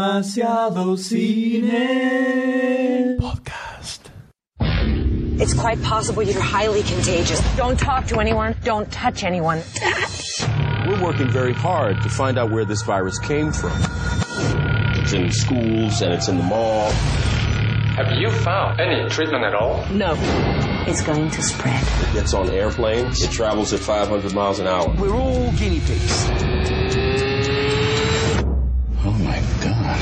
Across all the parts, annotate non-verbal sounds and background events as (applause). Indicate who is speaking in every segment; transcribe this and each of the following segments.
Speaker 1: Demasiado cine. Podcast.
Speaker 2: It's quite possible you're highly contagious. Don't talk to anyone. Don't touch anyone. (laughs)
Speaker 3: We're working very hard to find out where this virus came from. It's in schools and it's in the mall.
Speaker 4: Have you found any treatment at all?
Speaker 2: No. It's going to spread.
Speaker 3: It gets on airplanes. It travels at 500 miles an hour. We're all guinea pigs.
Speaker 5: Oh my god.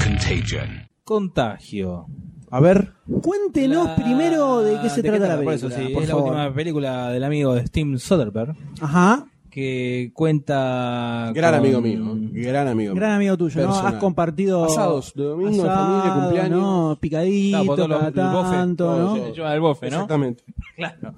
Speaker 5: Contagion.
Speaker 6: Contagio. A ver.
Speaker 7: Cuéntenos primero de qué se trata la
Speaker 6: Por
Speaker 7: película.
Speaker 6: eso, sí,
Speaker 7: por
Speaker 6: es
Speaker 7: favor.
Speaker 6: la última película del amigo de Steven Soderbergh
Speaker 7: Ajá.
Speaker 6: que cuenta.
Speaker 8: Gran
Speaker 6: con-
Speaker 8: amigo mío, gran amigo mío.
Speaker 7: Gran amigo tuyo, ¿no?
Speaker 8: Personal.
Speaker 7: Has compartido.
Speaker 8: Asados de domingo, de
Speaker 7: asado,
Speaker 8: familia, cumpleaños.
Speaker 7: ¿no? Picadito,
Speaker 6: Claro, por todos los-
Speaker 7: cada
Speaker 6: el bofe,
Speaker 7: tanto,
Speaker 6: todo,
Speaker 7: ¿no?
Speaker 6: sí. Yo al bofe, ¿no?
Speaker 8: Exactamente.
Speaker 6: Claro.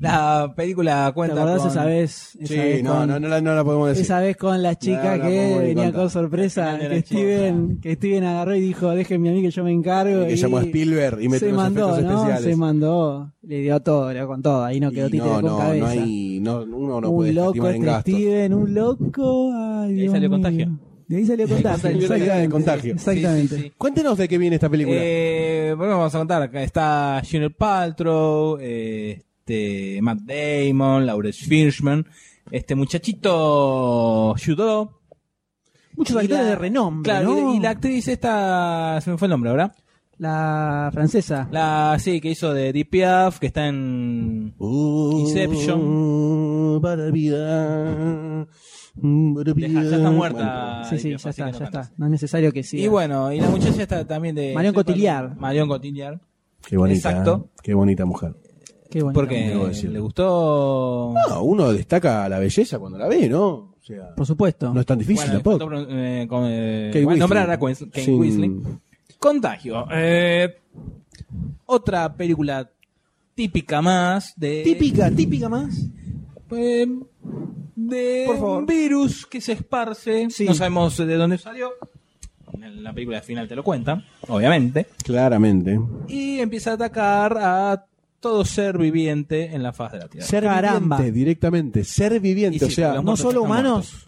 Speaker 6: La película
Speaker 7: ¿Te
Speaker 6: cuenta.
Speaker 7: acordás
Speaker 6: con-
Speaker 7: esa vez? Esa
Speaker 8: Sí,
Speaker 7: vez
Speaker 8: no,
Speaker 7: con-
Speaker 8: no, no, la, no la podemos decir.
Speaker 7: Esa vez con la chica
Speaker 8: No, no,
Speaker 7: que
Speaker 8: no, no,
Speaker 7: venía
Speaker 8: no.
Speaker 7: con sorpresa,
Speaker 6: Al final
Speaker 7: que
Speaker 6: era
Speaker 7: Steven, que Steven agarró y dijo, déjenme a mí que yo me encargo.
Speaker 8: Y que llamó a Spielberg y metió
Speaker 7: se
Speaker 8: unos
Speaker 7: mandó,
Speaker 8: efectos
Speaker 7: ¿no?
Speaker 8: especiales.
Speaker 7: Se mandó, le dio todo, le dio con todo, ahí no quedó
Speaker 8: Y
Speaker 7: títere
Speaker 8: no,
Speaker 7: con
Speaker 8: no,
Speaker 7: cabeza.
Speaker 8: no hay, no, uno no puede
Speaker 7: un loco
Speaker 8: escatimar en
Speaker 7: este
Speaker 8: gastos.
Speaker 7: (laughs) Steven, un loco. Ay,
Speaker 6: ahí
Speaker 7: Dios
Speaker 6: salió
Speaker 7: mío.
Speaker 6: Contagio.
Speaker 7: De ahí salió contagio.
Speaker 8: Contagio,
Speaker 7: Exactamente.
Speaker 8: de Contagio.
Speaker 7: Exactamente.
Speaker 6: Sí, sí, sí.
Speaker 8: Cuéntenos de qué viene esta película.
Speaker 6: Eh, bueno, vamos a contar. Acá está Junior Paltrow, eh, este, Matt Damon, Laurence Fishman, este muchachito Judo.
Speaker 7: Muchos
Speaker 6: Y
Speaker 7: actores
Speaker 6: la-
Speaker 7: de renombre.
Speaker 6: Claro, y-
Speaker 7: ¿no?
Speaker 6: y la actriz esta, se me fue el nombre, ¿verdad?
Speaker 7: La francesa.
Speaker 6: La, sí, que hizo de DPF, que está en... Inception.
Speaker 8: Uh, Para vida.
Speaker 6: Deja-
Speaker 8: para
Speaker 6: Ah, ya está
Speaker 8: vida.
Speaker 6: muerta.
Speaker 7: sí, sí,
Speaker 6: DiCaprio,
Speaker 7: ya
Speaker 6: así
Speaker 7: está,
Speaker 6: que no
Speaker 7: ya
Speaker 6: canta.
Speaker 7: está. No es necesario que siga.
Speaker 6: Y bueno, y la muchacha está también de...
Speaker 7: Marion Cotillard.
Speaker 6: Marion Cotillard.
Speaker 8: Qué bonita.
Speaker 6: Exacto.
Speaker 8: ¿eh? Qué bonita mujer.
Speaker 7: Qué bonito.
Speaker 6: Porque
Speaker 8: debo decir.
Speaker 6: le gustó...
Speaker 7: Ah,
Speaker 8: No, uno destaca la belleza cuando la ve, ¿no? O sea,
Speaker 7: Por supuesto.
Speaker 8: no es tan difícil
Speaker 6: Bueno,
Speaker 8: tampoco.
Speaker 6: faltó, eh, con, eh,
Speaker 8: Kate
Speaker 6: bueno,
Speaker 8: Winslet.
Speaker 6: nombrar a Quens- Kate
Speaker 8: Sin-
Speaker 6: Winslet. Contagio. eh, otra película típica más de...
Speaker 7: Típica, típica más.
Speaker 6: eh, de
Speaker 7: Por favor.
Speaker 6: un virus que se esparce.
Speaker 7: Sí.
Speaker 6: No sabemos de dónde salió. En la película final te lo cuenta, obviamente.
Speaker 8: Claramente.
Speaker 6: Y empieza a atacar a todo ser viviente en la faz de la Tierra.
Speaker 8: Ser
Speaker 7: Caramba.
Speaker 8: viviente, directamente. Ser viviente,
Speaker 6: Y sí,
Speaker 8: o sea,
Speaker 6: los
Speaker 7: No
Speaker 6: muertos
Speaker 7: solo
Speaker 6: están
Speaker 7: humanos.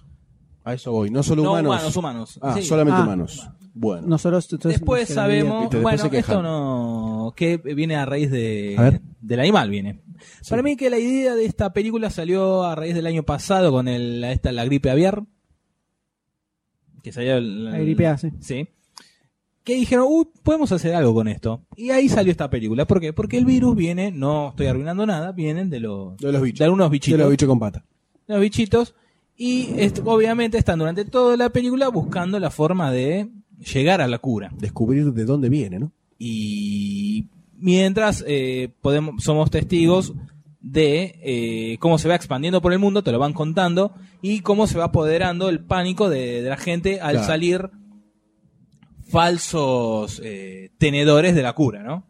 Speaker 8: A eso voy, no solo
Speaker 6: No,
Speaker 8: humanos.
Speaker 6: humanos, humanos.
Speaker 8: Ah,
Speaker 6: Sí.
Speaker 8: solamente
Speaker 7: Ah.
Speaker 8: humanos. Bueno.
Speaker 7: Nosotros entonces,
Speaker 6: Después
Speaker 7: se
Speaker 6: sabemos,
Speaker 8: Viste, después
Speaker 6: bueno,
Speaker 8: se quejan.
Speaker 6: esto no, que viene a raíz de,
Speaker 8: A ver.
Speaker 6: del animal, viene. Para mí que la idea de esta película salió a raíz del año pasado con el, la- esta, la gripe aviar. Que salió el-
Speaker 7: La gripe A, sí.
Speaker 6: Sí. Que dijeron, uy, podemos hacer algo con esto. Y ahí salió esta película. ¿Por qué? Porque el virus viene, no estoy arruinando nada, vienen de los,
Speaker 8: De los bichos.
Speaker 6: de algunos bichitos.
Speaker 8: De los bichos con pata.
Speaker 6: los bichitos. Y est- obviamente están durante toda la película buscando la forma de llegar a la cura.
Speaker 8: Descubrir de dónde viene, ¿no?
Speaker 6: Y mientras eh, podemos, somos testigos de eh, cómo se va expandiendo por el mundo, te lo van contando, y cómo se va apoderando el pánico de, de la gente al
Speaker 8: Claro.
Speaker 6: salir falsos eh, tenedores de la cura, ¿no?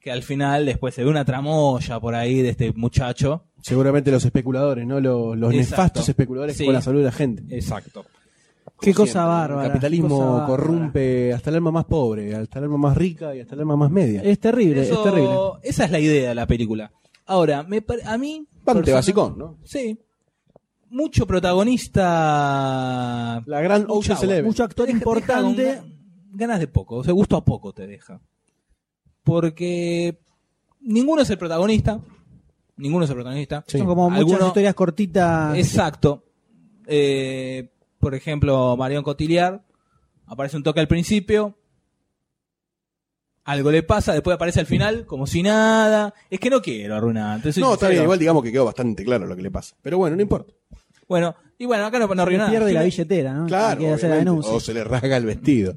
Speaker 6: Que al final después se ve una tramoya por ahí de este muchacho.
Speaker 8: Seguramente los especuladores, ¿no? Los, los
Speaker 6: Exacto.
Speaker 8: nefastos especuladores
Speaker 6: Sí.
Speaker 8: con la salud de la gente.
Speaker 6: Exacto.
Speaker 7: Qué
Speaker 8: Como
Speaker 7: cosa
Speaker 8: siempre,
Speaker 7: bárbara.
Speaker 8: El capitalismo
Speaker 7: qué cosa bárbara.
Speaker 8: corrompe hasta el alma más pobre, hasta el alma más rica y hasta el alma más media.
Speaker 7: Es terrible,
Speaker 6: Eso-
Speaker 7: es terrible.
Speaker 6: Esa es la idea de la película. Ahora, me pare- a mí...
Speaker 8: Bastante
Speaker 6: persona-
Speaker 8: basicón, ¿no?
Speaker 6: Sí. Mucho protagonista.
Speaker 8: La gran
Speaker 6: Mucha
Speaker 8: Ocean's
Speaker 6: agua,
Speaker 8: Eleven.
Speaker 7: Mucho actor
Speaker 6: Te deja- te deja
Speaker 7: importante.
Speaker 6: con ga- Ganas de poco, o sea, gusto a poco te deja. Porque ninguno es el protagonista. Ninguno es el protagonista.
Speaker 8: Sí. Ah,
Speaker 7: Son como muchas
Speaker 6: Alguno-
Speaker 7: historias cortitas.
Speaker 6: Exacto. Eh, por ejemplo, Marion Cotillard. Aparece un toque al principio. Algo le pasa, después aparece al final, como si nada. Es que no quiero arruinar. entonces,
Speaker 8: No, está
Speaker 6: sincero.
Speaker 8: bien, igual digamos que quedó bastante claro lo que le pasa. Pero bueno, no importa.
Speaker 6: Bueno, y bueno, acá no, no arruinó nada.
Speaker 7: pierde la
Speaker 6: Tiene-
Speaker 7: billetera, ¿no?
Speaker 8: Claro.
Speaker 7: Quiere hacer la
Speaker 8: obviamente.
Speaker 7: denuncia.
Speaker 8: O se le rasga el vestido.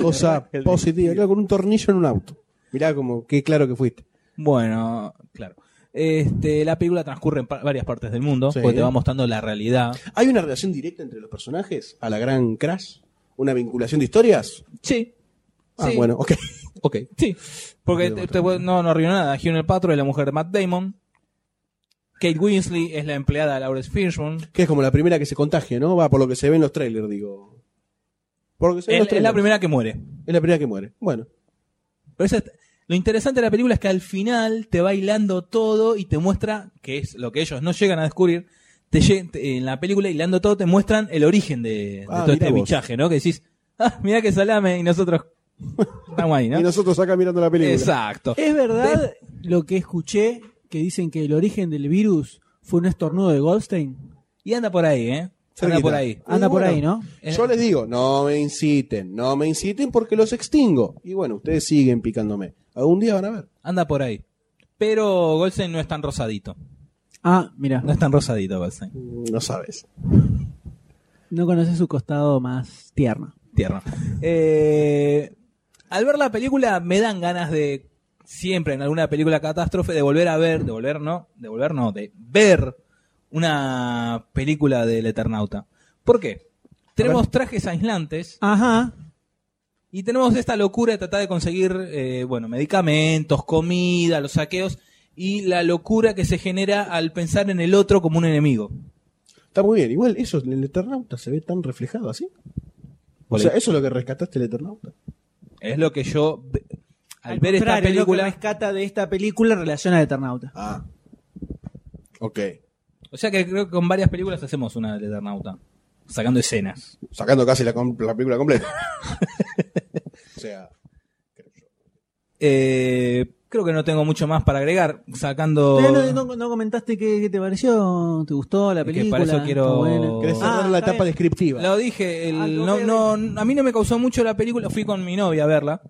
Speaker 8: Cosa positiva. Claro, con un tornillo en un auto. Mirá como, qué claro que fuiste.
Speaker 6: Bueno, claro. Este, la película transcurre en pa- varias partes del mundo,
Speaker 8: Sí.
Speaker 6: porque te va mostrando la realidad.
Speaker 8: ¿Hay una relación directa entre los personajes a la gran Crash? ¿Una vinculación de historias?
Speaker 6: Sí.
Speaker 8: Ah,
Speaker 6: Sí.
Speaker 8: bueno, ok.
Speaker 6: Ok. Sí. Porque te- te- no, no arruinó nada. Hugh Patro es la mujer de Matt Damon. Kate Winsley es la empleada de Laurence Fishburne.
Speaker 8: Que es como la primera que se contagia, ¿no? Va por lo que se ve en los trailers, digo. Por lo que se ve en
Speaker 6: Es,
Speaker 8: los
Speaker 6: es la
Speaker 8: trailers.
Speaker 6: primera que muere.
Speaker 8: Es la primera que muere. Bueno.
Speaker 6: Pero esa es- lo interesante de la película es que al final te va hilando todo y te muestra, que es lo que ellos no llegan a descubrir, te lle- te- en la película hilando todo te muestran el origen de, de
Speaker 8: Ah,
Speaker 6: todo
Speaker 8: mirá
Speaker 6: este
Speaker 8: vos.
Speaker 6: bichaje, ¿no? Que decís, ah, mirá que salame y
Speaker 8: (laughs)
Speaker 6: nosotros estamos ahí, ¿no?
Speaker 8: Y nosotros acá mirando la película.
Speaker 6: Exacto.
Speaker 8: Eh.
Speaker 7: ¿Es verdad lo que escuché que dicen que el origen del virus fue un estornudo de Goldstein?
Speaker 6: Y anda por ahí, ¿eh? Anda
Speaker 8: Cerquita.
Speaker 6: por ahí.
Speaker 7: Anda
Speaker 8: Y
Speaker 7: por
Speaker 8: bueno,
Speaker 7: ahí, ¿no?
Speaker 6: eh,
Speaker 8: Yo les digo, no me inciten, no me inciten porque los extingo. Y bueno, ustedes siguen picándome. Algún día van a ver.
Speaker 6: Anda por ahí. Pero Goldstein no es tan rosadito.
Speaker 7: Ah, mira,
Speaker 6: No es tan rosadito Goldstein.
Speaker 8: Mm, No sabes.
Speaker 7: no conoces su costado más tierno.
Speaker 6: Tierno. Eh, al ver la película me dan ganas de siempre en alguna película catástrofe de volver a ver, de volver no, de volver no, de ver una película del Eternauta. ¿Por qué? Tenemos trajes aislantes
Speaker 7: Ajá.
Speaker 6: y tenemos esta locura de tratar de conseguir, eh, bueno, medicamentos, comida, los saqueos y la locura que se genera al pensar en el otro como un enemigo.
Speaker 8: Está muy bien. Igual eso, el Eternauta se ve tan reflejado así. O
Speaker 6: Por
Speaker 8: sea,
Speaker 6: ahí.
Speaker 8: eso es lo que rescataste el Eternauta.
Speaker 6: Es lo que yo, ve- al, ver esta
Speaker 7: contrario,
Speaker 6: película,
Speaker 7: lo que rescata de esta película en relación al Eternauta.
Speaker 8: Ah. Ok.
Speaker 6: o sea que creo que con varias películas hacemos una del Eternauta, sacando escenas.
Speaker 8: Sacando casi la, com- la película
Speaker 6: (laughs)
Speaker 8: completa. o sea,
Speaker 6: Eh, creo que no tengo mucho más para agregar, sacando...
Speaker 7: Pero No, no- no comentaste qué, qué te pareció, te gustó la
Speaker 6: Es que
Speaker 7: película.
Speaker 6: para eso quiero-
Speaker 7: Está
Speaker 6: Oh.
Speaker 7: buena.
Speaker 8: querés cerrar
Speaker 7: Ah,
Speaker 8: la
Speaker 7: está
Speaker 8: etapa
Speaker 7: bien.
Speaker 8: descriptiva.
Speaker 6: Lo dije, el-
Speaker 7: Ah, lo
Speaker 6: no,
Speaker 7: voy a
Speaker 6: no, a mí no me causó mucho la película, fui con mi novia a verla.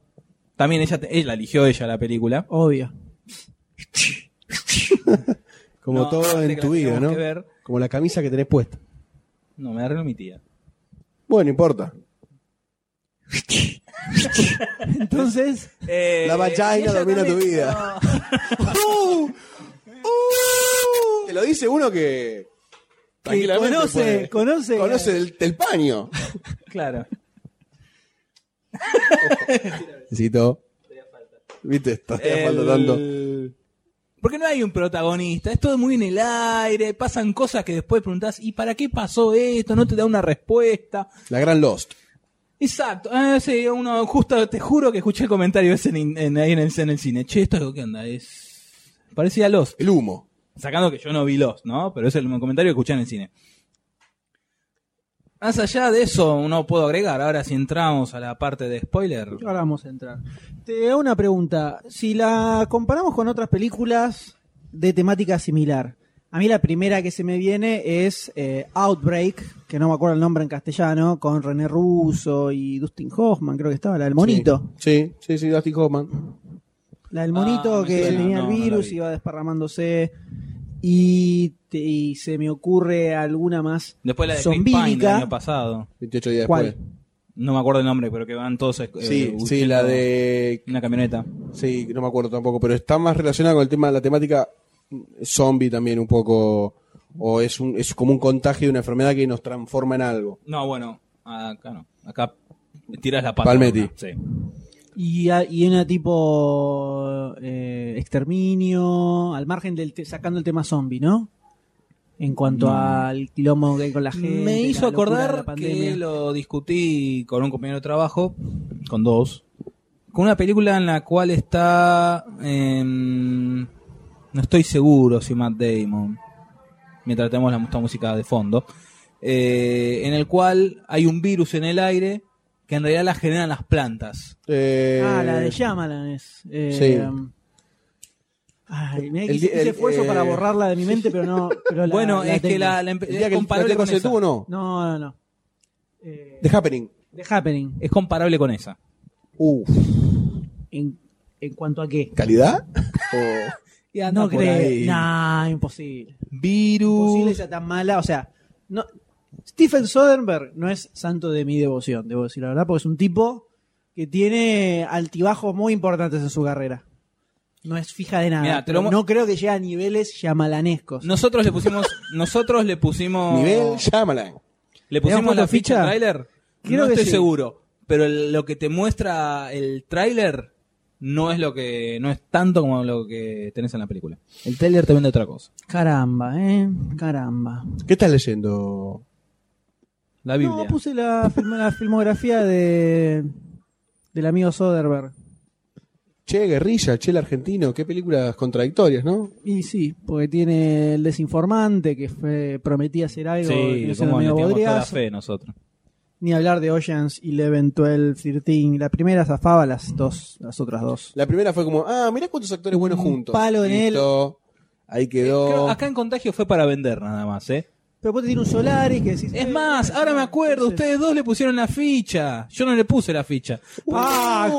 Speaker 6: También ella, te- ella eligió ella la película.
Speaker 7: Obvio.
Speaker 8: Como
Speaker 6: No,
Speaker 8: todo
Speaker 6: aparte
Speaker 8: en
Speaker 6: que
Speaker 8: tu
Speaker 6: la
Speaker 8: vida,
Speaker 6: tenemos
Speaker 8: ¿no?
Speaker 6: que ver.
Speaker 8: Como la camisa que tenés puesta.
Speaker 6: No, me arregló mi tía.
Speaker 8: Bueno, no importa.
Speaker 7: Entonces,
Speaker 6: Eh,
Speaker 8: La vagina
Speaker 6: y ella
Speaker 8: domina tu
Speaker 6: también-
Speaker 8: vida. Uh,
Speaker 6: No.
Speaker 8: (laughs) Te lo dice uno uh. que.
Speaker 7: que
Speaker 8: tranquilamente
Speaker 7: conoce,
Speaker 8: puede-
Speaker 7: conoce,
Speaker 8: Conoce del, del paño.
Speaker 6: Claro.
Speaker 8: Necesito. Viste, está falta tanto.
Speaker 6: El- Porque no hay un protagonista, es todo muy en el aire, pasan cosas que después preguntás, ¿y para qué pasó esto? No te da una respuesta.
Speaker 8: La gran Lost.
Speaker 6: Exacto, ah, sí, uno, justo te juro que escuché el comentario ese en, en- ahí en el, en el cine. Che, esto qué onda, es... Parecía los
Speaker 8: El humo.
Speaker 6: Sacando que yo no vi los, ¿no? Pero es el comentario que escuché en el cine. Más allá de eso, no puedo agregar. Ahora si entramos a la parte de spoiler.
Speaker 7: ahora vamos a entrar. Te hago una pregunta. Si la comparamos con otras películas de temática similar, a mí la primera que se me viene es eh, Outbreak, que no me acuerdo el nombre en castellano, con René Russo y Dustin Hoffman, creo que estaba, la del monito.
Speaker 8: Sí, sí, sí, Dustin Hoffman.
Speaker 7: La del monito
Speaker 6: Ah, me
Speaker 7: que
Speaker 6: suena,
Speaker 7: tenía
Speaker 6: no,
Speaker 7: el
Speaker 6: no la
Speaker 7: virus,
Speaker 6: vi.
Speaker 7: iba desparramándose. Y, te- y se me ocurre alguna más
Speaker 6: Después la de Chris Pine del
Speaker 7: zombílica.
Speaker 6: año pasado.
Speaker 8: 28 días
Speaker 7: ¿Cuál?
Speaker 8: después.
Speaker 6: No me acuerdo el nombre, pero que van todos. eh,
Speaker 8: Sí,
Speaker 6: eh,
Speaker 8: sí, la de.
Speaker 6: Una camioneta.
Speaker 8: Sí, no me acuerdo tampoco, pero está más relacionada con el tema de la temática zombie también un poco. O es, un, es como un contagio de una enfermedad que nos transforma en algo.
Speaker 6: No, bueno, acá no. Acá tiras la pata.
Speaker 8: Palmetti.
Speaker 6: ¿no? Sí.
Speaker 7: Y, a- y una tipo eh, exterminio, al margen del te- sacando el tema zombie, ¿no? En cuanto al quilombo que hay con la gente.
Speaker 6: Mm. Me hizo
Speaker 7: la locura de la
Speaker 6: acordar
Speaker 7: pandemia.
Speaker 6: que lo discutí con un compañero de trabajo, con dos, con una película en la cual está... em, no estoy seguro si Matt Damon, mientras tenemos la esta música de fondo, eh, en el cual hay un virus en el aire que en realidad la generan las plantas.
Speaker 8: Eh,
Speaker 7: Ah, la de Shyamalan es. eh,
Speaker 8: Sí.
Speaker 7: Ay, mirá que
Speaker 8: El
Speaker 7: hice,
Speaker 8: di- el-
Speaker 7: hice esfuerzo
Speaker 8: eh,
Speaker 7: para borrarla de mi mente, pero
Speaker 6: (laughs)
Speaker 7: no. Pero la-
Speaker 6: bueno,
Speaker 7: la
Speaker 6: es que
Speaker 7: tengo.
Speaker 6: la, la empe-
Speaker 8: El día
Speaker 6: es
Speaker 8: que la
Speaker 6: comparable
Speaker 8: Tierra
Speaker 6: con
Speaker 8: se
Speaker 6: esa.
Speaker 8: detuvo, no.
Speaker 7: No, no, no. Eh,
Speaker 8: The Happening.
Speaker 7: The Happening.
Speaker 6: Es comparable con esa.
Speaker 8: Uf.
Speaker 7: ¿En, en cuanto a qué?
Speaker 8: ¿Calidad? Oh. O-
Speaker 7: no
Speaker 6: por ahí.
Speaker 7: creo. Nah, imposible. imposible
Speaker 6: Virus.
Speaker 7: sea tan mala. O sea, no, Stephen Soderbergh no es santo de mi devoción, debo decir la verdad, porque es un tipo que tiene altibajos muy importantes en su carrera. No es fija de nada.
Speaker 6: Mirá, te
Speaker 7: pero
Speaker 6: lo mu-
Speaker 7: No creo que llegue a niveles yamalanescos.
Speaker 6: Nosotros le pusimos, nosotros le pusimos,
Speaker 8: (laughs) Nivel Shyamalan.
Speaker 6: le
Speaker 7: ¿Tenemos
Speaker 6: pusimos la
Speaker 7: foto
Speaker 6: ficha
Speaker 7: ficha?
Speaker 6: al tráiler.
Speaker 7: Creo
Speaker 6: no
Speaker 7: que
Speaker 6: estoy
Speaker 7: sí.
Speaker 6: seguro, pero el- lo que te muestra el tráiler no es lo que, no es tanto como lo que tenés en la película. El tráiler te vende otra cosa.
Speaker 7: Caramba, eh. Caramba.
Speaker 8: ¿Qué estás leyendo?
Speaker 6: La Biblia.
Speaker 7: No, puse la, film- la filmografía de del amigo Soderbergh.
Speaker 8: Che, guerrilla, che, el argentino, qué películas contradictorias, ¿no?
Speaker 7: Y sí, porque tiene el desinformante que fue- prometía hacer algo y
Speaker 6: Sí,
Speaker 7: hizo
Speaker 6: como
Speaker 7: medio
Speaker 6: metíamos toda la
Speaker 7: bodriazo.
Speaker 6: fe nosotros.
Speaker 7: Ni hablar de Oceans 11, 12, 13. La primera zafaba las dos, las otras dos.
Speaker 8: La primera fue como, ah, mirá cuántos actores buenos
Speaker 7: Un
Speaker 8: juntos.
Speaker 7: palo en
Speaker 8: Listo. Ahí
Speaker 6: Eh, Creo-
Speaker 8: quedó.
Speaker 6: Acá en Contagio fue para vender nada más, ¿eh?
Speaker 7: Pero vos te tiene un Solaris que decís.
Speaker 6: Es
Speaker 7: eh,
Speaker 6: más, ahora me acuerdo,
Speaker 7: entonces-
Speaker 6: ustedes dos le pusieron la ficha. Yo no le puse la ficha. Uh,
Speaker 7: Ah,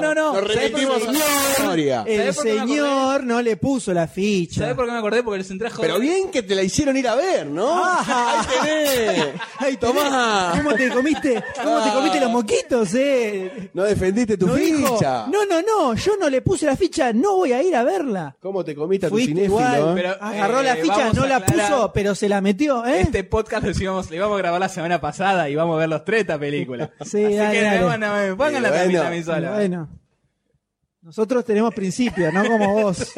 Speaker 6: No, no, no, no.
Speaker 8: Nos
Speaker 6: ¿Sabés por qué me
Speaker 8: remitimos a
Speaker 6: acordé?
Speaker 8: la historia.
Speaker 7: El
Speaker 6: ¿Sabés por qué me acordé?
Speaker 7: señor no le puso la
Speaker 6: ¿Sabés
Speaker 7: ficha.
Speaker 6: por qué me acordé? Porque les entré a joder.
Speaker 8: Pero bien que te la hicieron ir a ver, ¿no?
Speaker 7: Ah.
Speaker 8: Ahí tenés.
Speaker 7: Ay,
Speaker 8: Tomá.
Speaker 7: ¿Cómo te comiste? ¿Cómo te comiste los moquitos, eh?
Speaker 8: No defendiste tu
Speaker 7: No dijo,
Speaker 8: ficha.
Speaker 7: no, no, no, yo no le puse la ficha, no voy a ir a verla.
Speaker 8: ¿Cómo te comiste a tu
Speaker 7: Fuiste
Speaker 8: cinéfilo?
Speaker 7: igual,
Speaker 8: eh?
Speaker 6: pero-
Speaker 7: Agarró
Speaker 6: eh,
Speaker 7: la ficha,
Speaker 6: vamos
Speaker 7: no
Speaker 6: a
Speaker 7: la
Speaker 6: aclarar.
Speaker 7: puso, pero se la metió, ¿eh?
Speaker 6: Este podcast lo íbamos, lo íbamos a grabar la semana pasada y vamos a ver los tres esta película.
Speaker 7: (laughs) Sí,
Speaker 6: Así
Speaker 7: dale,
Speaker 6: que
Speaker 7: dale.
Speaker 6: van a ver, pongan la
Speaker 8: Bueno.
Speaker 6: tapita misola.
Speaker 7: Bueno. Nosotros tenemos principios, no como
Speaker 6: (laughs)
Speaker 7: vos.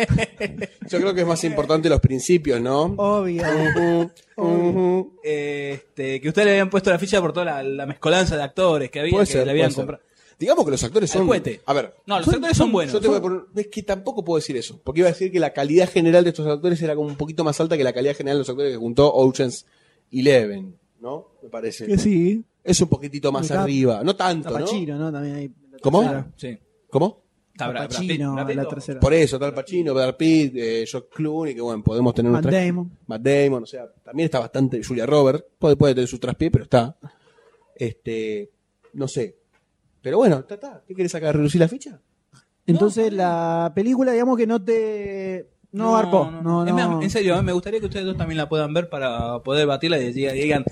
Speaker 8: Yo creo que es más importante los principios, ¿no?
Speaker 7: Obvio.
Speaker 8: Ujú, ujú.
Speaker 6: Este, que ustedes le habían puesto la ficha por toda la, la mezcolanza de actores que había,
Speaker 8: Puede
Speaker 6: que
Speaker 8: ser,
Speaker 6: le habían
Speaker 8: puede ser.
Speaker 6: comprado.
Speaker 8: Digamos que los actores
Speaker 6: Al
Speaker 8: son.
Speaker 6: cohete.
Speaker 8: A ver.
Speaker 6: No, los actores son buenos.
Speaker 8: Yo te voy a poner. Es que tampoco puedo decir eso. Porque iba a decir que la calidad general de estos actores era como un poquito más alta que la calidad general de los actores que juntó Ocean's Eleven, ¿no? Me parece.
Speaker 6: Eh,
Speaker 7: Que sí.
Speaker 8: Es un poquitito más
Speaker 7: Acá-
Speaker 8: arriba. No tanto, ¿no?
Speaker 7: Tapachino, ¿no? También hay. la
Speaker 8: ¿Cómo?
Speaker 7: tercera.
Speaker 6: Sí.
Speaker 8: ¿Cómo?
Speaker 6: Está Brad- Brad Pitt,
Speaker 7: Tapachino,
Speaker 6: Brad Pitt,
Speaker 7: la
Speaker 6: ojo.
Speaker 7: tercera.
Speaker 8: Por eso, tal Pacino, Brad Pitt, eh, George Clooney, que bueno, podemos tener
Speaker 7: Matt
Speaker 8: nuestras-
Speaker 7: Damon.
Speaker 8: Matt Damon, o sea, también está bastante Julia Robert, puede, puede tener su traspié, pero está. Este, no sé. Pero bueno, está, está. ¿Qué querés sacar? ¿Relucir la ficha?
Speaker 7: Entonces la película, digamos que no te. No, Arpo. No, no.
Speaker 6: Es más, en serio, eh, me gustaría que ustedes dos también la puedan ver para poder batirla y diga- digan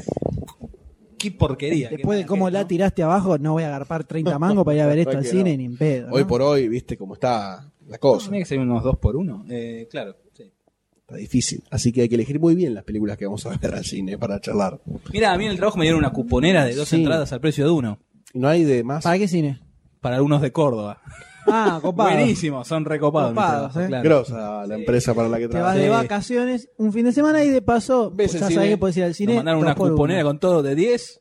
Speaker 6: qué porquería. qué
Speaker 7: Después de
Speaker 6: mala
Speaker 7: cómo
Speaker 6: que es,
Speaker 7: la
Speaker 6: ¿no?
Speaker 7: tiraste abajo, no voy a
Speaker 6: (laughs)
Speaker 7: agarpar 30 mangos para ir a ver esto
Speaker 8: Ay,
Speaker 7: al
Speaker 8: que
Speaker 7: cine
Speaker 8: no.
Speaker 7: ni en pedo.
Speaker 8: Hoy
Speaker 7: ¿no?
Speaker 8: por hoy, viste cómo está la cosa.
Speaker 6: Tenía que ser unos dos por uno. Eh, claro. sí.
Speaker 8: Está difícil. Así que hay que elegir muy bien las películas que vamos a ver al cine para charlar.
Speaker 6: Mira, a mí en el trabajo me dieron una cuponera de dos
Speaker 7: Sí.
Speaker 6: entradas al precio de uno.
Speaker 8: No hay de más.
Speaker 7: ¿Para qué cine?
Speaker 6: Para algunos de Córdoba. (laughs)
Speaker 7: Ah, copado.
Speaker 6: Buenísimo, son recopados. mis
Speaker 7: Copados,
Speaker 6: trabajos,
Speaker 7: eh.
Speaker 6: claro.
Speaker 8: Grosa la empresa para la que
Speaker 7: Te vas de
Speaker 8: trabajas.
Speaker 7: vacaciones un fin de semana y de paso
Speaker 8: Ves el
Speaker 7: ya
Speaker 8: cine.
Speaker 7: sabés que podés ir al
Speaker 6: Nos
Speaker 7: cine.
Speaker 6: mandaron una
Speaker 7: dos por uno.
Speaker 6: cuponera con todo de 10.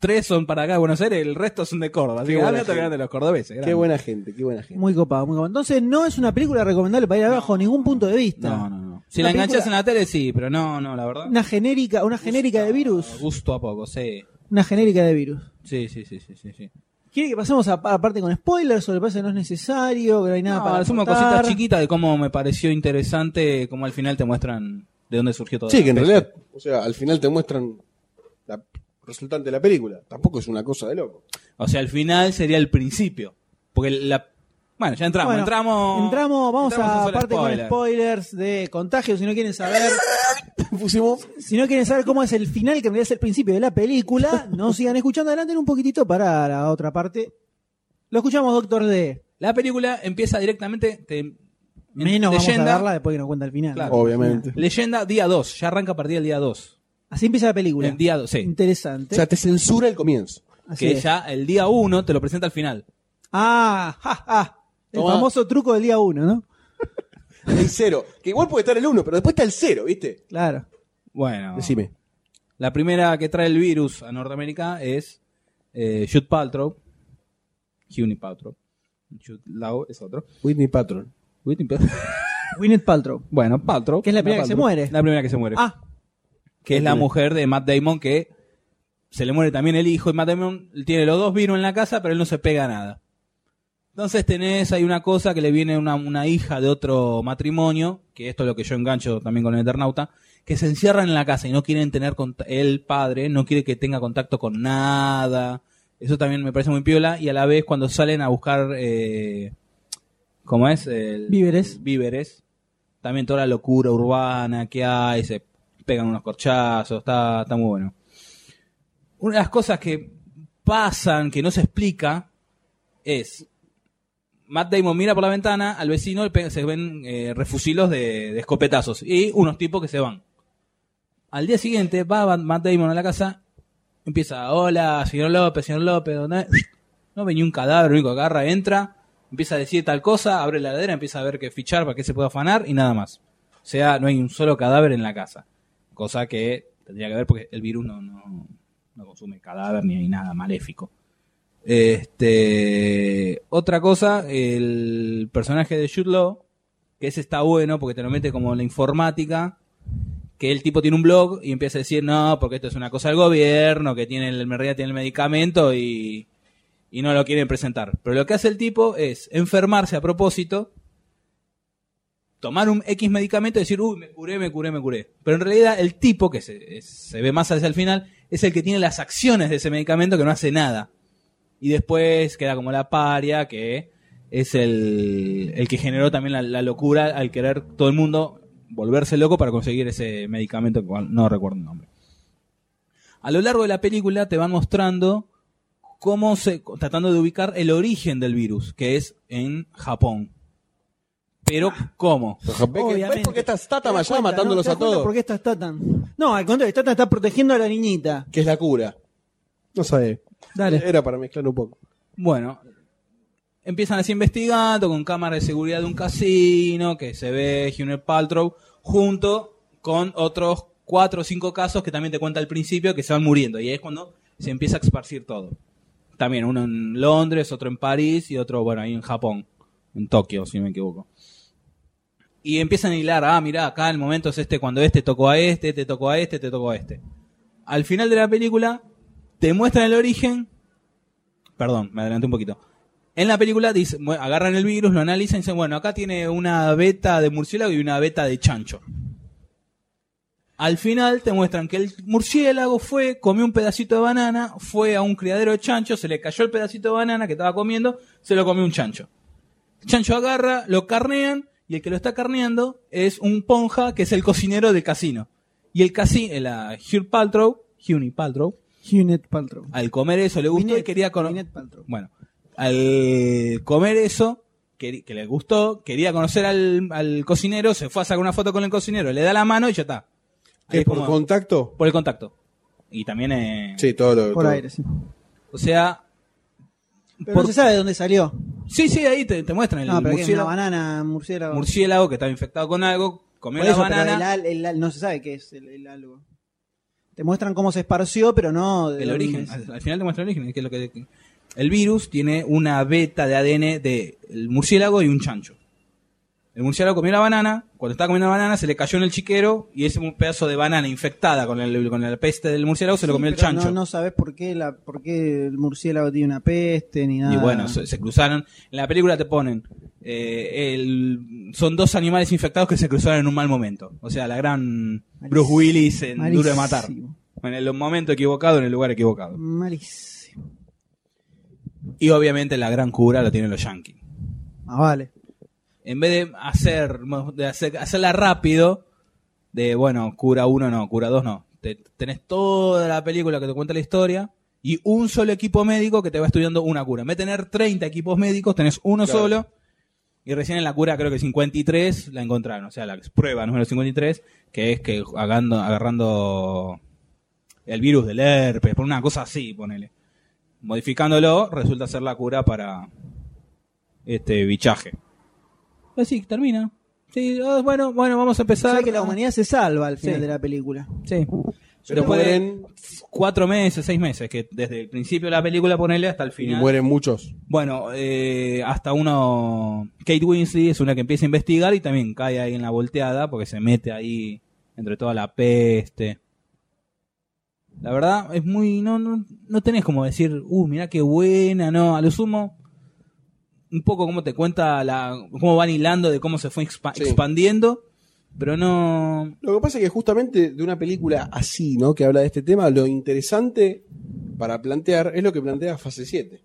Speaker 6: Tres son para acá, Buenos Aires, el resto son de Córdoba. Así
Speaker 8: Qué
Speaker 6: que
Speaker 8: buena
Speaker 6: habla
Speaker 8: gente.
Speaker 6: de los cordobeses.
Speaker 8: Qué
Speaker 6: grande.
Speaker 8: buena gente, qué buena gente.
Speaker 7: Muy copado, muy copado. Entonces no es una película recomendable para ir a ver bajo ningún punto de vista.
Speaker 6: No, no, no. Si
Speaker 7: Una
Speaker 6: la enganchas en
Speaker 7: película-
Speaker 6: la tele, sí, pero no, no, la verdad.
Speaker 7: Una genérica, una genérica de
Speaker 6: A
Speaker 7: virus.
Speaker 6: Gusto a poco, sí.
Speaker 7: Una genérica de virus.
Speaker 6: Sí, sí, sí, sí, sí. sí.
Speaker 7: ¿Quiere que pasemos a, a parte con spoilers o le parece que no es necesario, que no hay nada
Speaker 6: No,
Speaker 7: para
Speaker 6: sumo
Speaker 7: contar?
Speaker 6: cositas chiquitas de cómo me pareció interesante, cómo al final te muestran de dónde surgió todo.
Speaker 8: Sí, que en realidad, o sea, al final te muestran la resultante de la película. Tampoco es una cosa de loco. (laughs)
Speaker 6: O sea, al final sería el principio. Porque la... Bueno, ya entramos,
Speaker 7: Bueno,
Speaker 6: entramos...
Speaker 7: entramos, vamos
Speaker 6: entramos
Speaker 7: a
Speaker 6: en zona
Speaker 7: parte con
Speaker 6: spoiler.
Speaker 7: spoilers de contagio. Si no quieren saber,
Speaker 8: Pusimos.
Speaker 7: si no quieren saber cómo es el final, que en realidad es el principio de la película,
Speaker 6: (laughs)
Speaker 7: no sigan escuchando adelante un poquitito para la otra parte. Lo escuchamos, Doctor D.
Speaker 6: La película empieza directamente... te- en
Speaker 7: Menos vamos
Speaker 6: leyenda,
Speaker 7: a verla después que nos cuenta el final.
Speaker 6: Claro.
Speaker 8: Obviamente.
Speaker 6: Leyenda día 2, ya arranca a partir del día 2.
Speaker 7: Así empieza la película.
Speaker 6: El día 2, sí.
Speaker 8: O
Speaker 7: Interesante.
Speaker 8: sea, te censura el comienzo.
Speaker 7: Así
Speaker 6: Que
Speaker 7: es.
Speaker 6: ya el día 1 te lo presenta al final.
Speaker 7: Ah, ja, ja. El
Speaker 8: Toma.
Speaker 7: famoso truco del día uno, ¿no?
Speaker 8: El cero. Que igual puede estar el uno, pero después está el cero, ¿viste?
Speaker 7: Claro.
Speaker 6: Bueno.
Speaker 8: Decime.
Speaker 6: La primera que trae el virus a Norteamérica es eh, Jude Paltrow. Huni Paltrow. Jude Law es otro.
Speaker 8: Whitney Patron.
Speaker 6: Whitney Paltrow. (laughs)
Speaker 7: Winnet Paltrow.
Speaker 6: Bueno, Paltrow.
Speaker 7: Que es la primera que se muere.
Speaker 6: La primera que se muere.
Speaker 7: Ah,
Speaker 6: que es la mujer de Matt Damon que se le muere también el hijo y Matt Damon tiene los dos virus en la casa, pero él no se pega a nada. Entonces tenés ahí una cosa que le viene una, una hija de otro matrimonio, que esto es lo que yo engancho también con el Eternauta, que se encierran en la casa y no quieren tener cont- el padre, no quiere que tenga contacto con nada. Eso también me parece muy piola. Y a la vez cuando salen a buscar, eh, ¿cómo es? El-
Speaker 7: Víveres.
Speaker 6: Víveres. También toda la locura urbana que hay, se pegan unos corchazos, está, está muy bueno. Una de las cosas que pasan, que no se explica, es Matt Damon mira por la ventana al vecino y pe- se ven eh, refusilos de, de escopetazos y unos tipos que se van. Al día siguiente va Ba- Matt Damon a la casa, empieza, hola, señor López, señor López, ¿dónde es?". No venía un cadáver, lo único que agarra, entra, empieza a decir tal cosa, abre la heladera, empieza a ver qué fichar, para qué se puede afanar y nada más. O sea, no hay un solo cadáver en la casa. Cosa que tendría que ver porque el virus no, no, no consume cadáver ni hay nada maléfico. Este, otra cosa, el personaje de Jude Law, que ese está bueno porque te lo mete como en la informática, que el tipo tiene un blog y empieza a decir, no, porque esto es una cosa del gobierno, que tiene el, en realidad tiene el medicamento y, y no lo quieren presentar. Pero lo que hace el tipo es enfermarse a propósito, tomar un X medicamento y decir, uy, me curé, me curé, me curé. Pero en realidad el tipo, que se, es- se ve más hacia el final, es el que tiene las acciones de ese medicamento que no hace nada. Y después queda como la paria, que es el, el que generó también la, la locura al querer todo el mundo volverse loco para conseguir ese medicamento que bueno, no recuerdo el nombre. A lo largo de la película te van mostrando cómo se, tratando de ubicar el origen del virus, que es en Japón. Pero cómo.
Speaker 7: Obviamente.
Speaker 8: ¿Ves por qué está
Speaker 7: ¿Te das
Speaker 8: Tatamayá
Speaker 7: cuenta,
Speaker 8: matándolos
Speaker 7: no? ¿Te
Speaker 8: a
Speaker 7: das cuenta
Speaker 8: todos?
Speaker 7: ¿Por qué está Tatan? No, al contrario, Tatan está protegiendo a la niñita. Eh,
Speaker 8: Que es la cura. No sabe.
Speaker 7: Dale.
Speaker 8: Era para mezclar un poco.
Speaker 6: Bueno, empiezan así investigando con cámara de seguridad de un casino, que se ve Hunter Paltrow, junto con otros cuatro o cinco casos que también te cuenta al principio, que se van muriendo, y ahí es cuando se empieza a esparcir todo. También uno en Londres, otro en París y otro, bueno, ahí en Japón, en Tokio, si no me equivoco. Y empiezan a hilar, ah, mirá, acá el momento es este cuando este tocó a este, te tocó a este, te tocó a este. Al final de la película, te muestran el origen, perdón, me adelanté un poquito. En la película dice, bueno, agarran el virus, lo analizan y dicen, bueno, acá tiene una beta de murciélago y una beta de chancho. Al final te muestran que el murciélago fue, comió un pedacito de banana, fue a un criadero de chancho, se le cayó el pedacito de banana que estaba comiendo, se lo comió un chancho. El chancho agarra, lo carnean y el que lo está carneando es un ponja que es el cocinero del casino. Y el casino, la Hugh Paltrow, Hugh Paltrow,
Speaker 7: Gwyneth Paltrow.
Speaker 6: al comer eso le gustó y
Speaker 7: Gwyneth-
Speaker 6: quería conocer.
Speaker 7: Gwyneth Paltrow.
Speaker 6: Bueno, al comer eso, que, que le gustó, quería conocer al, al cocinero, se fue a sacar una foto con el cocinero, le da la mano y ya está. Ahí
Speaker 8: ¿Qué,
Speaker 6: es
Speaker 8: por
Speaker 6: como-
Speaker 8: contacto?
Speaker 6: por el contacto. Y también, eh,
Speaker 8: Sí, todo lo
Speaker 7: Por
Speaker 8: todo.
Speaker 7: aire, sí.
Speaker 6: o sea...
Speaker 7: Pero
Speaker 6: por-
Speaker 7: no se sabe de dónde salió.
Speaker 6: Sí, sí, ahí te, te muestran el
Speaker 7: No, pero que es una
Speaker 6: murciélago,
Speaker 7: banana, murciélago.
Speaker 6: murciélago que estaba infectado con algo, comió
Speaker 7: Por
Speaker 6: la
Speaker 7: eso, pero
Speaker 6: banana.
Speaker 7: el al- el al- no se sabe qué es el, el algo. Te muestran cómo se esparció, pero no de
Speaker 6: El
Speaker 7: dónde
Speaker 6: origen,
Speaker 7: es.
Speaker 6: al, al final te muestra el origen, que es lo que el virus tiene una beta de ADN de el murciélago y un chancho. El murciélago comió la banana, cuando estaba comiendo la banana se le cayó en el chiquero y ese pedazo de banana infectada con el con la peste del murciélago se lo
Speaker 7: Sí,
Speaker 6: comió el
Speaker 7: pero
Speaker 6: chancho.
Speaker 7: No, no sabes por qué, la, por qué el murciélago tiene una peste ni nada.
Speaker 6: Y bueno, se, se cruzaron. En la película te ponen. eh, el- son dos animales infectados que se cruzaron en un mal momento. O sea, la gran Bruce Willis en
Speaker 7: Malísimo.
Speaker 6: Duro de Matar. En el momento equivocado, en el lugar equivocado.
Speaker 7: Malísimo.
Speaker 6: Y obviamente la gran cura la tienen los yankees.
Speaker 7: Ah, vale.
Speaker 6: en vez de hacer, de hacer- hacerla rápido, de bueno, cura uno no, cura dos no. Te- tenés toda la película que te cuenta la historia y un solo equipo médico que te va estudiando una cura. En vez de tener 30 equipos médicos, tenés uno
Speaker 8: Claro.
Speaker 6: solo. Y recién en la cura, creo que 53, la encontraron. O sea, la prueba número 53, que es que agarrando, agarrando el virus del herpes, por una cosa así, ponele. Modificándolo, resulta ser la cura para este bichaje. Así que termina. Sí, ah, bueno, bueno, vamos a
Speaker 7: O
Speaker 6: empezar.
Speaker 7: sea que la humanidad se salva al final
Speaker 6: Sí.
Speaker 7: de la película.
Speaker 6: Sí.
Speaker 8: Pero
Speaker 6: Después de
Speaker 8: mueren,
Speaker 6: cuatro meses, seis meses, que desde el principio de la película, ponele, hasta el
Speaker 8: y
Speaker 6: final.
Speaker 8: mueren muchos.
Speaker 6: Bueno, eh, hasta uno. Kate Winsley es una que empieza a investigar y también cae ahí en la volteada porque se mete ahí entre toda la peste. La verdad, es muy. No, no, no tenés como decir, uh, mirá qué buena, no. A lo sumo, un poco como te cuenta la, cómo van hilando de cómo se fue expa-
Speaker 8: Sí.
Speaker 6: expandiendo, pero no.
Speaker 8: Lo que pasa es que justamente de una película así, ¿no? Que habla de este tema, lo interesante para plantear es lo que plantea Fase 7.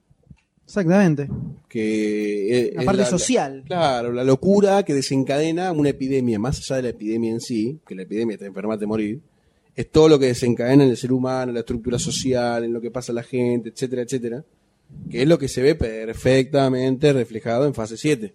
Speaker 7: Exactamente.
Speaker 8: Que eh,
Speaker 7: La
Speaker 8: es
Speaker 7: parte social.
Speaker 8: claro, la locura que desencadena una epidemia, más allá de la epidemia en sí, que la epidemia te enfermas de morir, es todo lo que desencadena en el ser humano, en la estructura social, en lo que pasa a la gente, etcétera, etcétera, que es lo que se ve perfectamente reflejado en fase 7.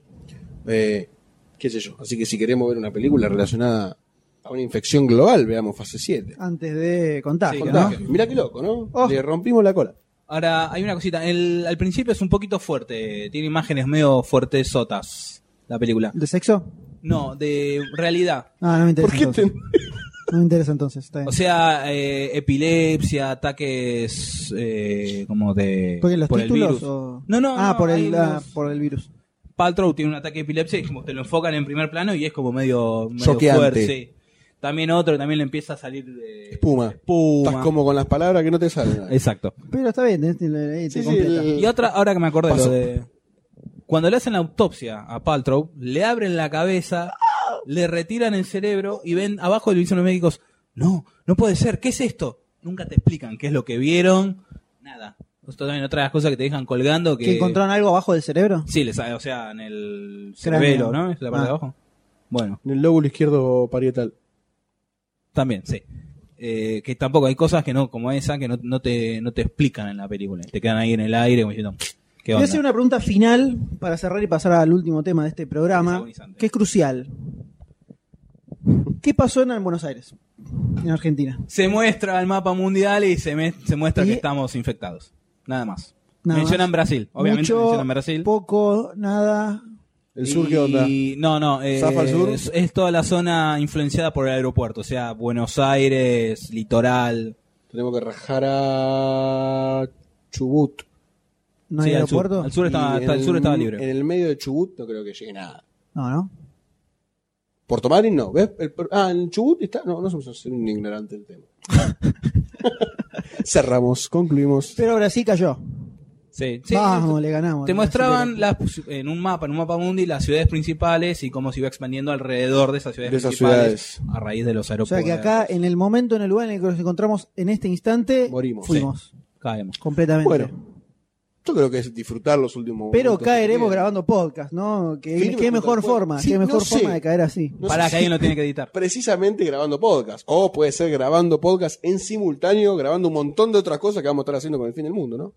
Speaker 8: Eh, qué sé yo. Así que si queremos ver una película relacionada a una infección global, veamos fase 7.
Speaker 7: Antes de contar.
Speaker 6: Sí,
Speaker 7: ¿no?
Speaker 8: Contagio. Mirá qué loco, ¿no?
Speaker 7: Oh.
Speaker 8: Le rompimos la cola.
Speaker 6: Ahora, hay una cosita. El, al principio es un poquito fuerte, tiene imágenes medio fuertes sotas la película.
Speaker 7: ¿De sexo?
Speaker 6: No, de realidad.
Speaker 7: Ah, no me interesa.
Speaker 8: ¿Por qué
Speaker 7: entonces.
Speaker 8: te-
Speaker 7: No me interesa entonces. Está bien.
Speaker 6: O sea, eh, epilepsia, ataques eh, como de...
Speaker 7: ¿Por qué los
Speaker 6: por el
Speaker 7: títulos?
Speaker 6: virus.
Speaker 7: o-
Speaker 6: No, no,
Speaker 7: Ah,
Speaker 6: no,
Speaker 7: por,
Speaker 6: hay
Speaker 7: el, ah,
Speaker 6: unos-
Speaker 7: por el virus.
Speaker 6: Paltrow tiene un ataque de epilepsia y como te lo enfocan en primer plano y es como medio, medio
Speaker 8: Choqueante.
Speaker 6: fuerte. sí. También otro, también le empieza a salir eh,
Speaker 8: Espuma.
Speaker 6: espuma.
Speaker 8: Estás como con las palabras que no te salen.
Speaker 6: Exacto.
Speaker 7: Pero está bien, tenés- ahí te
Speaker 8: Sí, sí,
Speaker 7: completa.
Speaker 8: el-
Speaker 6: Y otra, ahora que me acordé
Speaker 8: Paso.
Speaker 6: lo de. Cuando le hacen la autopsia a Paltrow, le abren la cabeza, le retiran el cerebro y ven abajo le dicen los médicos, no, no puede ser, ¿qué es esto? Nunca te explican qué es lo que vieron, nada. Esto también otras cosas que te dejan colgando que.
Speaker 7: ¿Que encontraron algo abajo del cerebro?
Speaker 6: Sí, les, o sea, en el
Speaker 7: Cráneo.
Speaker 6: cerebelo, ¿no? Es la parte de
Speaker 7: Ah.
Speaker 6: abajo. Bueno,
Speaker 8: En el lóbulo izquierdo parietal.
Speaker 6: también, sí. Eh, que tampoco hay cosas que no, como esa, que no, no te, no te explican en la película. Te quedan ahí en el aire como diciendo, ¿qué
Speaker 7: Voy a
Speaker 6: onda?
Speaker 7: hacer una pregunta final para cerrar y pasar al último tema de este
Speaker 6: Es
Speaker 7: programa,
Speaker 6: agonizante.
Speaker 7: que es crucial. ¿Qué pasó en Buenos Aires? En Argentina.
Speaker 6: se muestra el mapa mundial y se, me- se muestra
Speaker 7: Y-
Speaker 6: que estamos infectados. Nada más.
Speaker 7: Nada
Speaker 6: mencionan
Speaker 7: más.
Speaker 6: Brasil, obviamente
Speaker 7: Mucho,
Speaker 6: mencionan Brasil.
Speaker 7: Poco, nada.
Speaker 8: ¿El sur qué onda?
Speaker 6: Y- No, no, eh,
Speaker 8: ¿Zafa al sur?
Speaker 6: Es, es toda la zona influenciada por el aeropuerto, o sea, Buenos Aires, litoral.
Speaker 8: Tenemos que rajar a Chubut.
Speaker 7: No
Speaker 6: Sí,
Speaker 7: hay
Speaker 6: al sur.
Speaker 7: aeropuerto.
Speaker 6: Al sur estaba,
Speaker 8: Y
Speaker 6: está-
Speaker 8: en
Speaker 6: el sur estaba
Speaker 8: En
Speaker 6: libre.
Speaker 8: el medio de Chubut no creo que llegue nada.
Speaker 7: No, no.
Speaker 8: Puerto Madryn no, ¿ves? El- ah, en Chubut está. No, no somos soy un ignorante
Speaker 6: (laughs)
Speaker 8: del tema. Cerramos, concluimos.
Speaker 7: Pero Brasil cayó.
Speaker 6: Sí, sí.
Speaker 7: Vamos, le ganamos.
Speaker 6: Te
Speaker 7: ¿no?
Speaker 6: mostraban las, en un mapa, en un mapa mundi, las ciudades principales y cómo se iba expandiendo alrededor de esas ciudades
Speaker 8: De esas
Speaker 6: principales
Speaker 8: ciudades.
Speaker 6: a raíz de los
Speaker 7: O sea
Speaker 6: aeropuertos.
Speaker 7: que acá, en el momento, en el lugar en el que nos encontramos en este instante,
Speaker 8: Morimos.
Speaker 7: fuimos
Speaker 6: caemos.
Speaker 7: completamente.
Speaker 8: Bueno, yo creo que es disfrutar los últimos.
Speaker 7: Pero
Speaker 8: momentos que
Speaker 7: caeremos
Speaker 8: quedan.
Speaker 7: grabando podcast, ¿no? Qué, qué
Speaker 8: Firme junto
Speaker 7: mejor
Speaker 8: al cuerpo.
Speaker 7: forma,
Speaker 8: Sí,
Speaker 7: qué mejor
Speaker 8: no sé.
Speaker 7: forma de caer así.
Speaker 8: No
Speaker 6: Para que
Speaker 8: sé si-
Speaker 6: alguien lo tiene que editar.
Speaker 8: Precisamente grabando podcast. O puede ser grabando podcast en simultáneo, grabando un montón de otras cosas que vamos a estar haciendo con el fin del mundo, ¿no?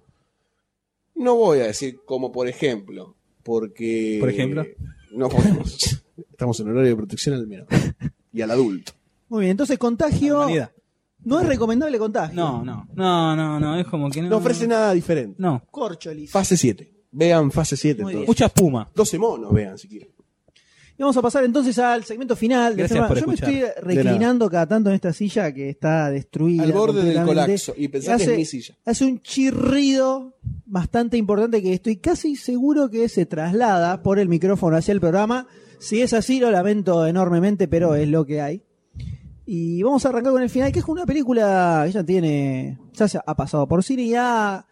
Speaker 8: No voy a decir como por ejemplo, porque.
Speaker 6: ¿Por ejemplo?
Speaker 8: No podemos. (laughs) Estamos en horario de protección al menor y al adulto.
Speaker 7: Muy bien, entonces contagio.
Speaker 6: Humanidad.
Speaker 7: No es recomendable contagio.
Speaker 6: No, no, no, no, no, es como que no.
Speaker 8: No ofrece nada diferente.
Speaker 6: No.
Speaker 7: Corcholis.
Speaker 8: Fase 7. Vean fase 7.
Speaker 7: Muy
Speaker 8: entonces.
Speaker 6: Mucha espuma.
Speaker 8: 12 monos, vean si quieren.
Speaker 7: Y vamos a pasar entonces al segmento final. del
Speaker 6: Gracias
Speaker 7: programa.
Speaker 6: por
Speaker 7: Yo me
Speaker 6: escuchar.
Speaker 7: estoy reclinando cada tanto en esta silla que está destruida.
Speaker 8: Al borde del
Speaker 7: completamente.
Speaker 8: colapso. Y pensá que es mi silla.
Speaker 7: Hace un chirrido bastante importante que estoy casi seguro que se traslada por el micrófono hacia el programa. Si es así, lo lamento enormemente, pero es lo que hay. Y vamos a arrancar con el final, que es una película que ya tiene. Ya se ha pasado por cine y ha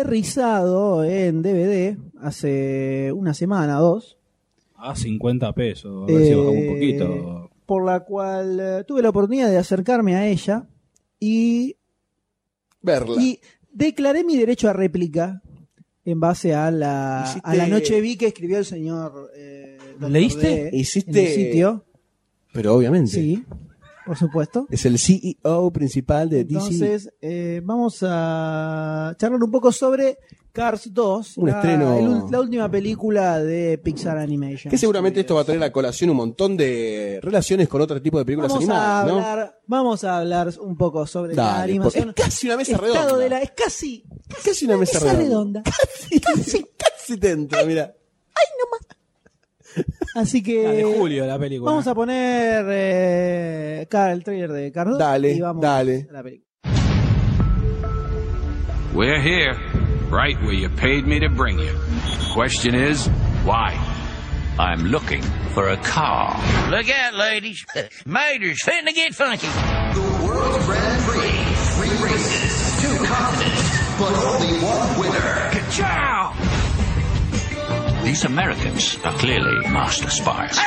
Speaker 7: aterrizado en DVD hace una semana, dos.
Speaker 6: Ah, 50 pesos. A
Speaker 7: Eh, Por la cual eh, tuve la oportunidad de acercarme a ella y,
Speaker 8: Verla.
Speaker 7: y declaré mi derecho a réplica en base a la,
Speaker 8: Hiciste-
Speaker 7: a la noche vi que escribió el señor. eh, Dr.
Speaker 6: ¿Leíste?
Speaker 7: D en
Speaker 8: Hiciste-
Speaker 7: el sitio.
Speaker 8: Pero obviamente.
Speaker 7: Sí, por supuesto.
Speaker 8: Es el CEO principal de DC.
Speaker 7: Entonces, eh, vamos a charlar un poco sobre Cars 2,
Speaker 8: Un
Speaker 7: la,
Speaker 8: estreno-
Speaker 7: el ul- la última película de Pixar Animation.
Speaker 8: que seguramente esto va a traer a colación un montón de relaciones con otro tipo de películas
Speaker 7: Vamos a,
Speaker 8: animadas, (laughs) ¿no?
Speaker 7: hablar, vamos a hablar un poco sobre la
Speaker 8: Dale, porque
Speaker 7: animación.
Speaker 8: es casi una mesa
Speaker 7: Estado
Speaker 8: redonda.
Speaker 7: de la- es casi,
Speaker 8: Casi una mesa
Speaker 7: mesa
Speaker 8: redonda.
Speaker 7: redonda.
Speaker 8: Casi, casi, te entra, mira.
Speaker 7: Así que
Speaker 6: La de julio, la película.
Speaker 7: vamos a poner eh, acá el trailer de Cardo
Speaker 8: Dale,
Speaker 7: y vamos
Speaker 8: dale.
Speaker 7: a la película.
Speaker 5: We're here, right where you paid me to bring you. Question is, why? I'm looking for a car.
Speaker 1: Look out, ladies. (laughs) Mater's fitting to get funky.
Speaker 5: These Americans are clearly master spies.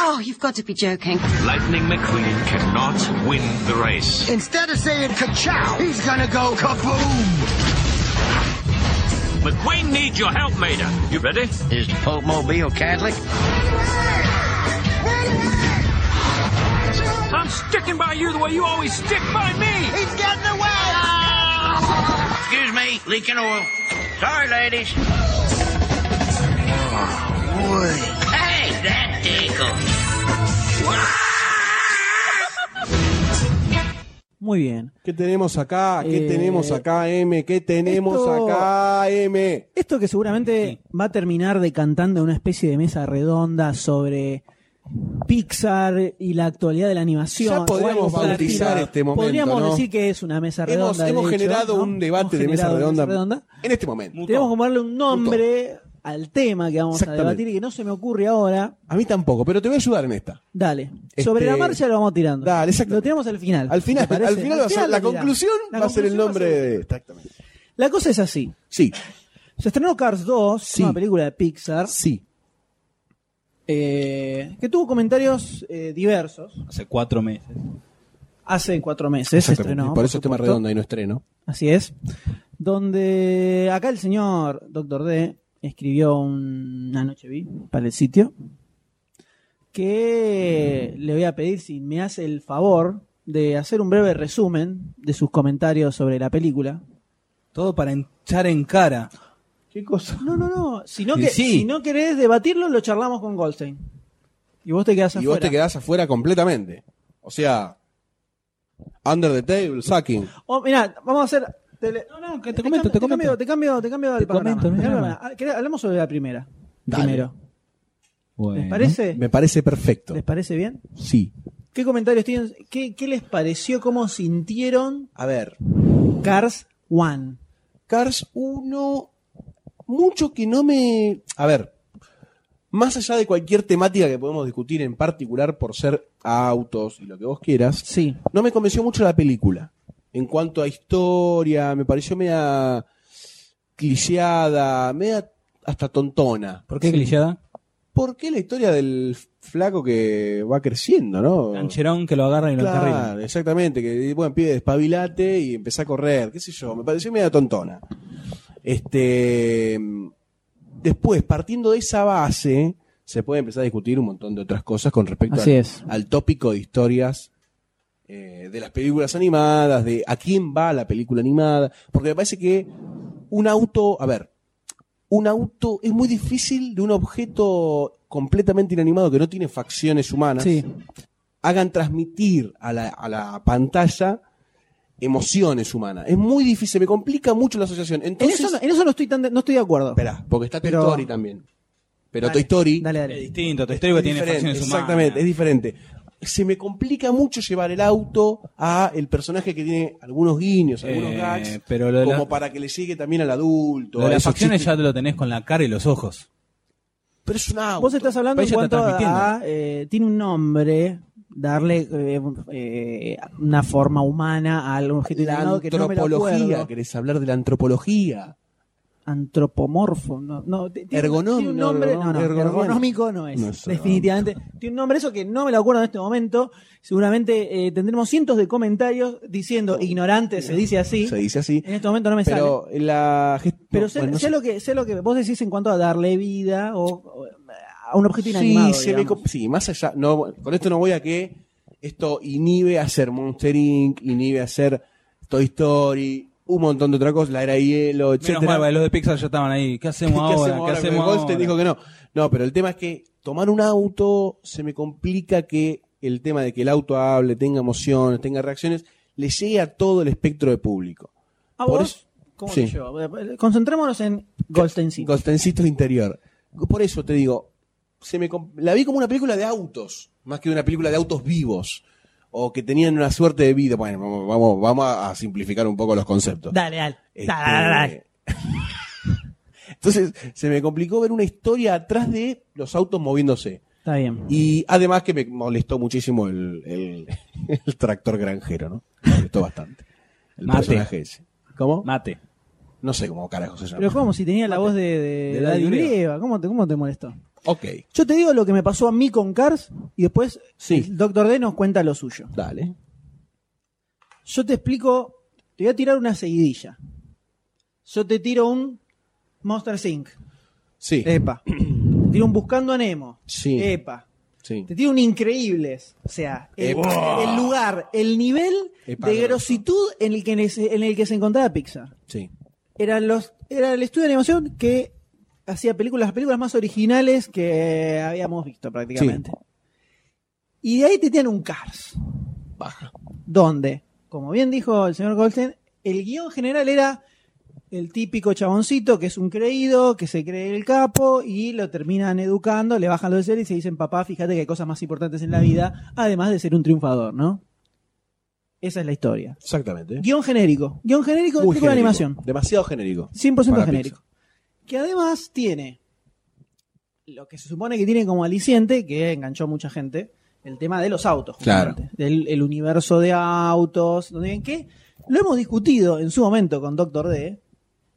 Speaker 9: Oh, you've got to be joking.
Speaker 5: Lightning McQueen cannot win the race.
Speaker 1: Instead of saying ka-chow, he's gonna go kaboom.
Speaker 5: McQueen needs your help, Mater. You ready?
Speaker 1: Is the Pope Mobile Catholic?
Speaker 5: I'm sticking by you the way you always stick by me.
Speaker 1: He's getting away. Excuse me, leaking oil. Sorry, ladies. Boy. Hey, that tickles.
Speaker 7: Muy bien.
Speaker 8: ¿Qué tenemos acá? ¿Qué
Speaker 7: Eh,
Speaker 8: tenemos acá, M? ¿Qué tenemos
Speaker 7: esto-
Speaker 8: acá, M?
Speaker 7: Esto que seguramente va a terminar decantando en una especie de mesa redonda sobre Pixar y la actualidad de la animación.
Speaker 8: Ya podríamos
Speaker 7: O algo
Speaker 8: bautizar
Speaker 7: parecido.
Speaker 8: este momento,
Speaker 7: Podríamos
Speaker 8: ¿no?
Speaker 7: decir que es una mesa redonda.
Speaker 8: Hemos,
Speaker 7: de
Speaker 8: hemos
Speaker 7: hecho,
Speaker 8: generado
Speaker 7: ¿no?
Speaker 8: un debate
Speaker 7: Hemos
Speaker 8: de mesa
Speaker 7: generado una
Speaker 8: redonda, en este momento.
Speaker 7: Tenemos que ponerle un nombre al tema que vamos a
Speaker 8: Exactamente.
Speaker 7: debatir y que no se me ocurre ahora.
Speaker 8: A mí tampoco, pero te voy a ayudar en esta.
Speaker 7: Dale.
Speaker 8: Este-
Speaker 7: Sobre la marcha lo vamos tirando.
Speaker 8: Dale, exactamente.
Speaker 7: Lo tiramos al final.
Speaker 8: Al final,
Speaker 7: ¿te parece?
Speaker 8: al final va a ser, la
Speaker 7: lo tiramos.
Speaker 8: conclusión
Speaker 7: La
Speaker 8: va a ser el
Speaker 7: conclusión
Speaker 8: nombre
Speaker 7: va a ser-
Speaker 8: de... Exactamente.
Speaker 7: La cosa es así.
Speaker 8: Sí,
Speaker 7: Se estrenó Cars 2,
Speaker 8: Sí.
Speaker 7: una película de Pixar,
Speaker 8: sí.
Speaker 7: eh, que tuvo comentarios eh, diversos.
Speaker 6: Hace cuatro meses.
Speaker 7: Hace cuatro meses se
Speaker 8: Exactamente.
Speaker 7: estrenó.
Speaker 8: por eso es tema
Speaker 7: supuesto.
Speaker 8: redondo y no estreno.
Speaker 7: Así es. Donde acá el señor Doctor D escribió un- una noche vi para el sitio que le voy a pedir si me hace el favor de hacer un breve resumen de sus comentarios sobre la película.
Speaker 6: Todo para echar en cara.
Speaker 7: ¿Qué cosa? No, no, no. Si no,
Speaker 6: Y
Speaker 7: que-
Speaker 6: sí.
Speaker 7: si no querés debatirlo, lo charlamos con Goldstein. Y vos te quedás
Speaker 8: Y
Speaker 7: afuera.
Speaker 8: vos te quedás afuera completamente. O sea, under the table, sucking.
Speaker 7: Oh, mirá, vamos a hacer. tele-
Speaker 6: No, no, que te comento,
Speaker 7: cam-
Speaker 6: te comento.
Speaker 7: Cambio, te cambio, te cambio el
Speaker 6: Te
Speaker 7: panorama.
Speaker 6: comento, no hay
Speaker 7: Mirá el
Speaker 6: drama.
Speaker 7: panorama. Ah, ¿querés- Hablamos sobre la primera.
Speaker 8: Dale.
Speaker 7: Primero.
Speaker 6: Bueno.
Speaker 7: ¿Les parece?
Speaker 8: Me parece perfecto.
Speaker 7: ¿Les parece bien?
Speaker 8: Sí.
Speaker 7: ¿Qué comentarios tienen? ¿Qué, qué les pareció? ¿Cómo sintieron
Speaker 8: A ver,
Speaker 7: Cars One?
Speaker 8: Cars 1, mucho que no me... A ver, más allá de cualquier temática que podemos discutir en particular por ser autos y lo que vos quieras,
Speaker 7: Sí.
Speaker 8: no me convenció mucho la película. En cuanto a historia, me pareció media clicheada, media hasta tontona.
Speaker 6: ¿Por qué clichada?
Speaker 8: ¿Por qué la historia del flaco que va creciendo, no?
Speaker 6: Cancherón que lo agarran y lo
Speaker 8: Claro,
Speaker 6: encarrilan.
Speaker 8: exactamente, que bueno, pibe, despabilate y empecé a correr, qué sé yo, me pareció media tontona. Este después, partiendo de esa base, se puede empezar a discutir un montón de otras cosas con respecto
Speaker 7: Así
Speaker 8: al,
Speaker 7: es.
Speaker 8: al tópico de historias eh, de las películas animadas, de a quién va la película animada, porque me parece que un auto, a ver, un auto es muy difícil de un objeto completamente inanimado que no tiene facciones humanas
Speaker 7: Sí.
Speaker 8: hagan transmitir a la, a la pantalla emociones humanas. Es muy difícil, me complica mucho la asociación.
Speaker 7: En
Speaker 8: Entonces,
Speaker 7: eso, no- en eso no estoy tan de, no estoy de acuerdo.
Speaker 8: Esperá, porque está Toy
Speaker 7: Pero-
Speaker 8: Story también. Pero
Speaker 7: Dale,
Speaker 8: Toy Story
Speaker 7: Dale,
Speaker 6: Es
Speaker 7: dale.
Speaker 6: distinto, te estoy que tiene
Speaker 8: diferente,
Speaker 6: facciones humanas.
Speaker 8: Exactamente, es diferente. Se me complica mucho llevar el auto a el personaje que tiene algunos guiños, algunos
Speaker 6: Eh,
Speaker 8: gags,
Speaker 6: pero lo de la-
Speaker 8: como para que le llegue también al adulto.
Speaker 6: Lo de las
Speaker 8: Eso
Speaker 6: facciones
Speaker 8: existe.
Speaker 6: ya lo tenés con la cara y los ojos.
Speaker 8: Pero es un auto.
Speaker 7: Vos estás hablando
Speaker 6: Pero
Speaker 7: en
Speaker 6: ella está
Speaker 7: cuanto a.
Speaker 6: transmitiendo.
Speaker 7: eh, tiene un nombre. Darle eh, eh, una forma humana al objeto
Speaker 8: la
Speaker 7: inanimado que no me lo
Speaker 8: antropología,
Speaker 7: acuerdo.
Speaker 8: querés hablar de la antropología.
Speaker 7: antropomorfo, no, no t- tiene-
Speaker 8: Ergonómico,
Speaker 7: tiene un nombre, no, no,
Speaker 8: ergonómico.
Speaker 7: ergonómico no es,
Speaker 8: No es
Speaker 7: definitivamente, tiene un nombre eso que no me lo acuerdo en este momento, seguramente eh, tendremos cientos de comentarios diciendo ignorante se dice así,
Speaker 8: Se dice así.
Speaker 7: en este momento no me sale,
Speaker 8: Pero la gest-
Speaker 7: pero
Speaker 8: no,
Speaker 7: sé,
Speaker 8: bueno, no
Speaker 7: sé
Speaker 8: sé.
Speaker 7: lo que sé lo que vos decís en cuanto a darle vida o, o, a un objeto
Speaker 8: Sí,
Speaker 7: inanimado,
Speaker 8: se ve
Speaker 7: digamos.
Speaker 8: com- sí, más allá. No, con esto no voy a que esto inhibe a hacer Monster Inc., inhibe a hacer Toy Story, un montón de otras cosas, la era de hielo,
Speaker 6: Menos
Speaker 8: etcétera.
Speaker 6: mal, vale, los de Pixar ya estaban ahí. ¿Qué hacemos ahora? ¿Qué
Speaker 8: Porque
Speaker 6: hacemos
Speaker 8: Goldstein
Speaker 6: ahora?
Speaker 8: dijo que no. No, pero el tema es que tomar un auto se me complica que el tema de que el auto hable, tenga emociones, tenga reacciones, le llegue a todo el espectro de público.
Speaker 7: ¿A
Speaker 8: Por
Speaker 7: vos?
Speaker 8: eso-
Speaker 7: ¿Cómo
Speaker 8: sí.
Speaker 7: te lleva? concentrémonos en Goldstein sí.
Speaker 8: Goldsteincito interior. Por eso te digo, se me com- la vi como una película de autos, más que una película de autos vivos, o que tenían una suerte de vida. Bueno, vamos, vamos- vamos a simplificar un poco los conceptos.
Speaker 7: Dale, dale,
Speaker 8: Este, (laughs)
Speaker 7: dale, dale, dale.
Speaker 8: Entonces, se me complicó ver una historia atrás de los autos moviéndose.
Speaker 7: Está bien.
Speaker 8: Y además que me molestó muchísimo el, el- (laughs) el tractor granjero, ¿no? Me molestó bastante. El
Speaker 6: Mate.
Speaker 8: personaje ese. ¿Cómo?
Speaker 6: Mate.
Speaker 8: No sé cómo carajo se llama.
Speaker 7: Pero como si tenía la voz de, de,
Speaker 8: De Daddy
Speaker 7: Daddy
Speaker 8: Brieva.
Speaker 7: Brieva. ¿Cómo te, ¿Cómo te molestó?
Speaker 8: Ok,
Speaker 7: Yo te digo lo que me pasó a mí con Cars y después
Speaker 8: Sí.
Speaker 7: el Doctor D nos cuenta lo suyo.
Speaker 8: dale.
Speaker 7: Yo te explico, te voy a tirar una seguidilla. Yo te tiro un Monster Inc.
Speaker 8: Sí,
Speaker 7: Epa. Te tiro un Buscando a Nemo.
Speaker 8: Sí.
Speaker 7: Epa.
Speaker 8: sí.
Speaker 7: Te tiro un Increíbles. O sea, el,
Speaker 8: Epa.
Speaker 7: el lugar, el nivel
Speaker 8: Epa,
Speaker 7: de
Speaker 8: grosso.
Speaker 7: grositud en el, que, en el que se encontraba Pixar.
Speaker 8: Sí.
Speaker 7: eran los era el estudio de animación que hacía películas las películas más originales que habíamos visto prácticamente y de ahí te tienen un Cars
Speaker 8: Baja.
Speaker 7: donde como bien dijo el señor Goldstein el guión general era el típico chaboncito que es un creído, que se cree el capo y lo terminan educando, le bajan los deseos y se dicen, papá, fíjate que hay cosas más importantes en la vida, además de ser un triunfador, ¿no? Esa es la historia.
Speaker 8: Exactamente.
Speaker 7: Guión genérico. Guión genérico de
Speaker 8: Muy
Speaker 7: película de
Speaker 8: genérico.
Speaker 7: animación.
Speaker 8: Demasiado genérico.
Speaker 7: 100%
Speaker 8: Para
Speaker 7: genérico. Que además tiene lo que se supone que tiene como aliciente, que enganchó a mucha gente, el tema de los autos.
Speaker 8: Claro.
Speaker 7: justamente. Del el universo de autos. ¿no? ¿Bien? Que lo hemos discutido en su momento con Doctor D,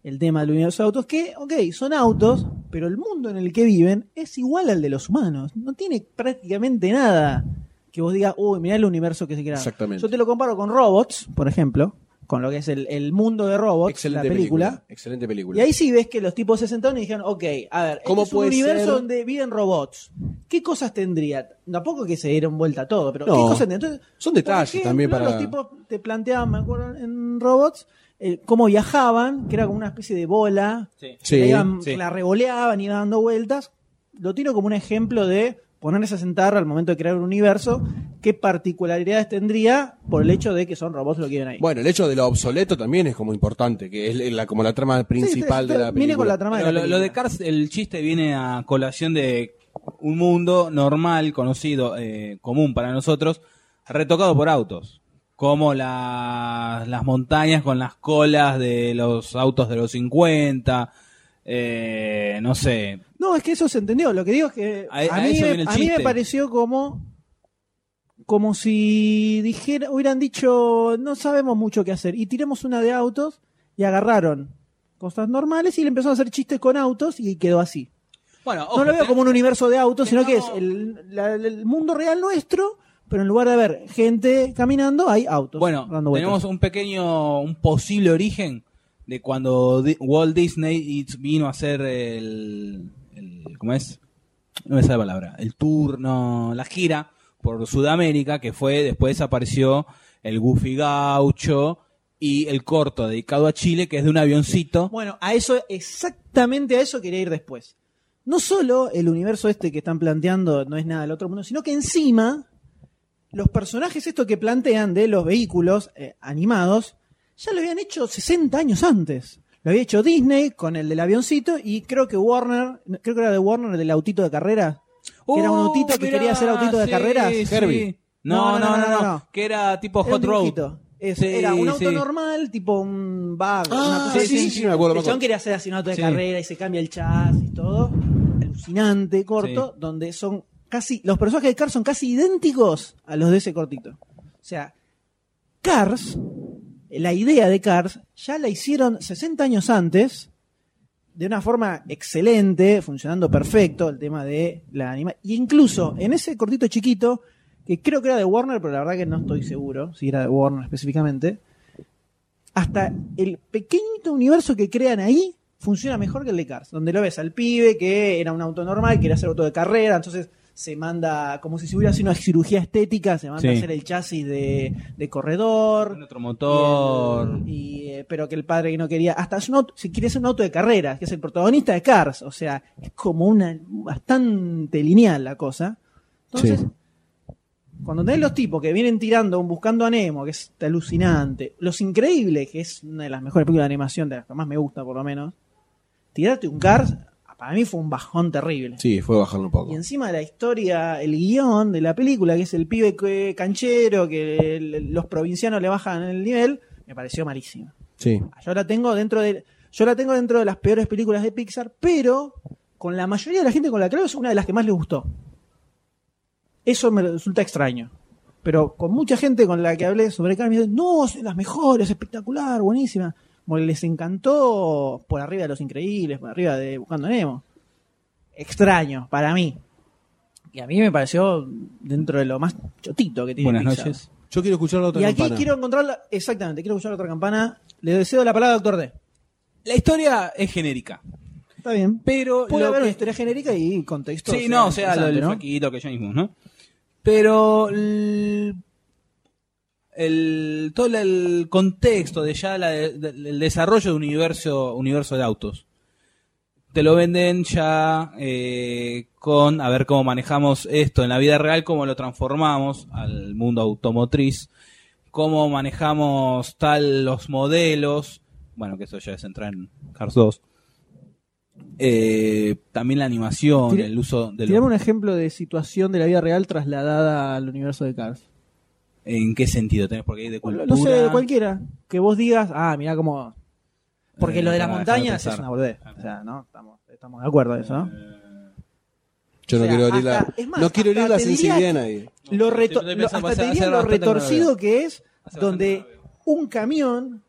Speaker 7: el tema del universo de autos, que, ok, son autos, pero el mundo en el que viven es igual al de los humanos. No tiene prácticamente nada que vos digas, uy, mirá el universo que se crea.
Speaker 8: Exactamente.
Speaker 7: Yo te lo comparo con Robots, por ejemplo, con lo que es el, el mundo de Robots,
Speaker 8: Excelente
Speaker 7: la
Speaker 8: película.
Speaker 7: película.
Speaker 8: Excelente película.
Speaker 7: Y ahí sí ves que los tipos se sentaron y dijeron, ok, a ver,
Speaker 8: ¿Cómo
Speaker 7: este es un
Speaker 8: puede
Speaker 7: universo
Speaker 8: ser?
Speaker 7: donde viven robots. ¿Qué cosas tendría? Tampoco que se dieron vuelta a todo, pero
Speaker 8: No.
Speaker 7: ¿qué cosas tendría? Entonces,
Speaker 8: Son detalles
Speaker 7: por ejemplo,
Speaker 8: también para-
Speaker 7: Los tipos te planteaban, me acuerdo, en robots, eh, cómo viajaban, que era como una especie de bola,
Speaker 8: Sí.
Speaker 7: la, iban-
Speaker 6: sí.
Speaker 7: la revoleaban, iba dando vueltas. Lo tiro como un ejemplo de ponerse a sentar al momento de crear un universo, qué particularidades tendría por el hecho de que son robots lo que viven ahí.
Speaker 8: Bueno, el hecho de lo obsoleto también es como importante, que es la, como la trama principal de la película.
Speaker 7: Viene con la trama de
Speaker 6: Pero
Speaker 7: la
Speaker 6: lo, lo de
Speaker 7: película.
Speaker 6: Cars, el chiste viene a colación de un mundo normal, conocido, eh, común para nosotros, retocado por autos. Como la- las montañas con las colas de los autos de los 50, eh, no sé.
Speaker 7: No, es que eso se entendió. Lo que digo es que a,
Speaker 6: A- a
Speaker 7: mí,
Speaker 6: eso
Speaker 7: me,
Speaker 6: viene el
Speaker 7: a mí me
Speaker 6: chiste.
Speaker 7: pareció como como si dijera, hubieran dicho no sabemos mucho qué hacer y tiremos una de autos y agarraron cosas normales y le empezaron a hacer chistes con autos y quedó así.
Speaker 6: Bueno,
Speaker 7: no lo veo como un
Speaker 6: eh,
Speaker 7: universo de autos, sino que es
Speaker 6: tengamos-
Speaker 7: el, la- el mundo real nuestro, pero en lugar de haber gente caminando, hay autos.
Speaker 6: Bueno,
Speaker 7: dando vueltas.
Speaker 6: tenemos un pequeño, un posible origen de cuando Di- Walt Disney it- vino a hacer el, el- ¿cómo es? No me sale la palabra, el turno, la gira por Sudamérica, que fue, después apareció el Goofy Gaucho y el corto dedicado a Chile, que es de un avioncito.
Speaker 7: Bueno, a eso, exactamente a eso quería ir después. No solo el universo este que están planteando no es nada del otro mundo, sino que encima los personajes estos que plantean de los vehículos eh, animados ya lo habían hecho 60 años antes. Lo había hecho Disney con el del avioncito y creo que Warner, creo que era de Warner el del autito de carrera. Que era un
Speaker 6: ¡Oh,
Speaker 7: autito que
Speaker 6: mirá!
Speaker 7: quería hacer autito de
Speaker 6: Sí,
Speaker 7: carreras.
Speaker 6: sí.
Speaker 8: Herbie.
Speaker 6: No no no, no,
Speaker 7: no,
Speaker 6: no,
Speaker 7: no.
Speaker 6: que era tipo
Speaker 7: Era un
Speaker 6: Hot Road.
Speaker 7: dibujito. Es-
Speaker 6: Sí,
Speaker 7: era un auto
Speaker 6: sí.
Speaker 7: normal, tipo un vago. una
Speaker 8: Ah,
Speaker 7: cosa
Speaker 8: sí,
Speaker 7: así.
Speaker 8: sí, sí, me acuerdo, me
Speaker 7: El chabón
Speaker 8: acuerdo.
Speaker 7: quería hacer así un auto de
Speaker 6: Sí.
Speaker 7: carrera y se cambia el chasis, todo. Alucinante, corto, donde son casi. Los personajes de Cars son casi idénticos a los de ese cortito. O sea, Cars, la idea de Cars, ya la hicieron 60 años antes de una forma excelente, funcionando perfecto el tema de la anima. Y incluso en ese cortito chiquito, que creo que era de Warner, pero la verdad que no estoy seguro si era de Warner específicamente, hasta el pequeñito universo que crean ahí funciona mejor que el de Cars, donde lo ves al pibe que era un auto normal, quería hacer auto de carrera, entonces se manda como si se hubiera sido una cirugía estética, se manda
Speaker 6: Sí.
Speaker 7: a hacer el chasis de, de corredor.
Speaker 6: Con otro motor.
Speaker 7: Y el- y, eh, pero que el padre que no quería. Hasta es un auto- si quiere ser un auto de carreras, que es el protagonista de Cars. O sea, es como una bastante lineal la cosa. Entonces, cuando tenés los tipos que vienen tirando un buscando a Nemo, que es alucinante, Los Increíbles, que es una de las mejores películas de animación, de las que más me gusta por lo menos, tirarte un Cars, para mí fue un bajón terrible.
Speaker 8: Sí, fue bajarlo un poco.
Speaker 7: Y encima de la historia, el guión de la película, que es el pibe que- canchero, que el- los provincianos le bajan el nivel, me pareció malísimo.
Speaker 8: Sí.
Speaker 7: Ah, Yo la tengo dentro de, yo la tengo dentro de las peores películas de Pixar, pero con la mayoría de la gente con la que hablo es una de las que más le gustó. Eso me resulta extraño. Pero con mucha gente con la que hablé sobre Cars me dice, no, es de las mejores, espectacular, buenísima. Como les encantó por arriba de Los Increíbles, por arriba de Buscando a Nemo. Extraño, para mí. Y a mí me pareció dentro de lo más chotito que tiene
Speaker 6: Buenas
Speaker 7: Pixar.
Speaker 6: noches.
Speaker 8: Yo quiero escuchar la otra
Speaker 7: Y aquí
Speaker 8: campana.
Speaker 7: quiero encontrar, la- exactamente, quiero escuchar otra campana. Le deseo la palabra a Doctor D.
Speaker 6: La historia es genérica.
Speaker 7: Está bien.
Speaker 6: Pero
Speaker 7: Puede
Speaker 6: lo
Speaker 7: haber
Speaker 6: que-
Speaker 7: una historia genérica y contexto.
Speaker 6: Sí, no, o sea, lo del
Speaker 7: interesante, ¿no?
Speaker 6: flaquito que yo mismo, ¿no? Pero el, el- todo el contexto de ya la de- de- el desarrollo de universo, universo de autos. Te lo venden ya eh, con a ver cómo manejamos esto en la vida real, cómo lo transformamos al mundo automotriz, cómo manejamos tal los modelos, Bueno, que eso ya es entrar en Cars 2. Eh, también la animación,
Speaker 7: Tira-
Speaker 6: el uso de los-
Speaker 7: Tirame un ejemplo de situación de la vida real trasladada al universo de Cars.
Speaker 6: ¿En qué sentido tenés? Porque hay de cultura.
Speaker 7: No sé, cualquiera. Que vos digas, ah, mirá cómo. Porque
Speaker 6: Eh,
Speaker 7: lo de las
Speaker 6: pará, déjame
Speaker 7: montañas
Speaker 6: pensar.
Speaker 7: es una boludez. O sea, ¿no? Estamos, estamos de acuerdo en eso, ¿no?
Speaker 8: Yo no
Speaker 7: O sea,
Speaker 8: quiero herir la,
Speaker 7: hasta- es más,
Speaker 8: no quiero herir
Speaker 7: hasta
Speaker 8: la
Speaker 7: te diría
Speaker 8: sensibilidad de
Speaker 7: que-
Speaker 8: nadie.
Speaker 7: lo,
Speaker 6: sí,
Speaker 7: reto-
Speaker 6: estoy
Speaker 7: lo-
Speaker 6: pensando,
Speaker 7: hasta
Speaker 6: hace-
Speaker 7: te
Speaker 6: hace
Speaker 7: diría lo
Speaker 6: bastante que no lo
Speaker 7: retorcido que es
Speaker 6: Hace
Speaker 7: donde
Speaker 6: bastante que no
Speaker 7: un camión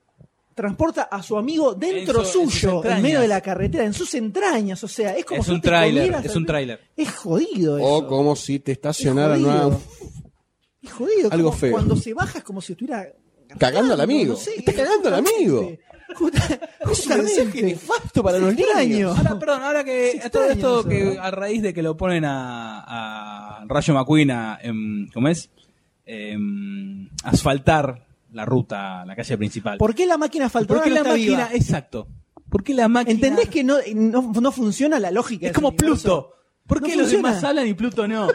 Speaker 7: transporta a su amigo dentro
Speaker 6: En su- en sus
Speaker 7: suyo, en,
Speaker 6: entrañas.
Speaker 7: medio de la carretera, en sus entrañas. O sea, es como
Speaker 6: Es
Speaker 7: si
Speaker 6: un
Speaker 7: te
Speaker 6: tráiler,
Speaker 7: comieras
Speaker 6: es
Speaker 7: al-
Speaker 6: un tráiler.
Speaker 7: Es jodido eso.
Speaker 8: O como si te estacionaran
Speaker 7: Es jodido.
Speaker 8: una-
Speaker 7: Es jodido.
Speaker 8: Algo
Speaker 7: como
Speaker 8: feo.
Speaker 7: Cuando se baja es como si estuviera.
Speaker 8: Cagando al amigo.
Speaker 7: no sé,
Speaker 8: Está cagando al amigo.
Speaker 7: Justa-
Speaker 8: (laughs) Es un mensaje
Speaker 7: justamente.
Speaker 8: nefasto para
Speaker 7: Es
Speaker 8: los
Speaker 7: extraño.
Speaker 8: niños.
Speaker 6: Ahora, perdón, ahora
Speaker 7: (laughs)
Speaker 6: que
Speaker 7: Es
Speaker 6: todo
Speaker 7: extraño
Speaker 6: esto
Speaker 7: eso.
Speaker 6: que a raíz de que lo ponen a, a Rayo McQueen a, em, ¿cómo es? Em, asfaltar la ruta, la calle principal.
Speaker 7: ¿Por qué la máquina faltó?
Speaker 6: ¿Por qué la máquina? Exacto. ¿Por qué la máquina?
Speaker 7: ¿Entendés que no, no, no funciona la lógica?
Speaker 6: es
Speaker 7: de
Speaker 6: como
Speaker 7: ese universo?
Speaker 6: Pluto? ¿Por
Speaker 7: No
Speaker 6: qué los
Speaker 7: funciona.
Speaker 6: demás hablan y Pluto
Speaker 7: (laughs)
Speaker 6: no?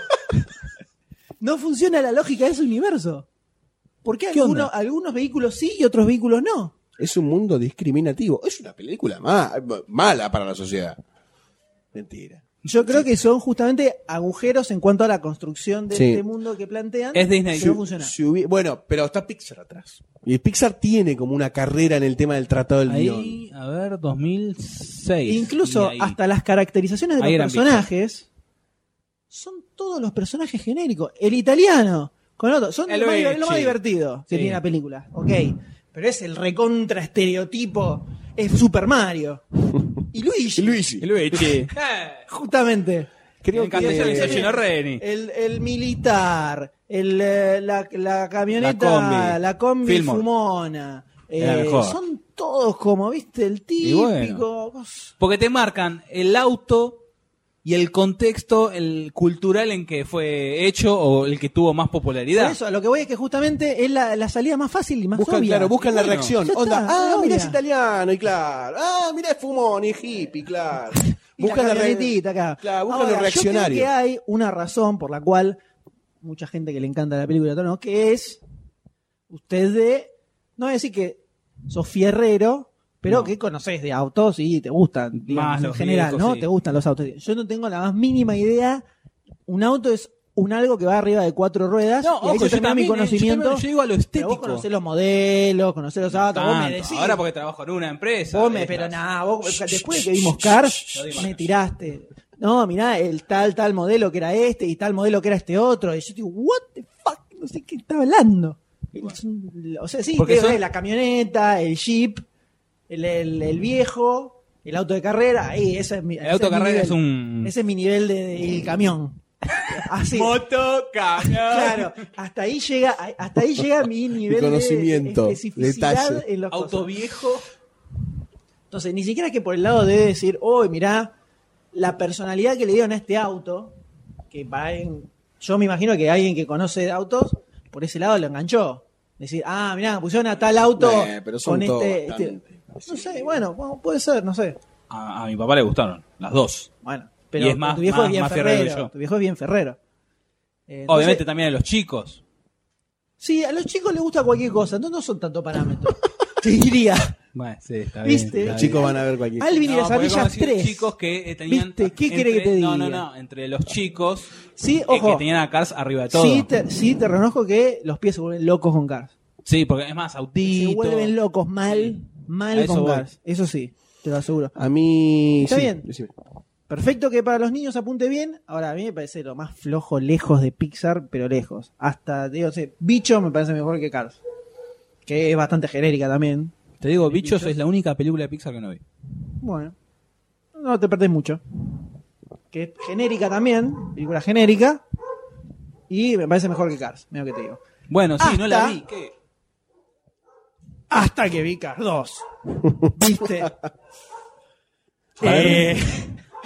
Speaker 7: No funciona la lógica de ese universo. ¿Por qué,
Speaker 6: ¿Qué
Speaker 7: alguno-
Speaker 6: onda?
Speaker 7: algunos vehículos sí y otros vehículos no?
Speaker 8: Es un mundo discriminativo. Es una película ma- mala para la sociedad. Mentira.
Speaker 7: Yo creo que son justamente agujeros en cuanto a la construcción de
Speaker 8: Sí.
Speaker 7: este mundo que plantean.
Speaker 6: Es Disney.
Speaker 7: que no funciona.
Speaker 8: Si hubi- bueno, pero está Pixar atrás. Y Pixar tiene como una carrera en el tema del tratado del guión.
Speaker 6: Ahí, a ver, 2006.
Speaker 7: Incluso
Speaker 6: Y ahí-
Speaker 7: hasta las caracterizaciones de
Speaker 6: Ahí
Speaker 7: los
Speaker 6: eran
Speaker 7: personajes son todos los personajes genéricos. El italiano, con otro, son
Speaker 6: El
Speaker 7: lo más,
Speaker 6: Luigi.
Speaker 7: es lo más divertido que
Speaker 6: Sí.
Speaker 7: tiene la película, ok. Pero es el recontra estereotipo, es Super Mario. Y Luigi,
Speaker 8: Luigi.
Speaker 6: Luigi.
Speaker 7: justamente.
Speaker 6: Creo que
Speaker 7: que-
Speaker 6: desayunó Reni.
Speaker 7: El, el militar, el, eh, la, la camioneta,
Speaker 6: combi.
Speaker 7: la combi,
Speaker 6: Fillmore.
Speaker 7: fumona.
Speaker 6: Era
Speaker 7: Eh,
Speaker 6: mejor.
Speaker 7: son todos como, viste, el
Speaker 6: Y
Speaker 7: típico.
Speaker 6: bueno. Porque te marcan el auto y el contexto el cultural en que fue hecho o el que tuvo más popularidad.
Speaker 7: Por eso, a lo que voy es que justamente es la, la salida más fácil y más
Speaker 8: Buscan,
Speaker 7: obvia.
Speaker 8: claro, buscan la
Speaker 7: Bueno,
Speaker 8: reacción.
Speaker 7: ya está,
Speaker 8: Onda, ah,
Speaker 7: obvia.
Speaker 8: mira es italiano, y claro. Ah, mira es fumón y es hippie, claro.
Speaker 7: (laughs) Y la
Speaker 8: re-
Speaker 7: camionetita acá.
Speaker 8: Claro, buscan
Speaker 7: Ahora,
Speaker 8: lo
Speaker 7: yo creo
Speaker 8: reaccionario.
Speaker 7: que hay una razón por la cual mucha gente que le encanta la película, todo, ¿no? que es usted de, no voy a decir que sos fierrero, pero
Speaker 6: No.
Speaker 7: que conoces de autos y te gustan, digamos,
Speaker 6: Más
Speaker 7: en
Speaker 6: los
Speaker 7: general,
Speaker 6: viejos,
Speaker 7: ¿no?
Speaker 6: sí.
Speaker 7: Te gustan los autos. Yo no tengo la más mínima idea. Un auto es un algo que va arriba de cuatro ruedas
Speaker 6: No,
Speaker 7: y ahí
Speaker 6: ojo,
Speaker 7: se
Speaker 6: yo
Speaker 7: termina mi
Speaker 6: también, eh, yo también-
Speaker 7: conocimiento.
Speaker 6: yo digo a lo
Speaker 7: Pero vos
Speaker 6: estético.
Speaker 7: conocés los modelos, conocés los autos, vos me
Speaker 6: Tanto.
Speaker 7: decís.
Speaker 6: Ahora porque trabajo en una empresa.
Speaker 7: Vos me-
Speaker 6: de estas.
Speaker 7: pero nada, vos, después de que vimos Cars, me tiraste. No, mirá, el tal, tal modelo que era este y tal modelo que era este otro. Y yo digo, what the fuck, no sé qué está hablando. Es un- O sea, sí,
Speaker 6: Porque
Speaker 7: creo
Speaker 6: son-
Speaker 7: que la camioneta, el jeep, el, el- el viejo, el auto de carrera. Ahí, ese es mi, ese
Speaker 6: El auto
Speaker 7: es mi
Speaker 6: carrera
Speaker 7: nivel.
Speaker 6: es un...
Speaker 7: Ese es mi nivel de, del
Speaker 6: (laughs)
Speaker 7: camión. Así.
Speaker 6: Moto, camión.
Speaker 7: Claro, hasta ahí llega, hasta ahí llega mi nivel
Speaker 8: conocimiento,
Speaker 7: de especificidad
Speaker 8: detalle.
Speaker 7: en los
Speaker 6: Auto viejo.
Speaker 7: entonces, ni siquiera que por el lado de decir, uy, mirá, la personalidad que le dieron a este auto, que para alguien- yo me imagino que alguien que conoce de autos, por ese lado lo enganchó. Decir, ah, mirá, pusieron a tal auto
Speaker 8: Eh, pero son
Speaker 7: con
Speaker 8: todos
Speaker 7: este,
Speaker 8: bastante
Speaker 7: este-". No sé, bueno, bueno, puede ser, no sé.
Speaker 6: A, a mi papá le gustaron, las dos.
Speaker 7: Bueno, pero
Speaker 6: Y es más-
Speaker 7: tu viejo
Speaker 6: más-
Speaker 7: es bien
Speaker 6: más
Speaker 7: ferrero.
Speaker 6: ferrero que yo.
Speaker 7: Tu viejo es bien ferrero. Eh, entonces-
Speaker 6: Obviamente también a los chicos.
Speaker 7: Sí, a los chicos les gusta cualquier cosa, entonces no son tanto parámetros. (laughs) Te diría.
Speaker 6: Bueno, sí, está
Speaker 7: ¿Viste?
Speaker 6: está
Speaker 8: Los chicos van a ver cualquier cosa.
Speaker 7: Alvin y las
Speaker 6: porque como
Speaker 7: ardillas
Speaker 6: decir,
Speaker 7: 3.
Speaker 6: chicos que eh, tenían.
Speaker 7: ¿Viste? ¿Qué quiere que te diga?
Speaker 6: No, no, no. Entre los chicos
Speaker 7: Sí,
Speaker 6: eh,
Speaker 7: ojo.
Speaker 6: que tenían a Cars arriba de todo.
Speaker 7: Sí te, sí, te reconozco que los pies se vuelven locos con Cars.
Speaker 6: Sí, porque es más, autito.
Speaker 7: Se vuelven locos mal, mal
Speaker 6: A eso
Speaker 7: con
Speaker 6: voy.
Speaker 7: Cars. Eso sí, te lo aseguro.
Speaker 8: A mí.
Speaker 7: Está
Speaker 8: sí,
Speaker 7: bien.
Speaker 8: decime.
Speaker 7: Perfecto que para los niños apunte bien. Ahora, a mí me parece lo más flojo lejos de Pixar, pero lejos. Hasta, digo, sé, Bicho me parece mejor que Cars. Que es bastante genérica también.
Speaker 6: Te digo, Bichos es la única película de Pixar que no vi.
Speaker 7: Bueno, no te perdés mucho. Que es genérica también, película genérica. Y me parece mejor que Cars, mira que te digo.
Speaker 6: Bueno, sí,
Speaker 7: Hasta-
Speaker 6: no la vi. ¿qué?
Speaker 7: Hasta que vi Cars
Speaker 8: (laughs)
Speaker 7: 2. ¿Viste?
Speaker 6: Eh,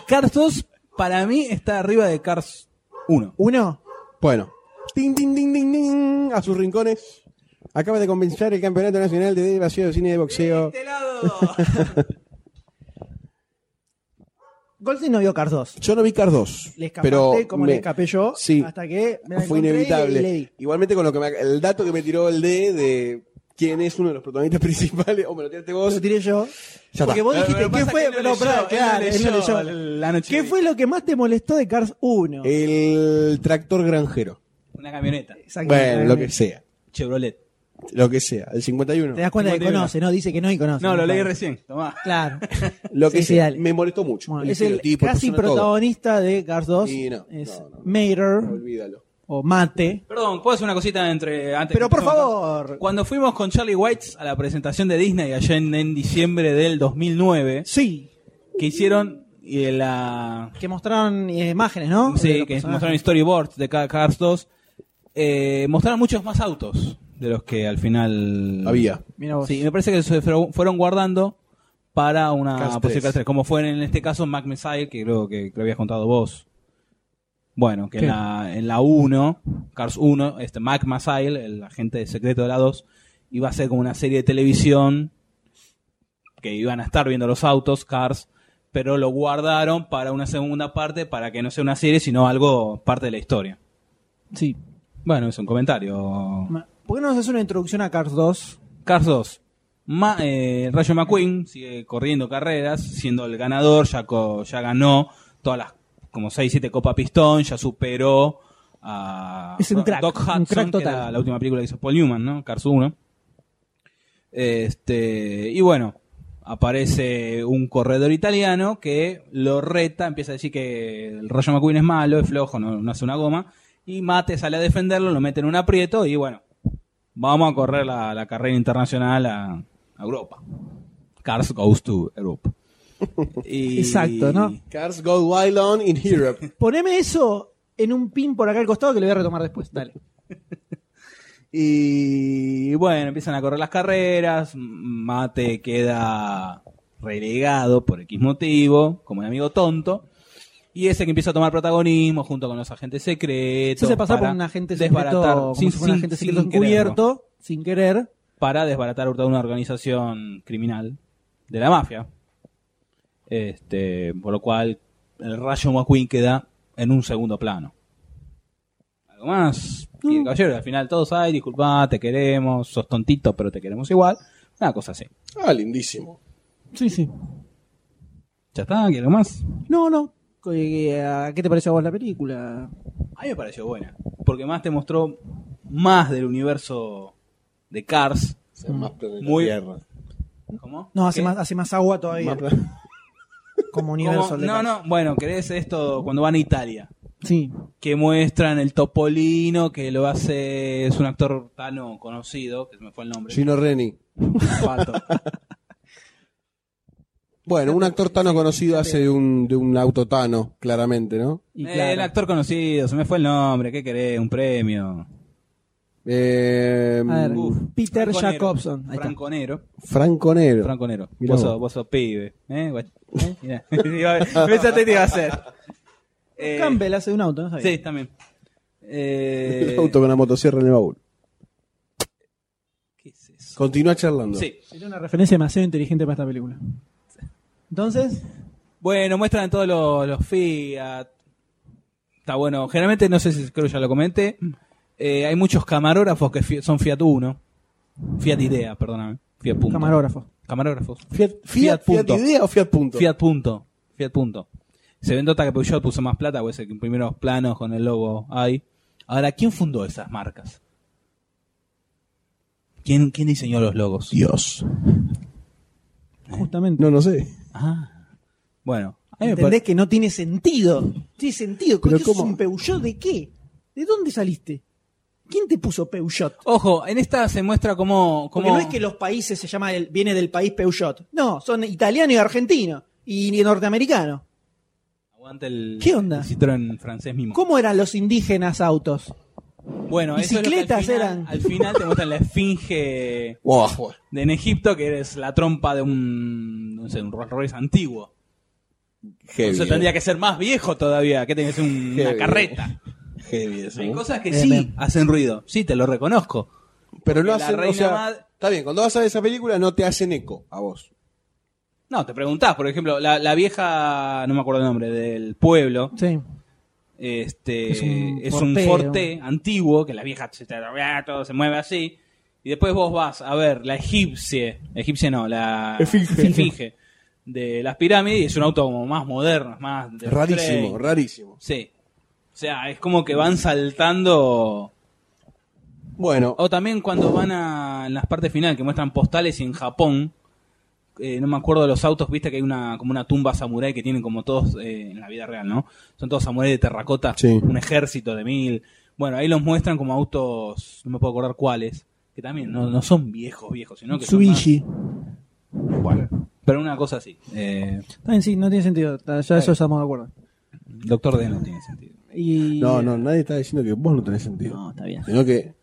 Speaker 6: Cars 2 para mí está arriba de Cars 1.
Speaker 7: Uno,
Speaker 8: Bueno. Ting, ting, ting, ting, ting. A sus rincones. Acaba de comenzar el Campeonato Nacional de Vacío de Cine de Boxeo.
Speaker 7: (laughs) Goldstein no vio Cars 2.
Speaker 8: Yo no vi Cars 2.
Speaker 7: Le escapaste
Speaker 8: pero
Speaker 7: como
Speaker 8: me-
Speaker 7: le escapé yo.
Speaker 8: Sí.
Speaker 7: Hasta que me la
Speaker 8: fue
Speaker 7: encontré y
Speaker 8: inevitable.
Speaker 7: le di.
Speaker 8: Igualmente con lo que me- el dato que me tiró el D de quién es uno de los protagonistas (laughs) principales. O me lo tiraste vos.
Speaker 7: Lo tiré yo. porque vos
Speaker 10: Pero
Speaker 7: dijiste,
Speaker 10: pasa
Speaker 7: ¿qué
Speaker 10: que
Speaker 7: fue?
Speaker 10: él no
Speaker 7: No,
Speaker 10: leyó,
Speaker 7: pará,
Speaker 10: él no
Speaker 7: claro, él no
Speaker 10: leyó
Speaker 7: leyó.
Speaker 10: la noche
Speaker 7: ¿Qué
Speaker 10: de-
Speaker 7: fue lo que más te molestó de Cars 1?
Speaker 8: Eh, El tractor granjero.
Speaker 6: Una camioneta.
Speaker 7: Exactamente.
Speaker 8: Bueno, lo que sea.
Speaker 6: Chevrolet.
Speaker 8: Lo que sea. El 51.
Speaker 7: Te das cuenta que
Speaker 10: 51.
Speaker 7: conoce, ¿no? Dice que no y conoce.
Speaker 10: No, lo leí
Speaker 7: Claro.
Speaker 10: recién. Tomá.
Speaker 7: Claro.
Speaker 8: Lo que
Speaker 7: Sí, sí,
Speaker 8: sea.
Speaker 7: dale.
Speaker 8: me molestó mucho.
Speaker 7: Bueno,
Speaker 8: El
Speaker 7: es el
Speaker 8: estereotipo,
Speaker 7: casi
Speaker 8: persona, todo.
Speaker 7: protagonista de Cars 2.
Speaker 8: Y no,
Speaker 7: es
Speaker 8: no, no, no.
Speaker 7: Mater
Speaker 8: Olvídalo.
Speaker 7: o Mate.
Speaker 6: Perdón, ¿puedo hacer una cosita entre antes?
Speaker 7: Pero
Speaker 6: que
Speaker 7: por
Speaker 6: empecemos?
Speaker 7: favor.
Speaker 6: Cuando fuimos con Charlie White a la presentación de Disney allá en, en diciembre del 2009,
Speaker 7: Sí,
Speaker 6: que hicieron eh, la
Speaker 7: que mostraron eh, imágenes, ¿no? De
Speaker 6: sí,
Speaker 7: los
Speaker 6: que
Speaker 7: personajes.
Speaker 6: mostraron storyboards de cada Cars 2, eh, mostraron muchos más autos de los que al final
Speaker 8: Había.
Speaker 7: Mira vos.
Speaker 6: Sí, y me parece que se fro- fueron guardando para una
Speaker 8: Cars
Speaker 6: posible
Speaker 8: 3.
Speaker 6: Cars 3, como fue en este caso Mac Messiah, que creo que, que lo habías contado vos. Bueno, que en
Speaker 7: ¿Qué?
Speaker 6: la, en la 1, Cars 1, este Mac Messiah, el agente secreto de la 2, iba a ser como una serie de televisión que iban a estar viendo los autos, Cars, pero lo guardaron para una segunda parte, para que no sea una serie, sino algo parte de la historia.
Speaker 7: Sí.
Speaker 6: Bueno, es un comentario.
Speaker 7: Ma- ¿Por qué no nos haces una introducción a Cars 2?
Speaker 6: Cars 2. Ma- eh, Rayo McQueen sigue corriendo carreras, siendo el ganador, ya, co- ya ganó todas las como 6-7 Copa Pistón, ya superó a
Speaker 7: Es un crack,
Speaker 6: Doc
Speaker 7: un
Speaker 6: Hudson,
Speaker 7: crack
Speaker 6: que
Speaker 7: total.
Speaker 6: era la última película que hizo Paul Newman, ¿no? Cars 1. Este, y bueno, aparece un corredor italiano que lo reta, empieza a decir que el Rayo McQueen es malo, es flojo, no, no hace una goma, y Mate sale a defenderlo, lo mete en un aprieto y bueno, vamos a correr la, la carrera internacional a, a Europa. Cars goes to Europe. Y-
Speaker 7: Exacto, ¿no?
Speaker 8: Cars go wild on in Europe.
Speaker 7: Poneme eso en un pin por acá al costado que lo voy a retomar después. Dale.
Speaker 6: Y bueno, empiezan a correr las carreras, Mate queda relegado por X motivo, como un amigo tonto. Y ese que empieza a tomar protagonismo junto con los agentes secretos.
Speaker 7: Se hace pasar por
Speaker 6: para
Speaker 7: un agente secreto,
Speaker 6: desbaratar,
Speaker 7: como
Speaker 6: sin-
Speaker 7: si fuera un
Speaker 6: sin-
Speaker 7: agente
Speaker 6: sin
Speaker 7: secreto
Speaker 6: quererlo.
Speaker 7: encubierto, sin querer.
Speaker 6: para desbaratar toda una organización criminal de la mafia. Este, por lo cual el rayo McQueen queda en un segundo plano. Algo más. Y el caballero, al final todos hay, disculpa, te queremos, sos tontito, pero te queremos igual. Una cosa así.
Speaker 8: Ah, lindísimo.
Speaker 7: Sí, sí.
Speaker 6: ¿Ya está? ¿Quiere algo más?
Speaker 7: No, no. Eh, ¿a ¿Qué te pareció a vos la película?
Speaker 6: A mí me pareció buena. Porque más te mostró más del universo de Cars.
Speaker 8: O sea, más planeta
Speaker 6: Muy-
Speaker 8: Tierra.
Speaker 6: ¿Cómo?
Speaker 7: No, hace
Speaker 6: ¿Qué?
Speaker 7: más, hace más agua todavía.
Speaker 8: Más plan-
Speaker 7: (laughs) Como
Speaker 6: ¿Cómo?
Speaker 7: universo. el de
Speaker 6: No,
Speaker 7: Cars.
Speaker 6: no, bueno, querés esto cuando van a Italia.
Speaker 7: Sí.
Speaker 6: que muestran el Topolino, que lo hace, es un actor tan no conocido, que se me fue el nombre.
Speaker 8: Gino Reni. (laughs)
Speaker 6: Pato.
Speaker 8: Bueno, un actor tano conocido hace de un, de un auto tano, claramente, ¿no?
Speaker 7: Y
Speaker 6: Eh,
Speaker 7: claro.
Speaker 6: El actor conocido, se me fue el nombre, ¿qué querés? Un premio.
Speaker 8: Eh,
Speaker 7: A ver,
Speaker 6: Uf.
Speaker 7: Peter
Speaker 6: Franco
Speaker 7: Jacobson.
Speaker 6: Nero.
Speaker 7: Ahí está.
Speaker 6: Franco Nero.
Speaker 8: Franco Nero. (laughs)
Speaker 6: Franco Nero.
Speaker 8: Mirá
Speaker 6: Vos
Speaker 8: vos.
Speaker 6: sos, vos sos pibe. ¿Eh? guach- ¿Eh? Mirá. (laughs) Iba
Speaker 8: (laughs)
Speaker 6: a- Pensaste que iba a ser. Eh,
Speaker 7: Campbell hace un auto, ¿no sabía?
Speaker 6: Sí, también. Eh,
Speaker 8: El (laughs) auto con la motosierra en el baúl.
Speaker 6: ¿Qué es eso?
Speaker 8: Continúa charlando.
Speaker 6: Sí.
Speaker 7: Sería una referencia demasiado inteligente para esta película. Entonces,
Speaker 6: Bueno, muestran todos los, los Fiat. Está bueno. Generalmente, no sé si creo que ya lo comenté. eh, hay muchos camarógrafos que fi- son Fiat 1. Fiat Idea, perdóname. Fiat punto.
Speaker 7: camarógrafo.
Speaker 6: Camarógrafos.
Speaker 8: Fiat, Fiat,
Speaker 6: Fiat punto.
Speaker 8: Fiat idea o Fiat punto.
Speaker 6: Fiat punto. Fiat punto. Se ve nota que Peugeot puso más plata, pues en primeros planos con el logo hay. Ahora, ¿quién fundó esas marcas? ¿Quién, quién diseñó los logos?
Speaker 8: Dios.
Speaker 7: Justamente.
Speaker 8: No, no sé.
Speaker 6: Ah. Bueno, a mí me
Speaker 7: ¿Entendés que no tiene sentido? Tiene sentido. ¿Por
Speaker 8: Pero
Speaker 7: qué sos
Speaker 8: ¿cómo?
Speaker 7: un Peugeot de qué? ¿De dónde saliste? ¿Quién te puso Peugeot?
Speaker 6: Ojo, en esta se muestra cómo.
Speaker 7: Porque
Speaker 6: cómo-
Speaker 7: no es que los países se llama el, viene del país Peugeot. No, son italiano y argentino y norteamericano.
Speaker 6: Aguante el,
Speaker 7: ¿Qué onda?
Speaker 6: el Citroën francés mismo.
Speaker 7: ¿Cómo eran los indígenas autos?
Speaker 6: Bueno, eso es lo que al
Speaker 7: Bicicletas
Speaker 6: final-
Speaker 7: eran.
Speaker 6: Al final te muestran la esfinge
Speaker 8: (laughs) Guau, guau.
Speaker 6: de en Egipto, que es la trompa de un, no sé, un Rolls Royce antiguo.
Speaker 8: Heavy.
Speaker 6: Eso tendría que ser más viejo todavía, que tenés un- una
Speaker 8: Heavy.
Speaker 6: carreta.
Speaker 8: Heavy eso,
Speaker 6: Hay
Speaker 8: ¿no?
Speaker 6: cosas que
Speaker 7: Bien,
Speaker 6: sí
Speaker 7: bien.
Speaker 6: hacen ruido. Sí, te lo reconozco.
Speaker 8: Pero no
Speaker 6: porque la
Speaker 8: hacen, o
Speaker 6: reina
Speaker 8: sea,
Speaker 6: mad-
Speaker 8: está bien, cuando vas a ver esa película no te hacen eco a vos.
Speaker 6: No, te preguntás, por ejemplo, la, la vieja, no me acuerdo el nombre, del pueblo,
Speaker 7: Sí.
Speaker 6: este
Speaker 7: Es
Speaker 6: es
Speaker 7: un
Speaker 6: un,
Speaker 7: forte,
Speaker 6: forte antiguo que la vieja se, te- todo se mueve así Y después vos vas a ver la egipcia, egipcia no, la
Speaker 7: Esfinge.
Speaker 6: esfinge de las pirámides y es un auto como más moderno, más... de los
Speaker 8: Rarísimo,
Speaker 6: 30.
Speaker 8: rarísimo.
Speaker 6: Sí. O sea, es como que van saltando...
Speaker 8: Bueno,
Speaker 6: O también cuando van a en las partes finales que muestran postales en Japón, eh, no me acuerdo de los autos, viste que hay una como una tumba samurái que tienen como todos eh, en la vida real, ¿no? Son todos samuráis de terracota,
Speaker 8: Sí.
Speaker 6: un ejército de mil. Bueno, ahí los muestran como autos, no me puedo acordar cuáles, que también no, no son viejos, viejos, sino que son más-
Speaker 7: Tsubishi.
Speaker 6: pero una cosa así. Eh,
Speaker 7: También sí, no tiene sentido. Ta- Ya eso estamos de acuerdo.
Speaker 6: Doctor D no tiene sentido.
Speaker 7: Y...
Speaker 8: no, no, nadie está diciendo que vos no tenés sentido.
Speaker 7: No, está bien.
Speaker 8: Sino que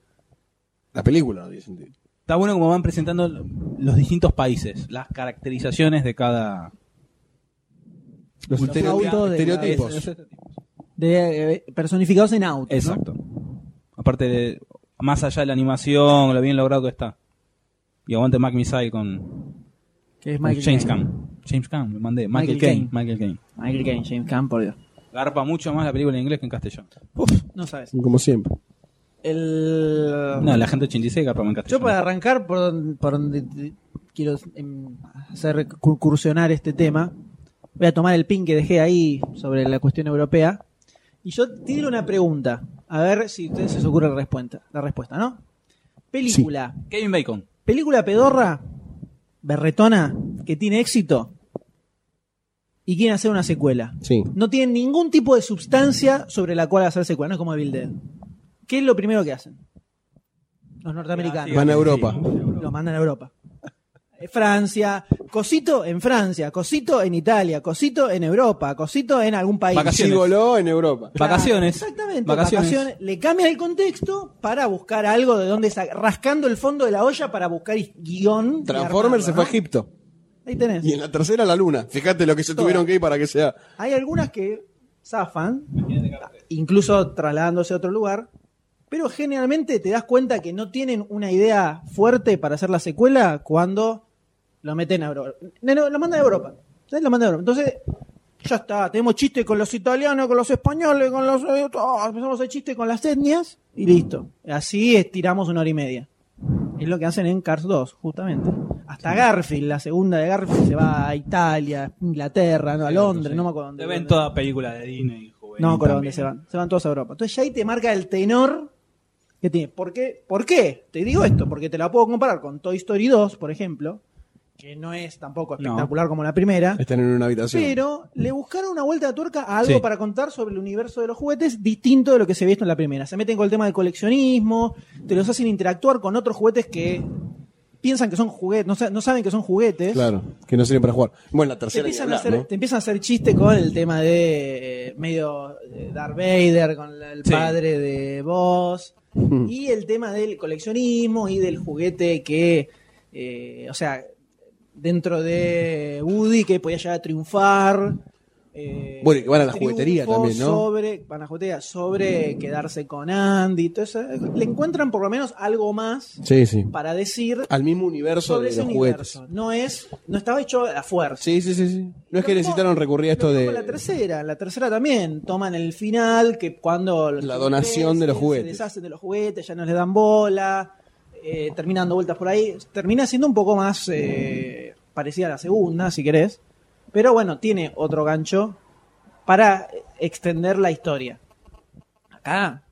Speaker 8: la película no tiene sentido.
Speaker 6: Está bueno como van presentando l- los distintos países, las caracterizaciones de cada
Speaker 8: Los
Speaker 7: Cultura-
Speaker 8: estereotipos.
Speaker 7: de-
Speaker 8: estereotipos.
Speaker 6: Es- es-
Speaker 7: De, eh, personificados en autos. ¿no?
Speaker 6: Exacto. Aparte, de, más allá de la animación, lo bien logrado que está. Y aguante Mac Missile con,
Speaker 7: Que es
Speaker 6: con
Speaker 7: Michael
Speaker 6: James
Speaker 7: Caine.
Speaker 6: Caan. James Caan, me mandé. Michael,
Speaker 7: Michael
Speaker 6: Caine. Michael Caine.
Speaker 7: Michael Caine, James Caan, por Dios.
Speaker 6: Garpa mucho más la película en inglés que en castellano.
Speaker 7: No sabes.
Speaker 8: Como siempre.
Speaker 7: El...
Speaker 6: No, la gente 86 garpa más en
Speaker 7: Yo
Speaker 6: castellano.
Speaker 7: para arrancar por donde, por donde te- quiero em, hacer concursionar este tema, voy a tomar el pin que dejé ahí sobre la cuestión europea. Y yo tiro una pregunta, a ver si a ustedes se les ocurre la respuesta, la respuesta ¿no? Película.
Speaker 6: Kevin Bacon.
Speaker 7: Película pedorra, berretona, que tiene éxito y quiere hacer una secuela.
Speaker 8: Sí.
Speaker 7: No tiene ningún tipo de sustancia sobre la cual hacer secuela, no es como Evil Dead. ¿Qué es lo primero que hacen? Los norteamericanos.
Speaker 8: Van a Europa.
Speaker 7: Lo mandan a Europa. Eh, Francia, cosito en Francia, cosito en Italia, cosito en Europa, cosito en algún país.
Speaker 6: Vacaciones.
Speaker 8: Sí, voló en Europa.
Speaker 7: Claro,
Speaker 6: Vacaciones.
Speaker 7: Exactamente,
Speaker 6: Vacaciones.
Speaker 7: vacaciones. Le cambian el contexto para buscar algo de donde sa- rascando el fondo de la olla para buscar is- guión. y
Speaker 8: Transformers se
Speaker 7: armarlo,
Speaker 8: fue a
Speaker 7: ¿no?
Speaker 8: Egipto.
Speaker 7: Ahí tenés.
Speaker 8: Y en la tercera la luna. Fíjate lo que se tuvieron que ir para que sea.
Speaker 7: Hay algunas que zafan, incluso trasladándose a otro lugar, pero generalmente te das cuenta que no tienen una idea fuerte para hacer la secuela cuando lo meten a Europa. No, no, lo mandan a Europa. ¿Sabes? Lo mandan a Europa. Entonces, ya está, tenemos chistes con los italianos, con los españoles, con los... eh, todo, empezamos a hacer chistes con las etnias y listo. Así estiramos una hora y media. Es lo que hacen en Cars 2, justamente. Hasta Garfield, la segunda de Garfield, se va a Italia, Inglaterra, no, a Londres, no me acuerdo dónde.
Speaker 6: Te ven toda película de Disney. juvenil
Speaker 7: No me acuerdo dónde
Speaker 6: también.
Speaker 7: se van. Se van todos a Europa. Entonces ya ahí te marca el tenor que tiene. ¿Por qué? ¿Por qué? Te digo esto, porque te la puedo comparar con Toy Story 2, por ejemplo, que no es tampoco espectacular como la primera.
Speaker 8: Están en una habitación.
Speaker 7: Pero le buscaron una vuelta de tuerca a algo
Speaker 6: Sí.
Speaker 7: para contar sobre el universo de los juguetes distinto de lo que se había visto en la primera. Se meten con el tema del coleccionismo, te los hacen interactuar con otros juguetes que piensan que son juguetes, no, sa- no saben que son juguetes.
Speaker 8: Claro, que no sirven para jugar. Bueno, la
Speaker 7: Te
Speaker 8: tercera.
Speaker 7: empiezan,
Speaker 8: ni
Speaker 7: a
Speaker 8: hablar,
Speaker 7: hacer,
Speaker 8: ¿no?
Speaker 7: te empiezan a hacer chiste con el tema de eh, medio eh, Darth Vader, con la- el
Speaker 6: Sí.
Speaker 7: padre de Boss,
Speaker 8: Mm.
Speaker 7: y el tema del coleccionismo y del juguete que, eh, o sea, dentro de Woody que podía llegar a triunfar. eh,
Speaker 8: Bueno, y que van a la
Speaker 7: triunfo
Speaker 8: juguetería también, ¿no?
Speaker 7: Sobre, van a la juguetería sobre quedarse con Andy, todo eso. Le encuentran por lo menos algo más
Speaker 8: Sí, sí.
Speaker 7: para decir
Speaker 8: Al mismo universo
Speaker 7: este sobre
Speaker 8: de
Speaker 7: ese
Speaker 8: los
Speaker 7: universo.
Speaker 8: juguetes.
Speaker 7: No es, no estaba hecho a la fuerza.
Speaker 8: Sí, sí, sí, sí. No es que
Speaker 7: Lo mismo-
Speaker 8: necesitaron recurrir a esto
Speaker 7: lo
Speaker 8: de.
Speaker 7: mismo con La tercera, la tercera también. Toman el final, que cuando. los
Speaker 8: La donación de los juguetes.
Speaker 7: Se deshacen de los juguetes, ya no les dan bola. eh, terminan dando vueltas por ahí. Termina siendo un poco más eh, parecida a la segunda, si querés. Pero bueno, tiene otro gancho para extender la historia. Acá,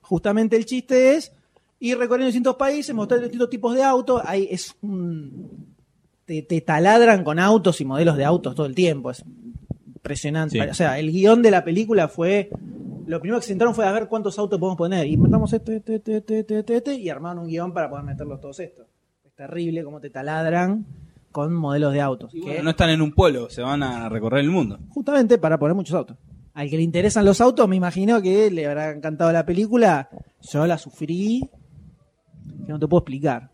Speaker 7: justamente el chiste es ir recorriendo distintos países, mostrar distintos tipos de autos. Ahí es un. Te, te taladran con autos y modelos de autos todo el tiempo. Es impresionante.
Speaker 6: Sí.
Speaker 7: O sea, el guión de la película fue. Lo primero que se sentaron fue a ver cuántos autos podemos poner. Y metamos este, este, este, este, este, este, este, y armaron un guión para poder meterlos todos estos. Es terrible cómo te taladran con modelos de autos.
Speaker 6: Y
Speaker 7: Que-
Speaker 6: bueno, Eh, no están en un pueblo, se van a recorrer el mundo.
Speaker 7: justamente para poner muchos autos. Al que le interesan los autos, me imagino que le habrá encantado la película. Yo la sufrí, que no te puedo explicar.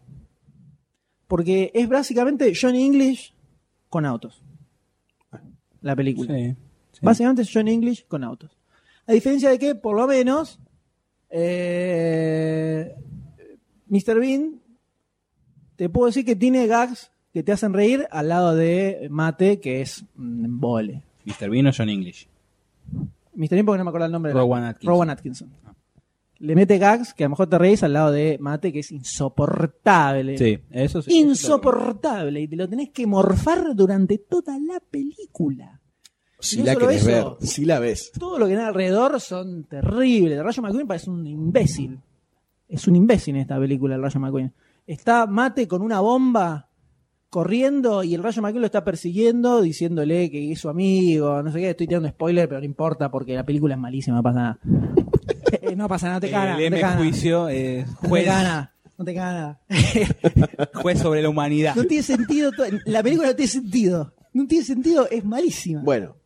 Speaker 7: Porque es básicamente Johnny English con autos. La película. Básicamente es Johnny English con autos. A diferencia de que, por lo menos, eh, Mr. Bean, te puedo decir que tiene gags que te hacen reír al lado de Mate, que es un embole.
Speaker 6: Mr. Bean o John English.
Speaker 7: Mr. Bean, porque no me acuerdo el nombre.
Speaker 6: Rowan Atkinson.
Speaker 7: Rowan Atkinson. le mete gags que a lo mejor te reís al lado de Mate, que es insoportable.
Speaker 6: Sí, eso sí.
Speaker 7: Insoportable. Y te lo tenés que morfar durante toda la película.
Speaker 8: Si
Speaker 7: No
Speaker 8: la
Speaker 7: solo
Speaker 8: querés
Speaker 7: eso.
Speaker 8: ver, si la ves.
Speaker 7: Todo lo que tiene alrededor son terribles. El Rayo McQueen parece un imbécil. Es un imbécil en esta película, el Rayo McQueen. Está Mate con una bomba corriendo y el Rayo McQueen lo está persiguiendo diciéndole que es su amigo, no sé qué. Estoy tirando spoiler, pero no importa porque la película es malísima, no pasa
Speaker 6: (laughs)
Speaker 7: nada. Eh, no pasa nada, no te cagas.
Speaker 6: el
Speaker 7: no te
Speaker 6: M
Speaker 7: cagas.
Speaker 6: juicio eh,
Speaker 7: No te
Speaker 6: juez,
Speaker 7: gana, no te gana.
Speaker 6: juez sobre la humanidad.
Speaker 7: (laughs) no tiene sentido, to- la película no tiene sentido. No tiene sentido, es malísima.
Speaker 8: Bueno,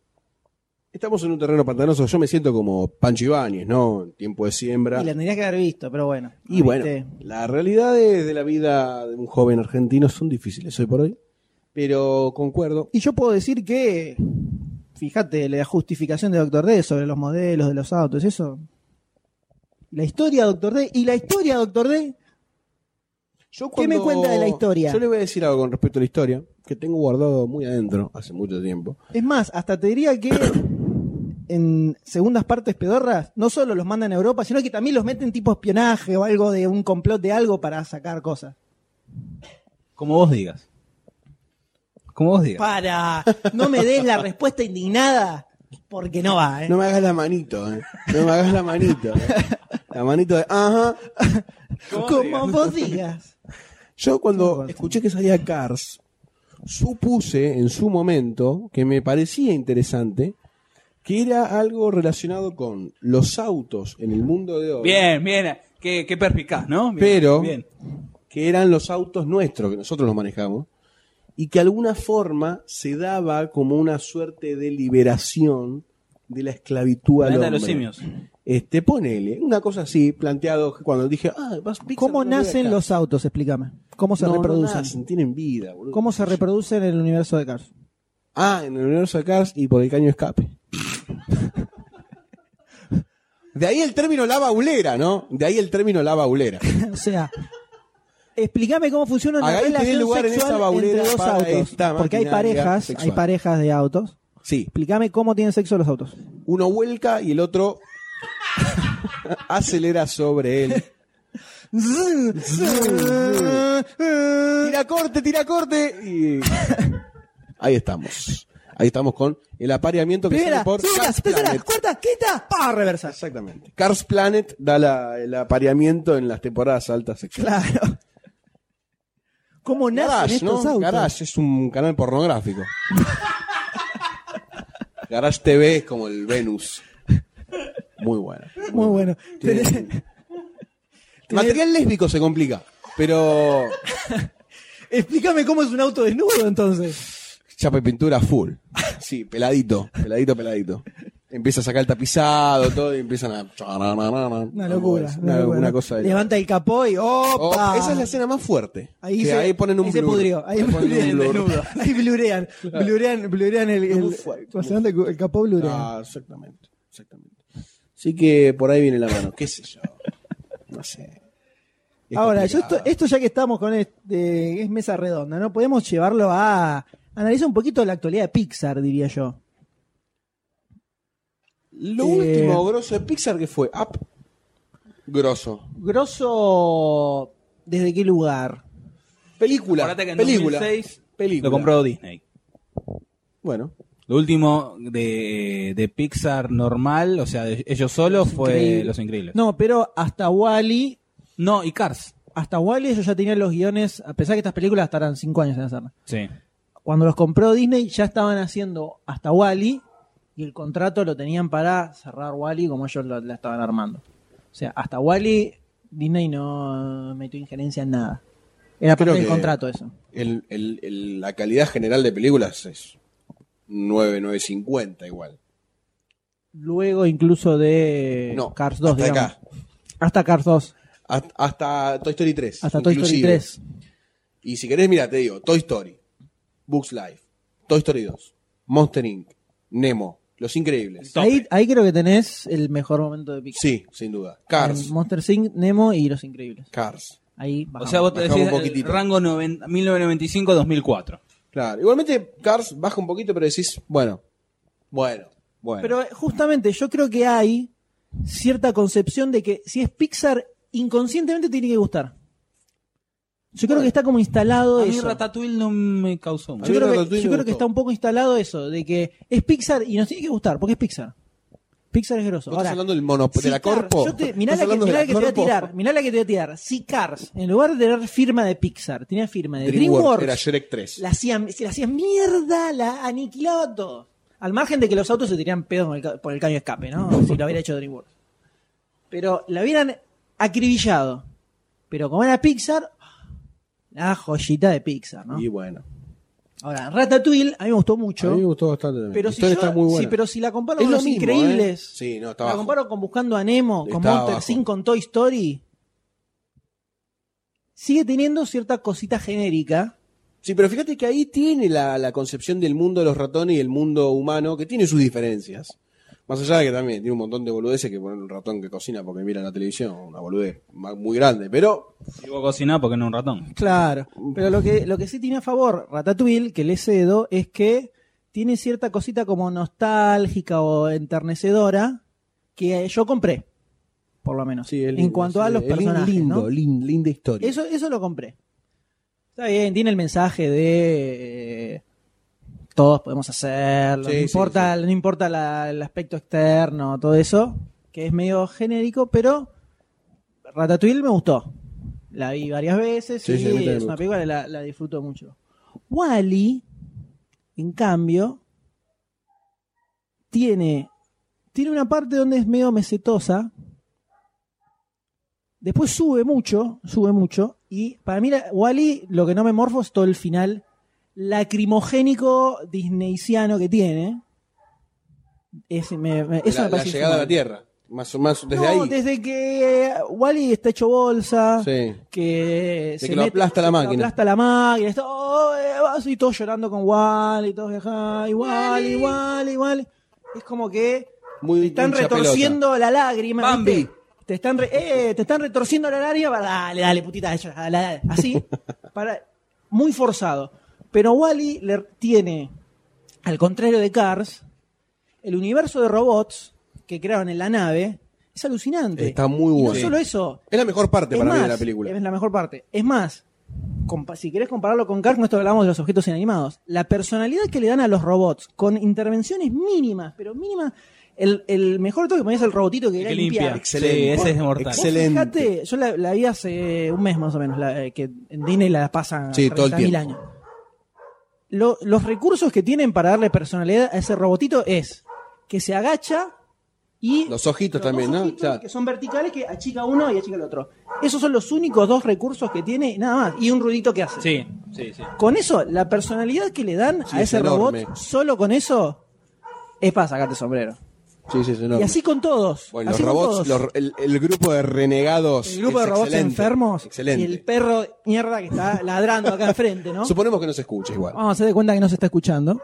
Speaker 8: estamos en un terreno pantanoso. Yo me siento como Pancho Ibáñez, ¿no? En tiempo de siembra.
Speaker 7: y la tendrías que haber visto, pero bueno.
Speaker 8: Y bueno,
Speaker 7: Viste.
Speaker 8: las realidades de la vida de un joven argentino son difíciles hoy por hoy. Pero concuerdo.
Speaker 7: Y yo puedo decir que, fíjate, la justificación de Doctor D sobre los modelos de los autos, eso. La historia de Doctor D y la historia de Doctor D.
Speaker 8: Yo
Speaker 7: ¿Qué me cuenta de la historia?
Speaker 8: Yo le voy a decir algo con respecto a la historia, que tengo guardado muy adentro hace mucho tiempo.
Speaker 7: Es más, hasta te diría que en segundas partes pedorras no solo los mandan a Europa, sino que también los meten tipo espionaje o algo de un complot de algo para sacar cosas.
Speaker 6: Como vos digas. Como vos digas.
Speaker 7: Para, no me des la respuesta indignada porque no va, ¿eh?
Speaker 8: No me hagas la manito, eh. No me hagas la manito. eh.
Speaker 7: (laughs)
Speaker 8: La manito de, ajá.
Speaker 7: Como vos digas.
Speaker 8: Yo cuando escuché que salía Cars, supuse en su momento que me parecía interesante que era algo relacionado con los autos en el mundo de hoy.
Speaker 6: Bien, bien. Qué, qué perspicaz, ¿no? Bien,
Speaker 8: Pero-
Speaker 6: Bien.
Speaker 8: que eran los autos nuestros, que nosotros los manejamos, y que de alguna forma se daba como una suerte de liberación de la esclavitud al
Speaker 6: Planeta de
Speaker 8: hombre.
Speaker 6: los simios.
Speaker 8: Este, ponele, una cosa así, planteado cuando dije, ah, vas Pixar,
Speaker 7: ¿Cómo
Speaker 8: no voy
Speaker 7: nacen
Speaker 8: acá.
Speaker 7: los autos? Explícame. ¿Cómo se
Speaker 8: No, no
Speaker 7: reproducen?
Speaker 8: nacen, tienen vida, boludo.
Speaker 7: ¿Cómo se reproducen en el universo de Cars? (laughs)
Speaker 8: Ah, en el universo de Cars y por el caño de escape. De ahí el término la baulera, ¿no? De ahí el término la baulera.
Speaker 7: o sea, explícame cómo funciona una
Speaker 8: Hagáis tener
Speaker 7: relación
Speaker 8: lugar en esa
Speaker 7: sexual
Speaker 8: baulera
Speaker 7: entre dos
Speaker 8: para
Speaker 7: autos.
Speaker 8: esta
Speaker 7: Porque hay
Speaker 8: maquinaria
Speaker 7: parejas,
Speaker 8: sexual.
Speaker 7: hay parejas de autos.
Speaker 8: Sí,
Speaker 7: Explícame cómo tienen sexo los
Speaker 8: (laughs)
Speaker 7: autos.
Speaker 8: uno vuelca y el otro (laughs) acelera sobre él. Tira corte, tira corte. Y... Ahí estamos. Ahí estamos con el apareamiento que
Speaker 7: Primera,
Speaker 8: sale por
Speaker 7: segunda,
Speaker 8: Cars
Speaker 7: tercera,
Speaker 8: Planet.
Speaker 7: cuarta, quinta, pa, reversa.
Speaker 8: Exactamente. Cars Planet da la- el apareamiento en las temporadas altas. sexuales.
Speaker 7: Claro. ¿Cómo nacen
Speaker 8: Garage,
Speaker 7: estos
Speaker 8: ¿no?
Speaker 7: autos?
Speaker 8: Garage es un canal pornográfico. Garage TV es como el Venus. Muy bueno.
Speaker 7: Muy bueno.
Speaker 8: Tiene- Material lésbico se complica, pero
Speaker 7: (laughs) Explícame cómo es un auto desnudo entonces.
Speaker 8: chapa y
Speaker 7: (laughs)
Speaker 8: pintura full. Sí, peladito, peladito, peladito. Empieza a sacar el tapizado, todo, y empiezan a...
Speaker 7: Una locura.
Speaker 8: Una,
Speaker 7: una locura.
Speaker 8: una cosa de...
Speaker 7: Levanta el capó y
Speaker 8: Oh,
Speaker 7: ¡opa!
Speaker 8: esa es la escena más fuerte.
Speaker 7: Ahí,
Speaker 8: que
Speaker 7: se,
Speaker 8: ahí ponen un
Speaker 7: ahí se
Speaker 8: blur.
Speaker 7: pudrió, ahí
Speaker 8: ponen un
Speaker 7: blurean
Speaker 8: blur.
Speaker 7: desnudo, (laughs) ahí blurean, blurean, blurean el, el,
Speaker 8: Muy fuerte,
Speaker 7: ¿cómo se llama? el, capó blurean.
Speaker 8: Ah, exactamente, exactamente. Así que por ahí viene la mano, qué sé yo. No sé. Es
Speaker 7: Ahora, yo esto,
Speaker 8: complicado.
Speaker 7: esto ya que estamos con este, es mesa redonda, ¿no? Podemos llevarlo a analizar un poquito la actualidad de Pixar, diría yo.
Speaker 8: Lo
Speaker 7: eh,
Speaker 8: último grosso de Pixar que fue Up. Grosso.
Speaker 7: Grosso, ¿desde qué lugar?
Speaker 8: Película.
Speaker 6: Acordate que en
Speaker 8: Película.
Speaker 6: 2006
Speaker 8: película.
Speaker 6: Lo compró Disney.
Speaker 8: Bueno,
Speaker 6: Lo último de, de Pixar normal, o sea, de ellos solos, fue
Speaker 7: Increíble.
Speaker 6: Pues, Los Increíbles.
Speaker 7: No, pero hasta Wally,
Speaker 6: No, y Cars.
Speaker 7: hasta Wally ellos ya tenían los guiones, a pesar que estas películas tardan cinco años en hacerlas.
Speaker 6: Sí.
Speaker 7: cuando los compró Disney ya estaban haciendo hasta Wally y el contrato lo tenían para cerrar Wally como ellos lo- la estaban armando. O sea, hasta Wally Disney no metió injerencia en nada. Era
Speaker 8: Creo
Speaker 7: parte del
Speaker 8: que-
Speaker 7: contrato eso.
Speaker 8: el- el- el- la calidad general de películas es 9950 igual.
Speaker 7: Luego incluso de
Speaker 8: No,
Speaker 7: Eh, Cars 2,
Speaker 8: hasta
Speaker 7: digamos.
Speaker 8: acá.
Speaker 7: Hasta Cars 2,
Speaker 8: Hasta, hasta Toy Story 3.
Speaker 7: hasta Toy Story
Speaker 8: inclusive.
Speaker 7: 3.
Speaker 8: Y si querés, mira, te digo, Toy Story, Books Life, Toy Story 2, Monster Inc., Nemo, Los Increíbles.
Speaker 7: Ahí, ahí creo que tenés el mejor momento de Pixar.
Speaker 8: Sí, sin duda. Cars.
Speaker 7: En Monster Inc, Nemo y Los Increíbles.
Speaker 8: Cars.
Speaker 7: Ahí
Speaker 6: O
Speaker 7: bajamos.
Speaker 6: sea, vos te
Speaker 8: bajamos
Speaker 6: decís
Speaker 8: un
Speaker 6: el
Speaker 8: poquitito.
Speaker 6: rango 90 1995-2004.
Speaker 8: Claro. Igualmente, Cars baja un poquito, pero decís, bueno, bueno, bueno.
Speaker 7: Pero eh, justamente yo creo que hay cierta concepción de que si es Pixar, inconscientemente tiene que gustar. Yo creo que está como instalado
Speaker 6: A mí
Speaker 7: eso.
Speaker 6: Ratatouille no me causó mucho.
Speaker 7: Yo
Speaker 8: A mí
Speaker 7: creo, que,
Speaker 8: Ratatouille
Speaker 7: yo
Speaker 8: me
Speaker 7: creo que
Speaker 8: gustó.
Speaker 7: está un poco instalado eso, de que es Pixar y nos tiene que gustar, porque es Pixar. Pixar es grosso.
Speaker 8: ¿No
Speaker 7: Ahora,
Speaker 8: estás hablando del mono, de la
Speaker 7: Sicar,
Speaker 8: corpo?
Speaker 7: yo te- mirá
Speaker 8: ¿Estás
Speaker 7: la que,
Speaker 8: hablando
Speaker 7: mirá
Speaker 8: de la
Speaker 7: la que te voy a
Speaker 8: corpo?
Speaker 7: tirar, mirá la que te voy a tirar. Si Cars, en lugar de tener firma de Pixar, tenía firma de
Speaker 8: DreamWorks,
Speaker 7: DreamWorks.
Speaker 8: era Shrek 3.
Speaker 7: La hacían, si la hacían mierda, la aniquilaba todo. Al margen de que los autos se tirían pedos con el ca- por el caño de escape, ¿no? Si lo hubiera hecho DreamWorks. Pero la hubieran acribillado. Pero como era Pixar, la joyita de Pixar, ¿no?
Speaker 8: Y bueno.
Speaker 7: Ahora, Ratatouille, a mí me gustó mucho.
Speaker 8: A mí me gustó bastante también.
Speaker 7: Pero
Speaker 8: La
Speaker 7: si,
Speaker 8: historia
Speaker 7: yo-
Speaker 8: está muy buena.
Speaker 7: sí, pero si la comparo
Speaker 8: Es
Speaker 7: con
Speaker 8: lo
Speaker 7: Los
Speaker 8: mismo,
Speaker 7: Increíbles,
Speaker 8: ¿eh? Sí, no, está
Speaker 7: la
Speaker 8: bajo.
Speaker 7: comparo con Buscando a Nemo, con
Speaker 8: Está
Speaker 7: Monster
Speaker 8: bajo.
Speaker 7: 5, con Toy Story, sigue teniendo cierta cosita genérica.
Speaker 8: Sí, pero fíjate que ahí tiene la, la concepción del mundo de los ratones y el mundo humano, que tiene sus diferencias. Más allá de que también tiene un montón de boludeces que poner un ratón que cocina porque mira la televisión, una boludez ma- muy grande, pero
Speaker 6: Digo cocinar porque no un ratón.
Speaker 7: Claro. Pero lo que, lo que sí tiene a favor Ratatouille, que le cedo, es que tiene cierta cosita como nostálgica o enternecedora que yo compré, por lo menos.
Speaker 8: sí, es
Speaker 7: en
Speaker 8: lindo,
Speaker 7: cuanto
Speaker 8: sí,
Speaker 7: a los
Speaker 8: es lindo,
Speaker 7: personajes,
Speaker 8: lindo,
Speaker 7: ¿no?
Speaker 8: lin- linda historia.
Speaker 7: Eso, eso lo compré. Está bien, tiene el mensaje de eh, todos podemos hacerlo,
Speaker 8: Sí,
Speaker 7: no
Speaker 8: sí,
Speaker 7: importa, no importa la- el aspecto externo, todo eso, que es medio genérico, pero Ratatouille me gustó. La vi varias veces
Speaker 8: Sí,
Speaker 7: y
Speaker 8: sí, a mí también
Speaker 7: es
Speaker 8: me
Speaker 7: una
Speaker 8: gustó.
Speaker 7: película que la, la disfruto mucho. Wally, en cambio, tiene, tiene una parte donde es medio mesetosa, Después sube mucho, sube mucho. Y para mí, Wally, lo que no me morfo es todo el final lacrimogénico disneyciano que tiene. Es, me- me- eso
Speaker 8: la,
Speaker 7: me
Speaker 8: la
Speaker 7: parece
Speaker 8: llegada a la
Speaker 7: infumable.
Speaker 8: Tierra, más o más desde
Speaker 7: No,
Speaker 8: ahí.
Speaker 7: Desde que eh, Wally está hecho bolsa,
Speaker 8: Sí.
Speaker 7: que se
Speaker 8: que lo aplasta la
Speaker 7: se lo
Speaker 8: máquina.
Speaker 7: aplasta la máquina, está, oh, eh, vas", y todos llorando con Wally, todos viajando, igual, igual, igual. Es como que
Speaker 8: Muy,
Speaker 7: te están
Speaker 8: hincha pelota.
Speaker 7: retorciendo la lágrima.
Speaker 6: Bambi.
Speaker 7: ¿viste? Te están, re- eh, te están retorciendo la lágrima para, dale, dale, putita, dale, dale, dale.
Speaker 8: (laughs)
Speaker 7: así, para, muy forzado. Pero Wally le tiene, al contrario de Cars, el universo de robots que crearon en la nave es alucinante.
Speaker 8: Está
Speaker 7: Y
Speaker 8: muy bueno.
Speaker 7: no
Speaker 8: Sí.
Speaker 7: solo eso,
Speaker 8: Es la mejor parte
Speaker 7: es
Speaker 8: para mí de
Speaker 7: más,
Speaker 8: la película.
Speaker 7: Es la mejor parte. Es más, compa- si querés compararlo con Cars, nosotros hablamos de los objetos inanimados. La personalidad que le dan a los robots, con intervenciones mínimas, pero mínimas. El, el mejor toque que ponías el robotito que era
Speaker 6: que
Speaker 7: limpia.
Speaker 6: limpia. Sí, ese es mortal.
Speaker 7: Vos
Speaker 8: Excelente.
Speaker 7: Fíjate, yo la, la vi hace un mes más o menos, la- eh, que en Disney la pasan
Speaker 8: Sí, todo el
Speaker 7: 30.000
Speaker 8: tiempo.
Speaker 7: años. Lo- los recursos que tienen para darle personalidad a ese robotito es que se agacha y
Speaker 8: Los ojitos
Speaker 7: los
Speaker 8: también,
Speaker 7: dos
Speaker 8: ¿no?
Speaker 7: ojitos
Speaker 8: Claro.
Speaker 7: Que son verticales que achica uno y achica el otro. Esos son los únicos dos recursos que tiene, nada más. Y un ruidito que hace.
Speaker 6: Sí, sí, sí.
Speaker 7: Con eso, la personalidad que le dan
Speaker 8: Sí,
Speaker 7: a
Speaker 8: es
Speaker 7: ese
Speaker 8: enorme.
Speaker 7: robot, solo con eso, es para sacarte sombrero.
Speaker 8: Sí, sí, es
Speaker 7: Y
Speaker 8: enorme.
Speaker 7: así con todos.
Speaker 8: Bueno, los
Speaker 7: así con
Speaker 8: robots,
Speaker 7: todos.
Speaker 8: los- el, el grupo de renegados.
Speaker 7: el grupo
Speaker 8: es
Speaker 7: de robots
Speaker 8: excelente,
Speaker 7: enfermos
Speaker 8: Excelente.
Speaker 7: y el perro mierda que está ladrando acá enfrente, ¿no? Ah.
Speaker 8: Suponemos que no se escucha igual.
Speaker 7: Vamos a hacer de cuenta que no se está escuchando.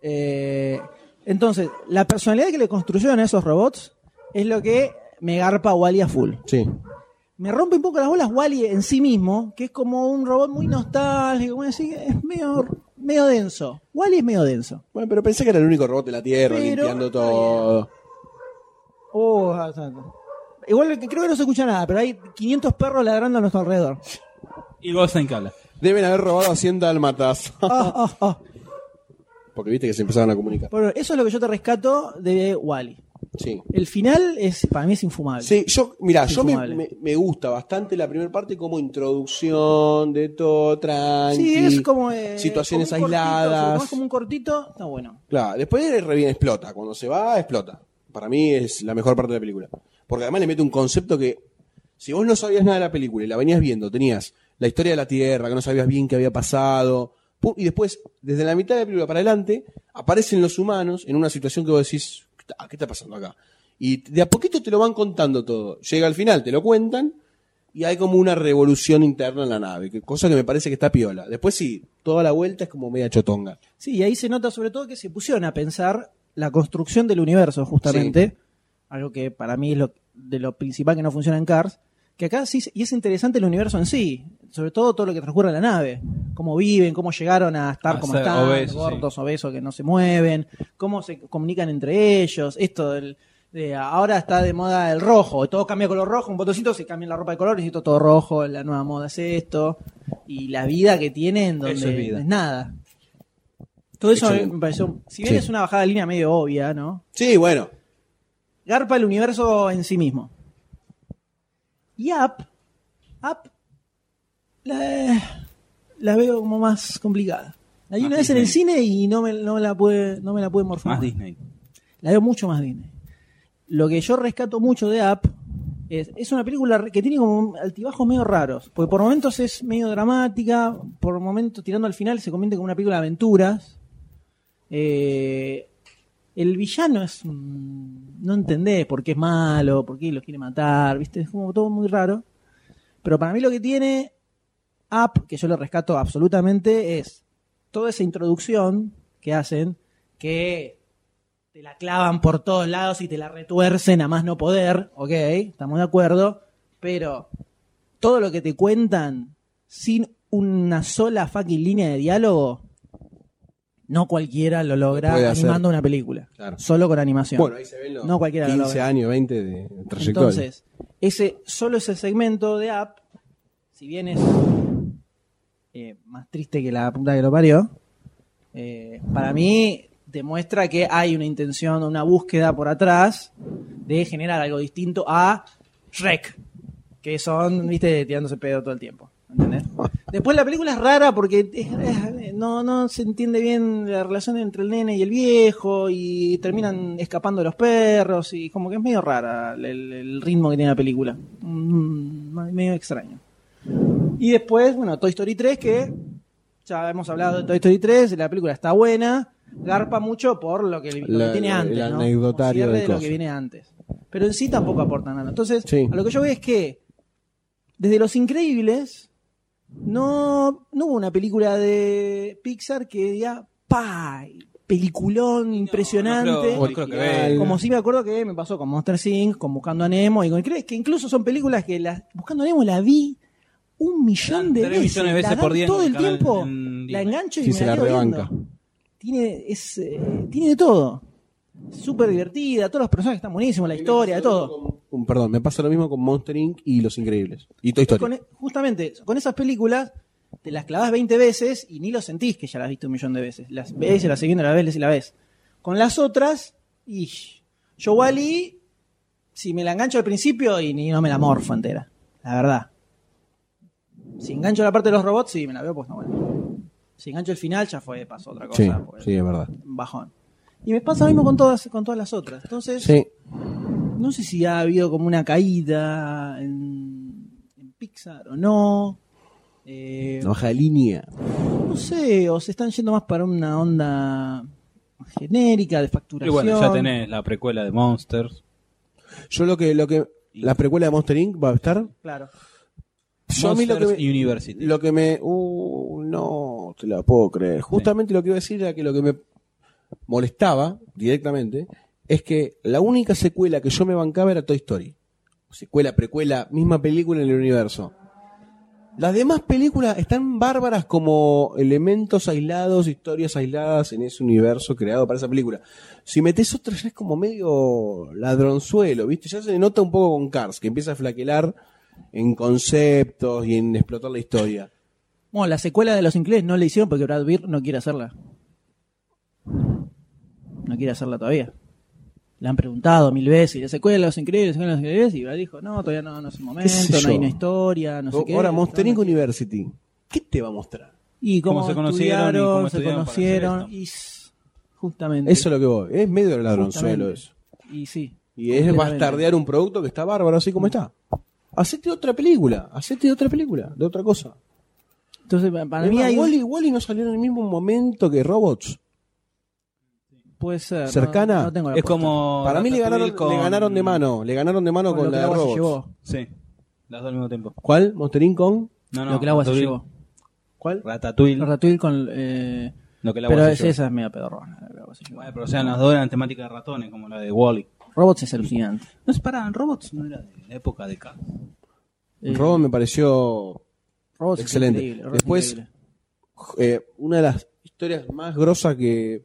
Speaker 7: Eh, entonces, la personalidad que le construyeron a esos robots es lo que me garpa Wally a full.
Speaker 8: Sí.
Speaker 7: Me rompe un poco las bolas Wally en sí mismo, que es como un robot muy nostálgico, como decir, es medio, medio denso. Wally es medio denso.
Speaker 8: Bueno, pero pensé que era el único robot de la Tierra,
Speaker 7: Pero-
Speaker 8: limpiando todo.
Speaker 7: Oh, o sea, igual que- creo que no se escucha nada, pero hay 500 perros ladrando a nuestro alrededor.
Speaker 6: Y Goldstein que habla.
Speaker 8: Deben haber robado Hacienda al Matas.
Speaker 7: (laughs) Ah, ah, ah.
Speaker 8: Porque viste que se empezaron a comunicar.
Speaker 7: Bueno, eso es lo que yo te rescato de Wally.
Speaker 8: Sí.
Speaker 7: El final es para mí es infumable.
Speaker 8: Sí, yo, mira, yo me,
Speaker 7: Infumable.
Speaker 8: me- me gusta bastante la primera parte como introducción de todo, tranqui.
Speaker 7: Sí, es como eh,
Speaker 8: situaciones
Speaker 7: como un cortito,
Speaker 8: aisladas.
Speaker 7: si lo tomás como un cortito, está bueno.
Speaker 8: Claro, después re bien explota. Cuando se va, explota. Para mí es la mejor parte de la película. Porque además le mete un concepto que, si vos no sabías nada de la película y la venías viendo, tenías la historia de la Tierra, que no sabías bien qué había pasado, pum, y después, desde la mitad de la película para adelante, aparecen los humanos en una situación que vos decís, "¿Qué está- ¿qué está pasando acá? Y de a poquito te lo van contando todo. Llega al final, te lo cuentan, y hay como una revolución interna en la nave, que- cosa que me parece que está piola. Después sí, toda la vuelta es como media chotonga.
Speaker 7: Sí, y ahí se nota sobre todo que se pusieron a pensar la construcción del universo, justamente. Algo que para mí es lo, de lo principal que no funciona en Cars. Que acá sí, se- y es interesante el universo en sí. Sobre todo todo lo que transcurre en la nave. Cómo viven, cómo llegaron a estar
Speaker 6: A
Speaker 7: como
Speaker 6: ser
Speaker 7: están,
Speaker 6: obesos, sí.
Speaker 7: gordos, obesos que no se mueven, cómo se comunican entre ellos. Esto del Eh, ahora está de moda el rojo, todo cambia color rojo, un botoncito se cambia la ropa de color, y esto todo rojo, la nueva moda es esto, y la vida que tienen donde
Speaker 10: Eso es vida.
Speaker 7: no es nada. Todo eso
Speaker 8: Excelente.
Speaker 7: me pareció, si bien
Speaker 8: Sí.
Speaker 7: es una bajada de línea medio obvia, ¿no?
Speaker 8: Sí, bueno.
Speaker 7: Garpa el universo en sí mismo. Y App, App, la, la veo como más complicada. La vi
Speaker 10: Más
Speaker 7: una vez en el
Speaker 10: Disney.
Speaker 7: cine y no me, no me la pude, no me la pude morfar.
Speaker 10: Más Disney.
Speaker 7: La veo mucho más Disney. Lo que yo rescato mucho de App es, es una película re- que tiene como altibajos medio raros. Porque por momentos es medio dramática, por momentos tirando al final se convierte como una película de aventuras. Eh, el villano es. un- No entendés por qué es malo, por qué lo quiere matar, ¿viste? Es como todo muy raro. Pero para mí lo que tiene App, que yo lo rescato absolutamente, es toda esa introducción que hacen, que te la clavan por todos lados y te la retuercen a más no poder, ok, estamos de acuerdo, pero todo lo que te cuentan sin una sola fucking línea de diálogo, no cualquiera lo logra
Speaker 8: Puede hacer.
Speaker 7: animando una película,
Speaker 8: Claro.
Speaker 7: solo con animación.
Speaker 8: Bueno, ahí se ven los
Speaker 7: No cualquiera lo
Speaker 8: 15
Speaker 7: logra.
Speaker 8: años, 20 de trayectoria.
Speaker 7: Entonces, ese, solo ese segmento de app, si bien es eh, más triste que la puta que lo parió, eh, para mí demuestra que hay una intención, una búsqueda por atrás de generar algo distinto a Shrek, que son, viste, tirándose pedo todo el tiempo.
Speaker 8: (laughs)
Speaker 7: ¿Entendés? Después la película es rara porque eh, no, no se entiende bien la relación entre el nene y el viejo y terminan escapando los perros y como que es medio rara el, el ritmo que tiene la película. Mm, medio extraño. Y después, bueno, Toy Story 3 que ya hemos hablado de Toy Story 3, la película está buena, garpa mucho por lo que, lo que
Speaker 8: La-
Speaker 7: tiene
Speaker 8: el
Speaker 7: antes, ¿no? Como
Speaker 8: anecdotario
Speaker 7: cierre
Speaker 8: del
Speaker 7: de lo que
Speaker 8: coso.
Speaker 7: viene antes. Pero en sí tampoco aporta nada. Entonces,
Speaker 8: Sí.
Speaker 7: a lo que yo veo es que desde Los Increíbles no, no hubo una película de Pixar que diga, ¡pa! Peliculón impresionante.
Speaker 6: No, no creo- no creo que
Speaker 8: Original.
Speaker 6: venga.
Speaker 7: Como sí me acuerdo que me pasó con Monster Inc., con Buscando a Nemo, y con crees que incluso son películas que las Buscando a Nemo la vi un millón
Speaker 6: Dan
Speaker 7: de
Speaker 6: tres
Speaker 7: veces.
Speaker 6: millones de
Speaker 7: la
Speaker 6: veces
Speaker 7: dan
Speaker 6: por día en
Speaker 7: todo
Speaker 6: el
Speaker 7: el
Speaker 6: canal-
Speaker 7: tiempo.
Speaker 6: en
Speaker 7: la
Speaker 6: Disney.
Speaker 7: engancho y
Speaker 8: Sí,
Speaker 7: me
Speaker 8: se
Speaker 7: la
Speaker 8: la
Speaker 7: quedo viendo.
Speaker 8: rebanca.
Speaker 7: Tiene, es, eh, tiene de todo. Súper divertida, todos los personajes están buenísimos, la historia, de todo.
Speaker 8: Con- perdón, me pasa lo mismo con Monster Inc. y Los Increíbles. Y Toy Story.
Speaker 7: Con- e- justamente, con esas películas te las clavas 20 veces y ni lo sentís que ya las viste un millón de veces. Las ves, y las seguís viendo, las ves, y las ves. Con las otras, y yo Wally, si me la engancho al principio y ni no me la morfo entera, la verdad. Si engancho la parte de los robots, sí, me la veo, pues no, bueno. Si engancho el final, ya fue, pasó otra cosa.
Speaker 8: sí,
Speaker 7: pues,
Speaker 8: sí, es verdad.
Speaker 7: Bajón. Y me pasa lo mismo con todas, con todas las otras. Entonces,
Speaker 8: Sí.
Speaker 7: no sé si ha habido como una caída en, en Pixar o no. Eh,
Speaker 8: Una
Speaker 7: no.
Speaker 8: hoja de línea.
Speaker 7: sé, o se están yendo más para una onda genérica de
Speaker 10: Y
Speaker 7: facturación.
Speaker 10: bueno, ya tenés la precuela de Monsters.
Speaker 8: Yo lo que, lo que. La precuela de Monster Inc. va a estar.
Speaker 7: Claro.
Speaker 8: Yo a mí lo que
Speaker 10: Monsters
Speaker 8: me-
Speaker 10: University.
Speaker 8: Lo que me. Uh, no, te la puedo creer. Justamente lo que iba a decir era que lo que me molestaba directamente es que la única secuela que yo me bancaba era Toy Story. Secuela, precuela, misma película en el universo. Las demás películas están bárbaras como elementos aislados, historias aisladas en ese universo creado para esa película. Si metes otra ya es como medio ladronzuelo, ¿viste? Ya se nota un poco con Cars, que empieza a flaquelar en conceptos y en explotar la historia.
Speaker 7: Bueno, la secuela de Los Increíbles no la hicieron porque Brad Bird no quiere hacerla. No quiere hacerla todavía. Le han preguntado mil veces, ¿y la secuela de Los Increíbles, la secuela de Los Increíbles, y Brad dijo, no, todavía no, no es el
Speaker 8: sé
Speaker 7: momento, no
Speaker 8: yo? Oh,
Speaker 7: hay una historia, no sé qué.
Speaker 8: Ahora,
Speaker 7: No,
Speaker 8: Monster Inc.
Speaker 7: no-
Speaker 8: University, ¿qué te va a mostrar?
Speaker 7: y cómo,
Speaker 10: Cómo se conocieron y
Speaker 7: estudiaron,
Speaker 10: cómo
Speaker 7: se
Speaker 10: estudiaron para
Speaker 7: conocieron
Speaker 10: hacer
Speaker 7: y s- justamente
Speaker 8: Eso es lo que voy. Es medio ladronzuelo
Speaker 7: Justamente.
Speaker 8: eso.
Speaker 7: y sí
Speaker 8: Y es
Speaker 7: completamente. Mm.
Speaker 8: bastardear un producto que está bárbaro así como está. Hacete otra película, hacete otra película, de otra cosa.
Speaker 7: entonces pa- para mí
Speaker 8: Además,
Speaker 7: hay un-
Speaker 8: Wall-E, Wall-E no salió en el mismo momento que Robots.
Speaker 7: puede ser no-
Speaker 8: cercana,
Speaker 7: no tengo la
Speaker 6: Es
Speaker 7: posta.
Speaker 6: como.
Speaker 8: Para mí le
Speaker 6: Ratatouille
Speaker 8: ganaron, le ganaron de mano, le ganaron de mano
Speaker 7: Con
Speaker 8: con,
Speaker 7: lo que
Speaker 8: la
Speaker 7: el
Speaker 8: de
Speaker 7: agua se
Speaker 8: Robots.
Speaker 7: llevó.
Speaker 10: Sí, las dos al mismo tiempo.
Speaker 8: ¿Cuál? Monster Inc. con
Speaker 10: No,
Speaker 7: lo que el agua se
Speaker 10: Ratatouille.
Speaker 7: llevó
Speaker 8: ¿Cuál?
Speaker 10: Ratatouille.
Speaker 7: Los Ratatouille con eh,
Speaker 10: Lo que el agua
Speaker 7: pero
Speaker 10: se
Speaker 7: es,
Speaker 10: llevó.
Speaker 7: esa es media pedorrona lo que el agua se llevó.
Speaker 10: Bueno, pero o sea, las dos eran temática de ratones, como la de Wally.
Speaker 7: robots es alucinante
Speaker 10: No se paraban robots, no era de la época de K.
Speaker 7: Eh,
Speaker 8: Robot me pareció
Speaker 7: robots es
Speaker 8: excelente.
Speaker 7: increíble, robots
Speaker 8: Después,
Speaker 7: es increíble.
Speaker 8: eh, una de las historias más grosas que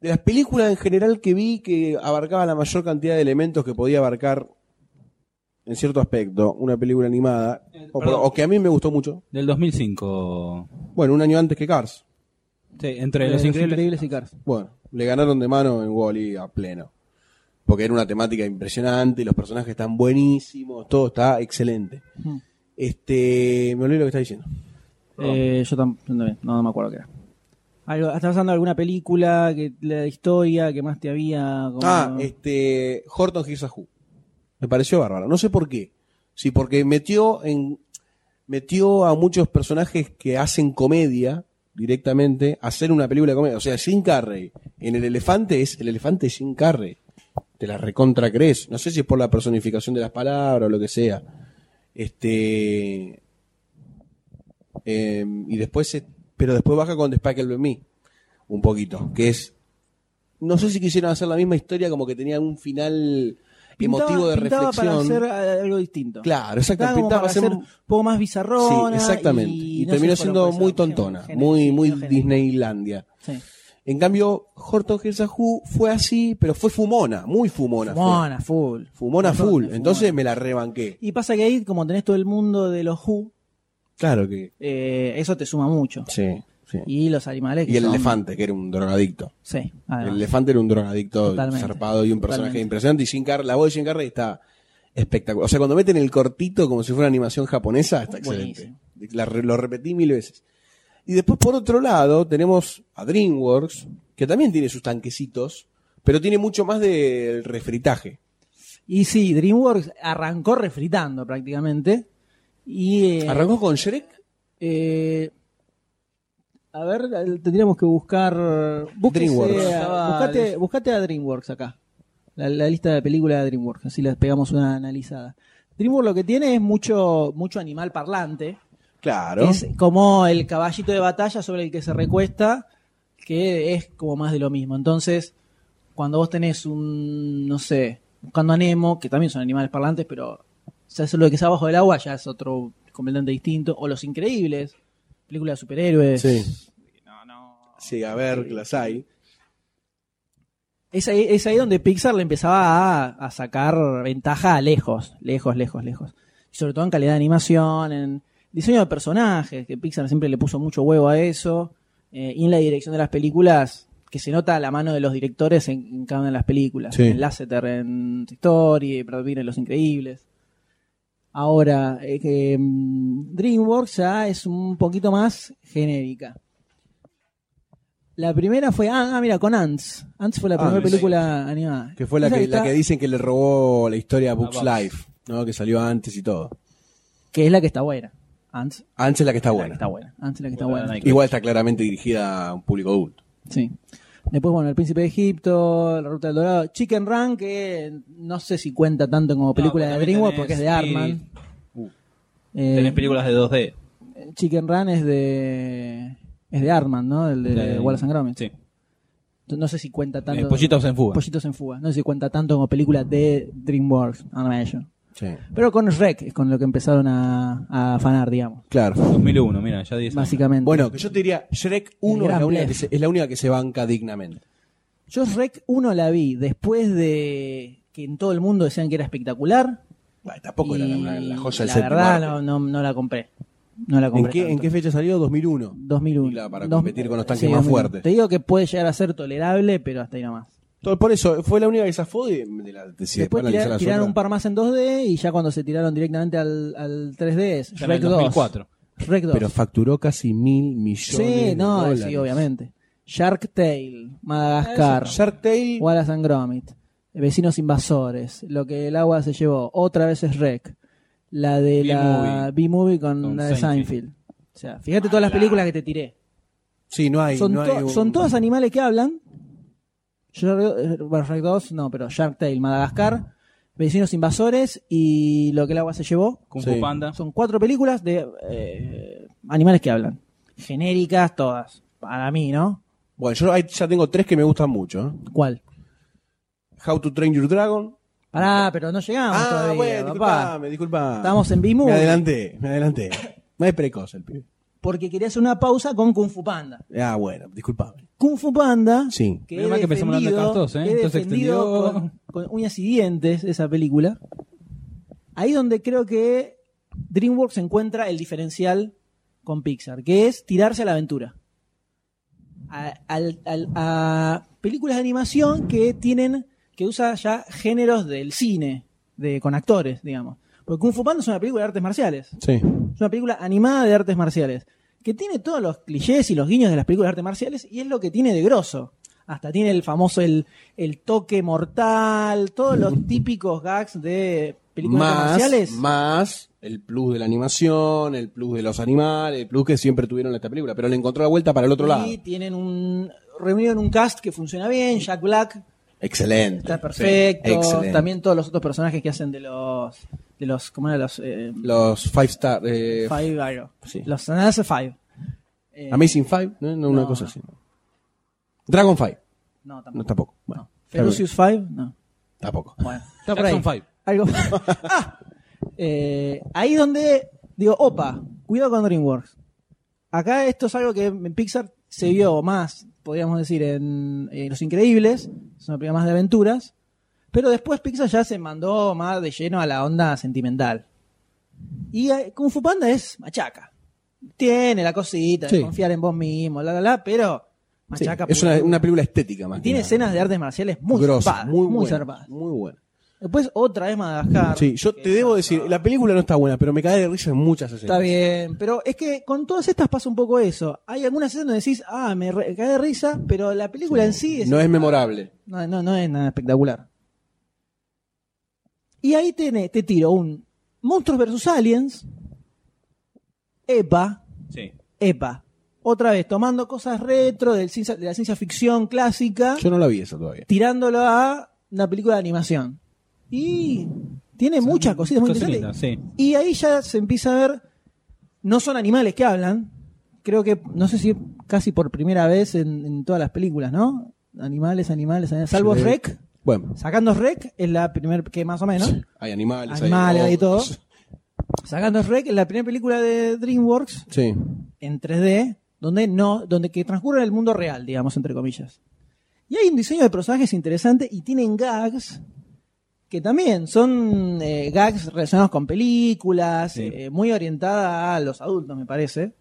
Speaker 8: de las películas en general que vi que abarcaba la mayor cantidad de elementos que podía abarcar en cierto aspecto una película animada, o, por-
Speaker 10: perdón.
Speaker 8: o que a mí me gustó mucho.
Speaker 10: Del 2005.
Speaker 8: Bueno, un año antes que Cars.
Speaker 10: Sí, entre
Speaker 7: Eh,
Speaker 10: los increíbles.
Speaker 7: Increíbles y Cars.
Speaker 8: Bueno, le ganaron de mano en Wally a pleno. Porque era una temática impresionante y los personajes están buenísimos, todo está excelente. Este, me olvidé lo que está diciendo.
Speaker 7: Eh, yo tam- yo también, no, no me acuerdo qué era. Algo, ¿Estás pasando alguna película, que, la historia que más te había? como-
Speaker 8: Ah, este, Horton Hears a Who. Me pareció bárbaro. No sé por qué. Sí, porque metió en metió a muchos personajes que hacen comedia directamente a hacer una película de comedia. O sea, Jim Carrey en El Elefante es el elefante es Jim Carrey. Te la recontra crees. No sé si es por la personificación de las palabras o lo que sea. Este. em, y después. se- pero después baja con Despicable Me. Un poquito. Que es. No sé si quisieron hacer la misma historia, como que tenía un final
Speaker 7: Pintaba-
Speaker 8: emotivo de
Speaker 7: pintaba
Speaker 8: reflexión.
Speaker 7: para hacer ah, algo distinto.
Speaker 8: Claro,
Speaker 7: Pintaba
Speaker 8: exactamente.
Speaker 7: como
Speaker 8: Pintaba
Speaker 7: para
Speaker 8: hacer
Speaker 7: ser un poco más
Speaker 8: Sí,
Speaker 7: bizarrona.
Speaker 8: exactamente. Y,
Speaker 7: Y, no sé, fueron
Speaker 8: terminó siendo
Speaker 7: por esa
Speaker 8: muy
Speaker 7: opción,
Speaker 8: tontona,
Speaker 7: género,
Speaker 8: muy,
Speaker 7: sí,
Speaker 8: muy
Speaker 7: género.
Speaker 8: Disneylandia.
Speaker 7: Sí.
Speaker 8: En cambio, Horton Hears a Who fue así, pero fue fumona, muy fumona. fue.
Speaker 7: Mona, full. Fumona,
Speaker 8: Fumona full.
Speaker 7: fumona.
Speaker 8: Entonces me la rebanqué.
Speaker 7: Y pasa que ahí, como tenés todo el mundo de los Who,
Speaker 8: Claro que.
Speaker 7: eh, eso te suma mucho.
Speaker 8: Sí, sí. Y,
Speaker 7: Y los animales. que
Speaker 8: el
Speaker 7: son-
Speaker 8: elefante, que era un drogadicto.
Speaker 7: Sí,
Speaker 8: El
Speaker 7: además.
Speaker 8: elefante era un drogadicto
Speaker 7: Totalmente,
Speaker 8: zarpado y un personaje
Speaker 7: totalmente.
Speaker 8: impresionante. Y Jim Carrey, la voz de Jim Carrey está espectacular. O sea, cuando meten el cortito como si fuera animación japonesa, está excelente.
Speaker 7: Buenísimo.
Speaker 8: La re- lo repetí mil veces. Y después, por otro lado, tenemos a DreamWorks, que también tiene sus tanquecitos, pero tiene mucho más del refritaje.
Speaker 7: Y sí, DreamWorks arrancó refritando prácticamente. Y, eh,
Speaker 8: Arrancó con Shrek,
Speaker 7: Eh, a ver, eh, tendríamos que buscar. búsquese
Speaker 8: DreamWorks.
Speaker 7: a- buscate, buscate a DreamWorks acá. La, la lista de películas de DreamWorks. Así les pegamos una analizada. DreamWorks lo que tiene es mucho, mucho animal parlante.
Speaker 8: claro.
Speaker 7: Es como el caballito de batalla sobre el que se recuesta, que es como más de lo mismo. Entonces, cuando vos tenés un, no sé, buscando a Nemo, que también son animales parlantes, pero ya es lo que está abajo del agua ya es otro completamente distinto. O Los Increíbles, película de superhéroes.
Speaker 8: Sí. Sí, a ver, las hay.
Speaker 7: Es ahí, es ahí donde Pixar le empezaba a, a sacar ventaja lejos, lejos, lejos, lejos. Y sobre todo en calidad de animación, en diseño de personajes, que Pixar siempre le puso mucho huevo a eso, eh, y en la dirección de las películas, que se nota la mano de los directores en, en cada una de las películas.
Speaker 8: Sí.
Speaker 7: En Lasseter en Toy Story, Brad Pitt en Los Increíbles. Ahora, eh, que, mm, DreamWorks ya es un poquito más genérica. La primera fue, ah, ah, mira, con Ants. Ants fue la
Speaker 8: Ah,
Speaker 7: primera
Speaker 8: sí.
Speaker 7: película animada.
Speaker 8: Que fue la
Speaker 7: Esa
Speaker 8: que, la
Speaker 7: está-
Speaker 8: que dicen que le robó la historia a Books
Speaker 10: Bugs.
Speaker 8: Life, ¿no? Que salió antes y todo.
Speaker 7: que es la que está buena. Ants.
Speaker 8: Antes es la que está
Speaker 7: la
Speaker 8: buena.
Speaker 7: que está buena. Ants es la que está
Speaker 10: Bueno,
Speaker 7: buena.
Speaker 10: Nike.
Speaker 8: Igual está claramente dirigida a un público adulto.
Speaker 7: Sí. Después, bueno, El Príncipe de Egipto, La Ruta del Dorado, Chicken Run, que no sé si cuenta tanto como película de DreamWorks porque es de Arman. Eh,
Speaker 10: Uh. Tenés películas de 2D.
Speaker 7: Chicken Run es de. Es de Arman, ¿no? El de, Wallace and Gromit.
Speaker 10: Sí.
Speaker 7: No sé si cuenta tanto.
Speaker 10: Eh, Pollitos en fuga.
Speaker 7: Pollitos en fuga. No sé si cuenta tanto como película de DreamWorks Animation.
Speaker 8: Sí.
Speaker 7: Pero con Shrek es con lo que empezaron a, a afanar, digamos.
Speaker 8: Claro.
Speaker 10: 2001, mira, ya 10 años.
Speaker 7: Básicamente.
Speaker 8: Bueno, que yo te diría, Shrek 1
Speaker 7: El
Speaker 8: es la,
Speaker 7: gran
Speaker 8: única que
Speaker 7: blef.
Speaker 8: se, es la única que se banca dignamente.
Speaker 7: Yo Shrek 1 la vi después de que en todo el mundo decían que era espectacular.
Speaker 8: Bah, tampoco era la, la- la joya del
Speaker 7: La
Speaker 8: séptimo
Speaker 7: verdad,
Speaker 8: arte.
Speaker 7: no, no, no la compré. No la
Speaker 8: ¿En
Speaker 7: compré.
Speaker 8: qué, en
Speaker 7: tanto.
Speaker 8: qué fecha salió? 2001.
Speaker 7: 2001.
Speaker 8: Y la- para
Speaker 7: Dos-
Speaker 8: competir con los tanques
Speaker 7: sí,
Speaker 8: más
Speaker 7: 2001.
Speaker 8: fuertes.
Speaker 7: Te digo que puede llegar a ser tolerable, pero hasta ahí nomás.
Speaker 8: Todo- Por eso, fue la única que zafó de, de la de- si
Speaker 7: Después
Speaker 8: después analizar
Speaker 7: tirar-
Speaker 8: las
Speaker 7: tiraron
Speaker 8: otras.
Speaker 7: un par más en 2D y ya cuando se tiraron directamente al, al 3D es
Speaker 10: Ya en el
Speaker 7: Shrek 2.
Speaker 10: 2004.
Speaker 7: Shrek 2.
Speaker 8: Pero facturó casi mil millones
Speaker 7: sí,
Speaker 8: de
Speaker 7: no,
Speaker 8: dólares.
Speaker 7: sí, obviamente. Shark Tale, Madagascar.
Speaker 8: Shark Tale,
Speaker 7: Wallace and Gromit, Vecinos Invasores, Lo que el agua se llevó, otra vez es Rec, la de la B-Movie con,
Speaker 10: Con
Speaker 7: la de
Speaker 10: Seinfeld.
Speaker 7: Seinfeld. O sea, fíjate todas las películas que te tiré.
Speaker 8: sí, no hay.
Speaker 7: son,
Speaker 8: no hay
Speaker 7: to-
Speaker 8: un-
Speaker 7: son todos animales que hablan. Shark- eh, bueno, Shrek 2, no, pero Shark Tale, Madagascar, Vecinos Invasores y Lo que el agua se llevó.
Speaker 10: Kung
Speaker 8: Sí.
Speaker 10: Fu Panda.
Speaker 7: Son cuatro películas de eh, animales que hablan. Genéricas todas. Para mí, ¿no?
Speaker 8: Bueno, yo ahí ya tengo tres que me gustan mucho. ¿eh?
Speaker 7: ¿Cuál?
Speaker 8: How to Train Your Dragon.
Speaker 7: Pará, pero no llegamos
Speaker 8: ah,
Speaker 7: todavía,
Speaker 8: bueno,
Speaker 7: papá.
Speaker 8: disculpame, disculpame.
Speaker 7: Estamos en
Speaker 8: Me
Speaker 7: B-Movie.
Speaker 8: adelanté, me adelanté. No es precoz el pibe.
Speaker 7: porque quería hacer una pausa con Kung Fu Panda.
Speaker 8: Ah, bueno, disculpame.
Speaker 7: Kung Fu Panda,
Speaker 8: Sí.
Speaker 7: que
Speaker 6: Menos
Speaker 7: he
Speaker 6: mal que empezamos hablando de
Speaker 7: defendido-
Speaker 6: cartos, ¿eh?
Speaker 7: que he
Speaker 6: Entonces
Speaker 7: defendido
Speaker 6: extendió.
Speaker 7: Con, con uñas y dientes esa película. Ahí donde creo que DreamWorks encuentra el diferencial con Pixar, que es tirarse a la aventura. A, al- al- a películas de animación que tienen, que usa ya géneros del cine, de, con actores, digamos. Porque Kung Fu Panda es una película de artes marciales.
Speaker 8: Sí.
Speaker 7: Es una película animada de artes marciales. Que tiene todos los clichés y los guiños de las películas de artes marciales y es lo que tiene de grosso. Hasta tiene el famoso el, el toque mortal, todos
Speaker 8: (laughs)
Speaker 7: los típicos gags de películas de artes
Speaker 8: Más,
Speaker 7: marciales.
Speaker 8: más el plus de la animación, el plus de los animales, el plus que siempre tuvieron en esta película, pero le encontró la vuelta para el otro lado.
Speaker 7: Y tienen un reunido en un cast que funciona bien, Jack Black
Speaker 8: Excelente.
Speaker 7: está perfecto,
Speaker 8: Sí, excelente.
Speaker 7: también todos los otros personajes que hacen de los de los ¿cómo eran los eh,
Speaker 8: Los Five Star. eh,
Speaker 7: Five Arrow?
Speaker 8: sí.
Speaker 7: Los Another Five. Eh,
Speaker 8: Amazing Five, ¿no? No, una
Speaker 7: no,
Speaker 8: cosa
Speaker 7: no.
Speaker 8: así. Dragon Five,
Speaker 7: No, tampoco.
Speaker 8: no tampoco. Bueno,
Speaker 7: Ferocious Five, no.
Speaker 8: tampoco.
Speaker 7: Bueno.
Speaker 6: Está por ahí.
Speaker 7: Algo. (laughs) Ah, eh, ahí donde digo, opa, cuidado con DreamWorks. Acá esto es algo que en Pixar se vio más, podríamos decir, en, eh, Los Increíbles, es una película más de aventuras, pero después Pixar ya se mandó más de lleno a la onda sentimental. Y eh, Kung Fu Panda es machaca. Tiene la cosita de
Speaker 8: Sí.
Speaker 7: confiar en vos mismo, la, la, la, pero
Speaker 8: Sí,
Speaker 7: machaca.
Speaker 8: es una,
Speaker 7: pura.
Speaker 8: una película estética más.
Speaker 7: Y tiene
Speaker 8: que nada.
Speaker 7: escenas de artes marciales muy
Speaker 8: Grosso,
Speaker 7: zarpadas, muy,
Speaker 8: buena,
Speaker 7: zarpadas.
Speaker 8: Muy buena.
Speaker 7: Después otra vez Madagascar.
Speaker 8: Sí, yo te debo decir, la película no está buena, pero me cae de risa en muchas escenas.
Speaker 7: Está bien, pero es que con todas estas pasa un poco eso. Hay algunas escenas donde decís, ah, me re- cae de risa, pero la película en sí es,
Speaker 8: No es memorable.
Speaker 7: no, no, no es nada espectacular. Y ahí tiene- te tiro un Monstruos vs. Aliens, EPA,
Speaker 6: Sí.
Speaker 7: EPA. Otra vez, tomando cosas retro del ciencia- de la ciencia ficción clásica,
Speaker 8: Yo no la vi esa todavía.
Speaker 7: tirándolo a una película de animación. Y tiene muchas cositas muy
Speaker 6: Cosas
Speaker 7: interesantes.
Speaker 6: lindas, sí.
Speaker 7: Y ahí ya se empieza a ver, no son animales que hablan, creo que, no sé si casi por primera vez en, en todas las películas, ¿no? Animales, animales, animales. salvo
Speaker 8: Sí.
Speaker 7: Rec,
Speaker 8: Bueno,
Speaker 7: sacando Rec es la primera, que más o menos,
Speaker 8: hay animales,
Speaker 7: Animales, hay
Speaker 8: (laughs)
Speaker 7: todo.
Speaker 8: ogros.
Speaker 7: sacando Rec es la primera película de DreamWorks
Speaker 8: Sí.
Speaker 7: en 3D, donde no, donde que transcurre en el mundo real, digamos, entre comillas. Y hay un diseño de personajes interesante y tienen gags que también son eh, gags relacionados con películas,
Speaker 6: Sí.
Speaker 7: eh, muy orientada a los adultos, me parece.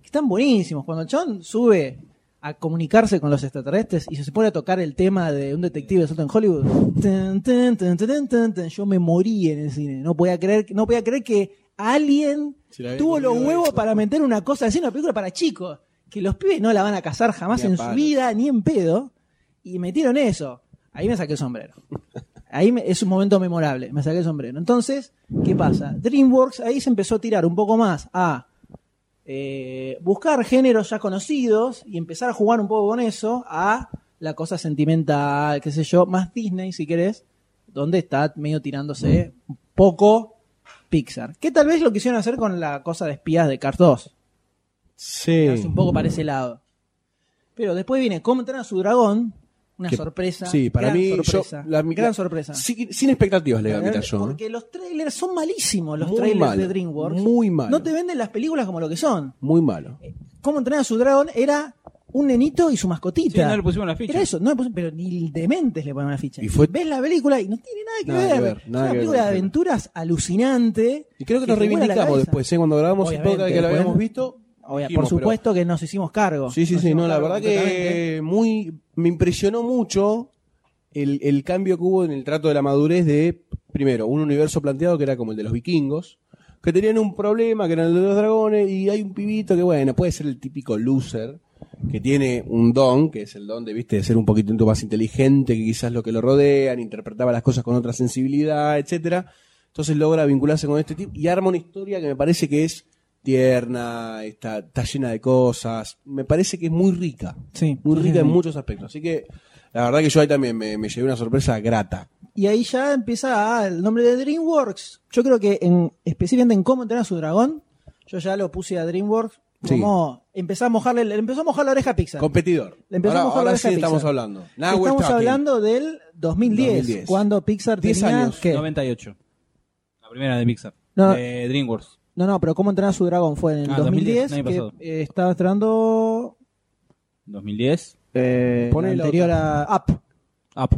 Speaker 7: Que están buenísimos. Cuando John sube a comunicarse con los extraterrestres y se pone a tocar el tema de un detective suelto en Hollywood, tan, tan, tan, tan, tan, tan, tan, yo me morí en el cine. No podía creer, no podía creer que alguien
Speaker 8: Se la había
Speaker 7: tuvo los
Speaker 8: comido
Speaker 7: huevos
Speaker 8: eso.
Speaker 7: para meter una cosa así, una película para chicos, que los pibes no la van a cazar jamás
Speaker 8: Ni a
Speaker 7: en
Speaker 8: palos.
Speaker 7: su vida, ni en pedo, y metieron eso. Ahí me saqué el sombrero. Ahí me- es un momento memorable, me saqué el sombrero. Entonces, ¿qué pasa? DreamWorks ahí se empezó a tirar un poco más a eh, buscar géneros ya conocidos y empezar a jugar un poco con eso a la cosa sentimental, qué sé yo, más Disney si querés, donde está medio tirándose un poco Pixar. Que tal vez lo quisieron hacer con la cosa de espías de Cars 2. Tirarse
Speaker 8: Sí.
Speaker 7: un poco para ese lado. Pero después viene cómo entrenar a su dragón, una
Speaker 8: Que-
Speaker 7: sorpresa.
Speaker 8: Sí, para
Speaker 7: gran
Speaker 8: mí,
Speaker 7: sorpresa,
Speaker 8: yo, la-
Speaker 7: gran
Speaker 8: la-
Speaker 7: sorpresa.
Speaker 8: Sin, sin expectativas le voy a
Speaker 7: Porque
Speaker 8: quitar yo. ¿eh?
Speaker 7: los trailers son malísimos, los
Speaker 8: Muy
Speaker 7: trailers
Speaker 8: malo,
Speaker 7: de DreamWorks.
Speaker 8: muy malo.
Speaker 7: No te venden las películas como lo que son.
Speaker 8: Muy malo.
Speaker 7: Cómo entrenar a su dragón era un nenito y su mascotita.
Speaker 6: Sí, no le pusimos la ficha.
Speaker 7: Era eso, no le pusimos- pero ni dementes le ponen la ficha.
Speaker 8: Y fue-
Speaker 7: Ves la película y no tiene nada que
Speaker 8: Nada que
Speaker 7: ver.
Speaker 8: ver, nada
Speaker 7: es una
Speaker 8: que ver
Speaker 7: película
Speaker 8: con
Speaker 7: de
Speaker 8: el tema.
Speaker 7: alucinantes alucinante.
Speaker 8: Y creo
Speaker 7: te
Speaker 8: que nos
Speaker 7: vuela la
Speaker 8: reivindicamos
Speaker 7: cabeza.
Speaker 8: después, ¿eh? cuando grabamos el
Speaker 7: Obviamente,
Speaker 8: podcast que lo
Speaker 7: después-
Speaker 8: habíamos visto.
Speaker 7: Obvia-
Speaker 8: dijimos,
Speaker 7: por supuesto que nos hicimos cargo.
Speaker 8: pero- sí, sí,
Speaker 7: Nos
Speaker 8: sí.
Speaker 7: hicimos
Speaker 8: No, la
Speaker 7: cargo
Speaker 8: verdad
Speaker 7: completamente.
Speaker 8: que muy me impresionó mucho el, el cambio que hubo en el trato de la madurez de, primero, un universo planteado que era como el de los vikingos, que tenían un problema, que eran el de los dragones, y hay un pibito que, bueno, puede ser el típico loser, que tiene un don, que es el don de, viste, de ser un poquito más inteligente que quizás lo que lo rodean, interpretaba las cosas con otra sensibilidad, etcétera. Entonces logra vincularse con este tipo y arma una historia que me parece que es tierna, está, está llena de cosas, me parece que es muy rica,
Speaker 7: Sí,
Speaker 8: muy
Speaker 7: sí,
Speaker 8: rica
Speaker 7: sí,
Speaker 8: en
Speaker 7: sí.
Speaker 8: muchos aspectos. Así que la verdad que yo ahí también me, me llevé una sorpresa grata.
Speaker 7: Y ahí ya empieza ah, el nombre de DreamWorks. Yo creo que en, específicamente en cómo entrenar a su dragón, yo ya lo puse a DreamWorks
Speaker 8: Sí.
Speaker 7: como empezó a mojarle, le empezó a mojar la oreja a Pixar.
Speaker 8: Competidor.
Speaker 7: Le empezó
Speaker 8: ahora
Speaker 7: a mojar
Speaker 8: ahora
Speaker 7: la
Speaker 8: sí
Speaker 7: oreja a Pixar.
Speaker 8: estamos hablando. Now we're
Speaker 7: ¿eh? Estamos
Speaker 8: talking.
Speaker 7: hablando del 2010,
Speaker 8: 2010.
Speaker 7: cuando Pixar
Speaker 8: 10
Speaker 7: tenía
Speaker 8: años.
Speaker 7: ¿qué?
Speaker 6: 98. La primera de Pixar.
Speaker 7: No.
Speaker 6: De DreamWorks.
Speaker 7: No, no, pero ¿Cómo entrenar a su dragón? Fue en el
Speaker 6: Ah,
Speaker 7: 2010.
Speaker 6: 2010, año
Speaker 7: que,
Speaker 6: pasado.
Speaker 7: eh, estaba estrenando
Speaker 6: 2010.
Speaker 7: eh,
Speaker 6: Poné
Speaker 7: el
Speaker 6: la
Speaker 7: anterior
Speaker 6: otra.
Speaker 7: a Up.
Speaker 6: Up.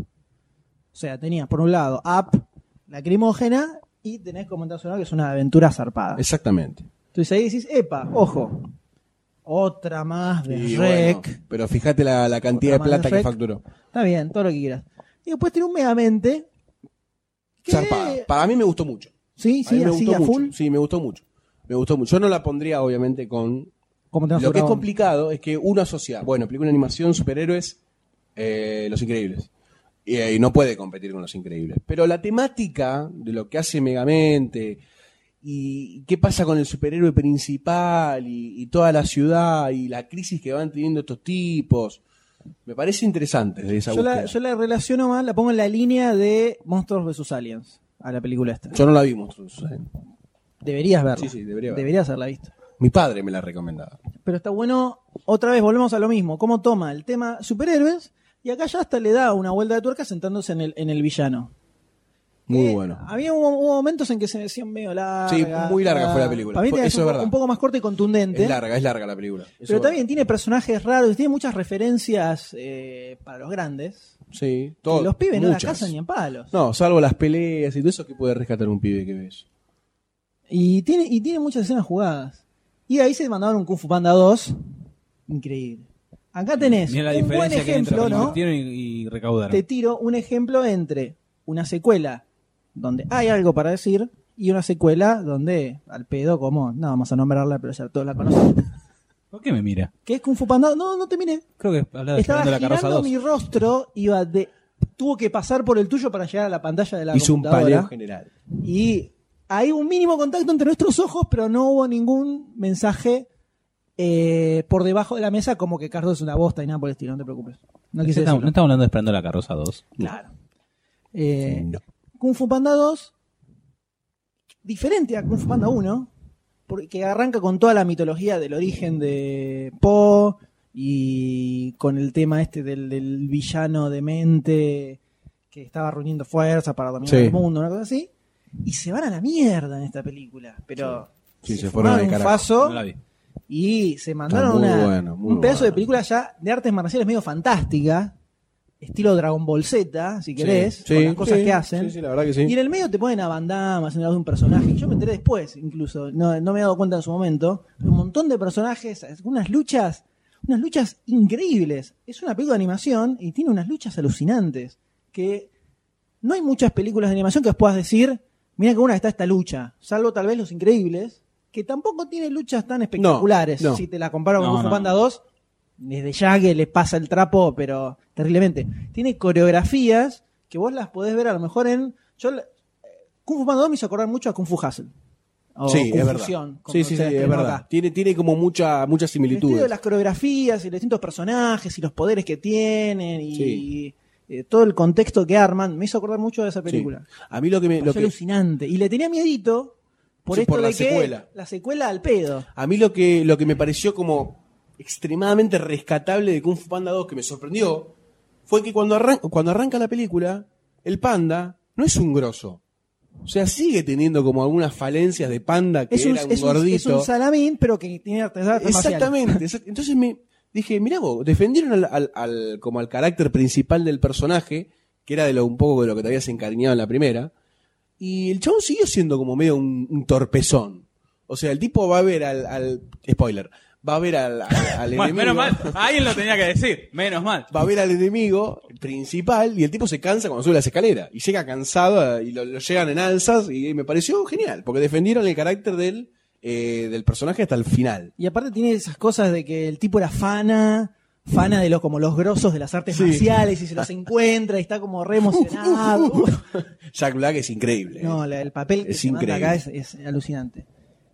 Speaker 7: O sea, tenías por un lado Up, Lacrimógena, y tenés como entrar a su dragón, que es una aventura zarpada.
Speaker 8: Exactamente.
Speaker 7: Entonces ahí decís, epa, ojo, otra más de
Speaker 8: Y
Speaker 7: Rec.
Speaker 8: bueno, pero fíjate la, la cantidad de
Speaker 7: Otra más
Speaker 8: plata
Speaker 7: de Shrek.
Speaker 8: que facturó.
Speaker 7: Está bien, todo lo que quieras. Y después tiene un Megamente.
Speaker 8: Zarpada. Para mí me gustó mucho.
Speaker 7: Sí,
Speaker 8: A mí
Speaker 7: sí,
Speaker 8: me
Speaker 7: así
Speaker 8: gustó
Speaker 7: a
Speaker 8: mucho.
Speaker 7: full.
Speaker 8: Sí, me gustó mucho. Me gustó mucho. Yo no la pondría, obviamente, con.
Speaker 7: Como tenemos
Speaker 8: Lo que es
Speaker 7: grabado.
Speaker 8: complicado es que uno asocia, bueno, película de animación, superhéroes, eh, Los Increíbles. Y, eh, y no puede competir con Los Increíbles. Pero la temática de lo que hace Megamente y qué pasa con el superhéroe principal y, y toda la ciudad y la crisis que van teniendo estos tipos, me parece interesante de esa
Speaker 7: Yo la,
Speaker 8: búsqueda.
Speaker 7: yo la relaciono más, la pongo en la línea de Monstruos vs. Aliens, a la película esta.
Speaker 8: Yo no la vi, monstruos. ¿eh?
Speaker 7: Deberías verla.
Speaker 8: Sí, sí, debería verla.
Speaker 7: Deberías haberla visto.
Speaker 8: Mi padre me la recomendaba.
Speaker 7: Pero está bueno, otra vez volvemos a lo mismo, cómo toma el tema superhéroes y acá ya hasta le da una vuelta de tuerca sentándose en el, en el villano.
Speaker 8: Muy
Speaker 7: Eh,
Speaker 8: bueno.
Speaker 7: Había hubo, hubo momentos en que se me decían medio larga.
Speaker 8: Sí, muy larga fue la película.
Speaker 7: Para mí
Speaker 8: Fue-
Speaker 7: tenía que
Speaker 8: eso
Speaker 7: ser
Speaker 8: es
Speaker 7: un,
Speaker 8: verdad.
Speaker 7: un poco más corta y contundente.
Speaker 8: Es larga, es larga la película. Eso
Speaker 7: pero
Speaker 8: es verdad.
Speaker 7: también tiene personajes raros, tiene muchas referencias eh, para los grandes.
Speaker 8: Sí,
Speaker 7: que
Speaker 8: todo.
Speaker 7: los pibes no la
Speaker 8: muchas.
Speaker 7: cazan ni en palos.
Speaker 8: No, salvo las peleas y todo eso que puede rescatar un pibe que ves.
Speaker 7: Y tiene, y tiene muchas escenas jugadas. Y ahí se mandaron un Kung Fu Panda 2. Increíble. Acá tenés
Speaker 6: Mira la
Speaker 7: un buen
Speaker 6: diferencia que hay entre
Speaker 7: ejemplo, ¿no?
Speaker 6: invirtieron y, y recaudaron.
Speaker 7: Te tiro un ejemplo entre una secuela donde hay algo para decir y una secuela donde al pedo como, no vamos a nombrarla, pero ya todos la conocen. (laughs)
Speaker 6: ¿Por qué me mira?
Speaker 7: ¿Qué es Kung Fu Panda? No, no te miré.
Speaker 6: Creo que hablaba de
Speaker 7: Estaba
Speaker 6: Fernando la carroza
Speaker 7: girando
Speaker 6: 2.
Speaker 7: mi rostro, iba de tuvo que pasar por el tuyo para llegar a la pantalla de la
Speaker 8: Hizo un
Speaker 7: computadora.
Speaker 8: paleo general.
Speaker 7: Y hay un mínimo contacto entre nuestros ojos, pero no hubo ningún mensaje eh, por debajo de la mesa como que Carlos es una bosta y nada por el estilo, no te preocupes. No quise
Speaker 6: estamos,
Speaker 7: decirlo.
Speaker 6: no estamos hablando de Esperando la carroza 2.
Speaker 7: Claro. Eh,
Speaker 8: No.
Speaker 7: Kung Fu Panda 2, diferente a Kung Fu Panda 1, porque arranca con toda la mitología del origen de Po y con el tema este del, del villano demente que estaba reuniendo fuerza para dominar
Speaker 8: Sí.
Speaker 7: el mundo, una cosa así. Y se van a la mierda en esta película, pero
Speaker 8: Sí, se, fueron
Speaker 7: fumaron
Speaker 8: al
Speaker 7: un
Speaker 8: carajo.
Speaker 7: faso
Speaker 6: No la vi.
Speaker 7: y se mandaron
Speaker 8: muy
Speaker 7: una-
Speaker 8: bueno, muy
Speaker 7: un pedazo
Speaker 8: bueno.
Speaker 7: de película ya de artes marciales medio fantástica, estilo Dragon Ball Z, si querés,
Speaker 8: Sí,
Speaker 7: con las
Speaker 8: sí,
Speaker 7: cosas
Speaker 8: sí,
Speaker 7: que hacen.
Speaker 8: Sí, sí, la verdad que sí.
Speaker 7: Y en el medio te ponen a Bandama, en de un personaje. Yo me enteré después, incluso. No, no me he dado cuenta en su momento. Un montón de personajes, unas luchas, unas luchas increíbles. Es una película de animación y tiene unas luchas alucinantes. Que no hay muchas películas de animación que vos puedas decir, mira que una está esta lucha. Salvo tal vez Los Increíbles, que tampoco tiene luchas tan espectaculares.
Speaker 8: no.
Speaker 7: Si te la comparo con
Speaker 6: No,
Speaker 7: Kung Fu
Speaker 6: no.
Speaker 7: Panda 2, desde ya que le pasa el trapo, pero terriblemente. Tiene coreografías que vos las podés ver a lo mejor en. Yo, la- Kung Fu Panda 2 me hizo acordar mucho a Kung Fu Hustle. O
Speaker 8: sí,
Speaker 7: Kung
Speaker 8: es
Speaker 7: Fu
Speaker 8: verdad.
Speaker 7: Fusión, como
Speaker 8: Sí,
Speaker 7: se
Speaker 8: sí, sí,
Speaker 7: la
Speaker 8: es
Speaker 7: estrenó
Speaker 8: verdad.
Speaker 7: acá.
Speaker 8: Tiene, tiene como mucha, muchas
Speaker 7: El estilo de
Speaker 8: similitudes.
Speaker 7: las coreografías y los distintos personajes y los poderes que tienen y
Speaker 8: Sí.
Speaker 7: eh, todo el contexto que arman me hizo acordar mucho de esa
Speaker 8: Sí.
Speaker 7: película.
Speaker 8: A mí lo que me,
Speaker 7: Pareció
Speaker 8: lo que,
Speaker 7: alucinante. Y le tenía miedito por
Speaker 8: Sí,
Speaker 7: esto
Speaker 8: por
Speaker 7: de
Speaker 8: la
Speaker 7: que
Speaker 8: secuela.
Speaker 7: la secuela al pedo.
Speaker 8: a mí lo que, lo que me pareció como extremadamente rescatable de Kung Fu Panda 2 que me sorprendió fue que cuando, arran- cuando arranca la película, el panda no es un grosso. O sea, sigue teniendo como algunas falencias de panda que
Speaker 7: Es un,
Speaker 8: era un
Speaker 7: es, un,
Speaker 8: gordito.
Speaker 7: es un salamín, pero que tiene artesanía.
Speaker 8: Exactamente. exact- Entonces me dije, mirá vos, defendieron al, al- al- como al carácter principal del personaje, que era de lo, un poco de lo que te habías encariñado en la primera, y el chabón siguió siendo como medio un, un torpezón. O sea, el tipo va a ver al... al- spoiler. Va a ver al, al- al
Speaker 6: (laughs) Bueno,
Speaker 8: enemigo.
Speaker 6: menos mal. Alguien lo tenía que decir. Menos mal.
Speaker 8: Va a ver al enemigo principal y el tipo se cansa cuando sube las escaleras. Y llega cansado eh, y lo, lo llegan en alzas y me pareció genial, porque defendieron el carácter del, eh, del personaje hasta el final.
Speaker 7: Y aparte tiene esas cosas de que el tipo era fana, fana de los como los grosos de las artes
Speaker 8: Sí.
Speaker 7: marciales y se los encuentra y está como re
Speaker 8: (laughs)
Speaker 7: emocionado.
Speaker 8: Jack Black es increíble. eh.
Speaker 7: No, la- el papel que
Speaker 8: Es
Speaker 7: se manda
Speaker 8: increíble.
Speaker 7: acá es, es alucinante.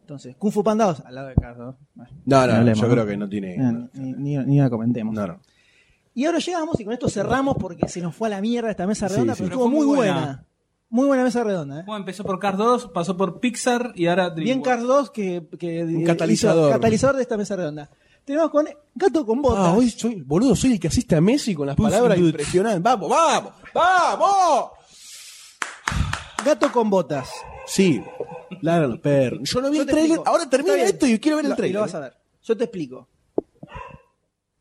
Speaker 7: Entonces, Kung Fu Panda 2, al lado de Carlos. Bueno,
Speaker 8: No, no,
Speaker 7: hablemos,
Speaker 8: yo creo que no tiene.
Speaker 7: No,
Speaker 8: No,
Speaker 7: ni, ni- ni la comentemos.
Speaker 8: no. no.
Speaker 7: Y ahora llegamos y con esto cerramos porque se nos fue a la mierda esta mesa redonda,
Speaker 8: sí.
Speaker 7: pero
Speaker 6: Pero
Speaker 7: estuvo
Speaker 6: fue
Speaker 7: muy
Speaker 6: muy
Speaker 7: buena.
Speaker 6: buena.
Speaker 7: Muy buena mesa redonda. ¿eh?
Speaker 6: Bueno, empezó por Cars 2, pasó por Pixar y ahora
Speaker 7: Bien Cars 2 que, que hizo
Speaker 8: catalizador.
Speaker 7: catalizador de esta mesa redonda. Tenemos con Gato con Botas.
Speaker 8: Ah, hoy soy, boludo, soy el que asiste a Messi con las palabras impresionantes. ¡Vamos, vamos! ¡Vamos!
Speaker 7: Gato con Botas.
Speaker 8: Sí, Ladran los perros. Yo no vi
Speaker 7: Yo
Speaker 8: el
Speaker 7: te
Speaker 8: trailer.
Speaker 7: explico.
Speaker 8: Ahora termina
Speaker 7: Está bien.
Speaker 8: esto y quiero ver
Speaker 7: Lo-
Speaker 8: el trailer. ¿eh?
Speaker 7: Y lo vas a ver. Yo te explico.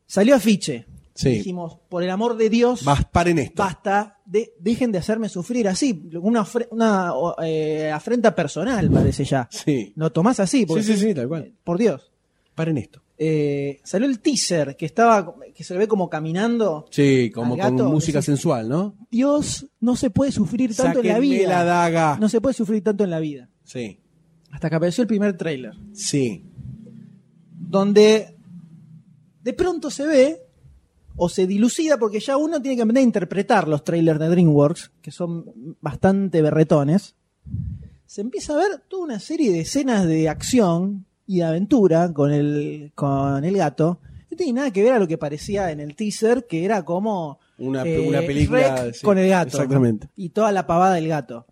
Speaker 7: Salió afiche.
Speaker 8: Sí.
Speaker 7: Dijimos, por el amor de Dios,
Speaker 8: Vas, paren esto.
Speaker 7: basta, de- dejen de hacerme sufrir así. Una, ofre- una o, eh, afrenta personal, parece ya.
Speaker 8: Sí.
Speaker 7: Lo tomás así, porque,
Speaker 8: Sí, sí, sí, tal cual.
Speaker 7: por Dios.
Speaker 8: Paren esto.
Speaker 7: Eh, salió el teaser que estaba, que se lo ve como caminando.
Speaker 8: Sí, como
Speaker 7: Al
Speaker 8: con
Speaker 7: gato,
Speaker 8: música
Speaker 7: decís-
Speaker 8: sensual, ¿no?
Speaker 7: Dios, no se puede sufrir tanto en la
Speaker 8: Sáquenme
Speaker 7: vida.
Speaker 8: la daga.
Speaker 7: No se puede sufrir tanto en la vida.
Speaker 8: Sí.
Speaker 7: Hasta que apareció el primer tráiler,
Speaker 8: Sí.
Speaker 7: donde de pronto se ve o se dilucida porque ya uno tiene que aprender a interpretar los trailers de DreamWorks, que son bastante berretones. Se empieza a ver toda una serie de escenas de acción y de aventura con el con el gato. No tiene nada que ver a lo que parecía en el teaser, que era como
Speaker 8: Una,
Speaker 7: eh,
Speaker 8: una película.
Speaker 7: Shrek
Speaker 8: sí,
Speaker 7: con el gato.
Speaker 8: Exactamente.
Speaker 7: Y toda la pavada del gato.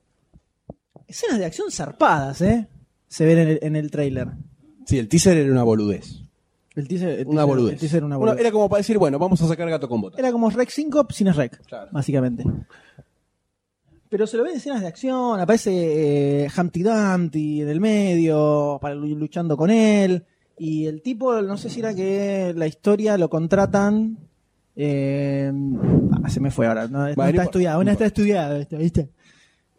Speaker 7: Escenas de acción zarpadas, ¿eh? Se ven en el, en el tráiler.
Speaker 8: Sí, el teaser era una boludez.
Speaker 7: El teaser, el
Speaker 8: Una
Speaker 7: teaser-
Speaker 8: boludez.
Speaker 7: el teaser era una
Speaker 8: Bueno,
Speaker 7: boludez.
Speaker 8: era como para decir, bueno, vamos a sacar gato con bota.
Speaker 7: Era como Rec 5 sin es Rec,
Speaker 8: Claro.
Speaker 7: básicamente. Pero se lo ven escenas de acción, aparece eh, Humpty Dumpty en el medio, para, luchando con él. Y el tipo, no sé si era que la historia lo contratan. eh, ah, se me fue ahora, no, no
Speaker 8: no
Speaker 7: está
Speaker 8: importa,
Speaker 7: estudiado,
Speaker 8: no
Speaker 7: no está
Speaker 8: importa.
Speaker 7: estudiado esto, ¿viste?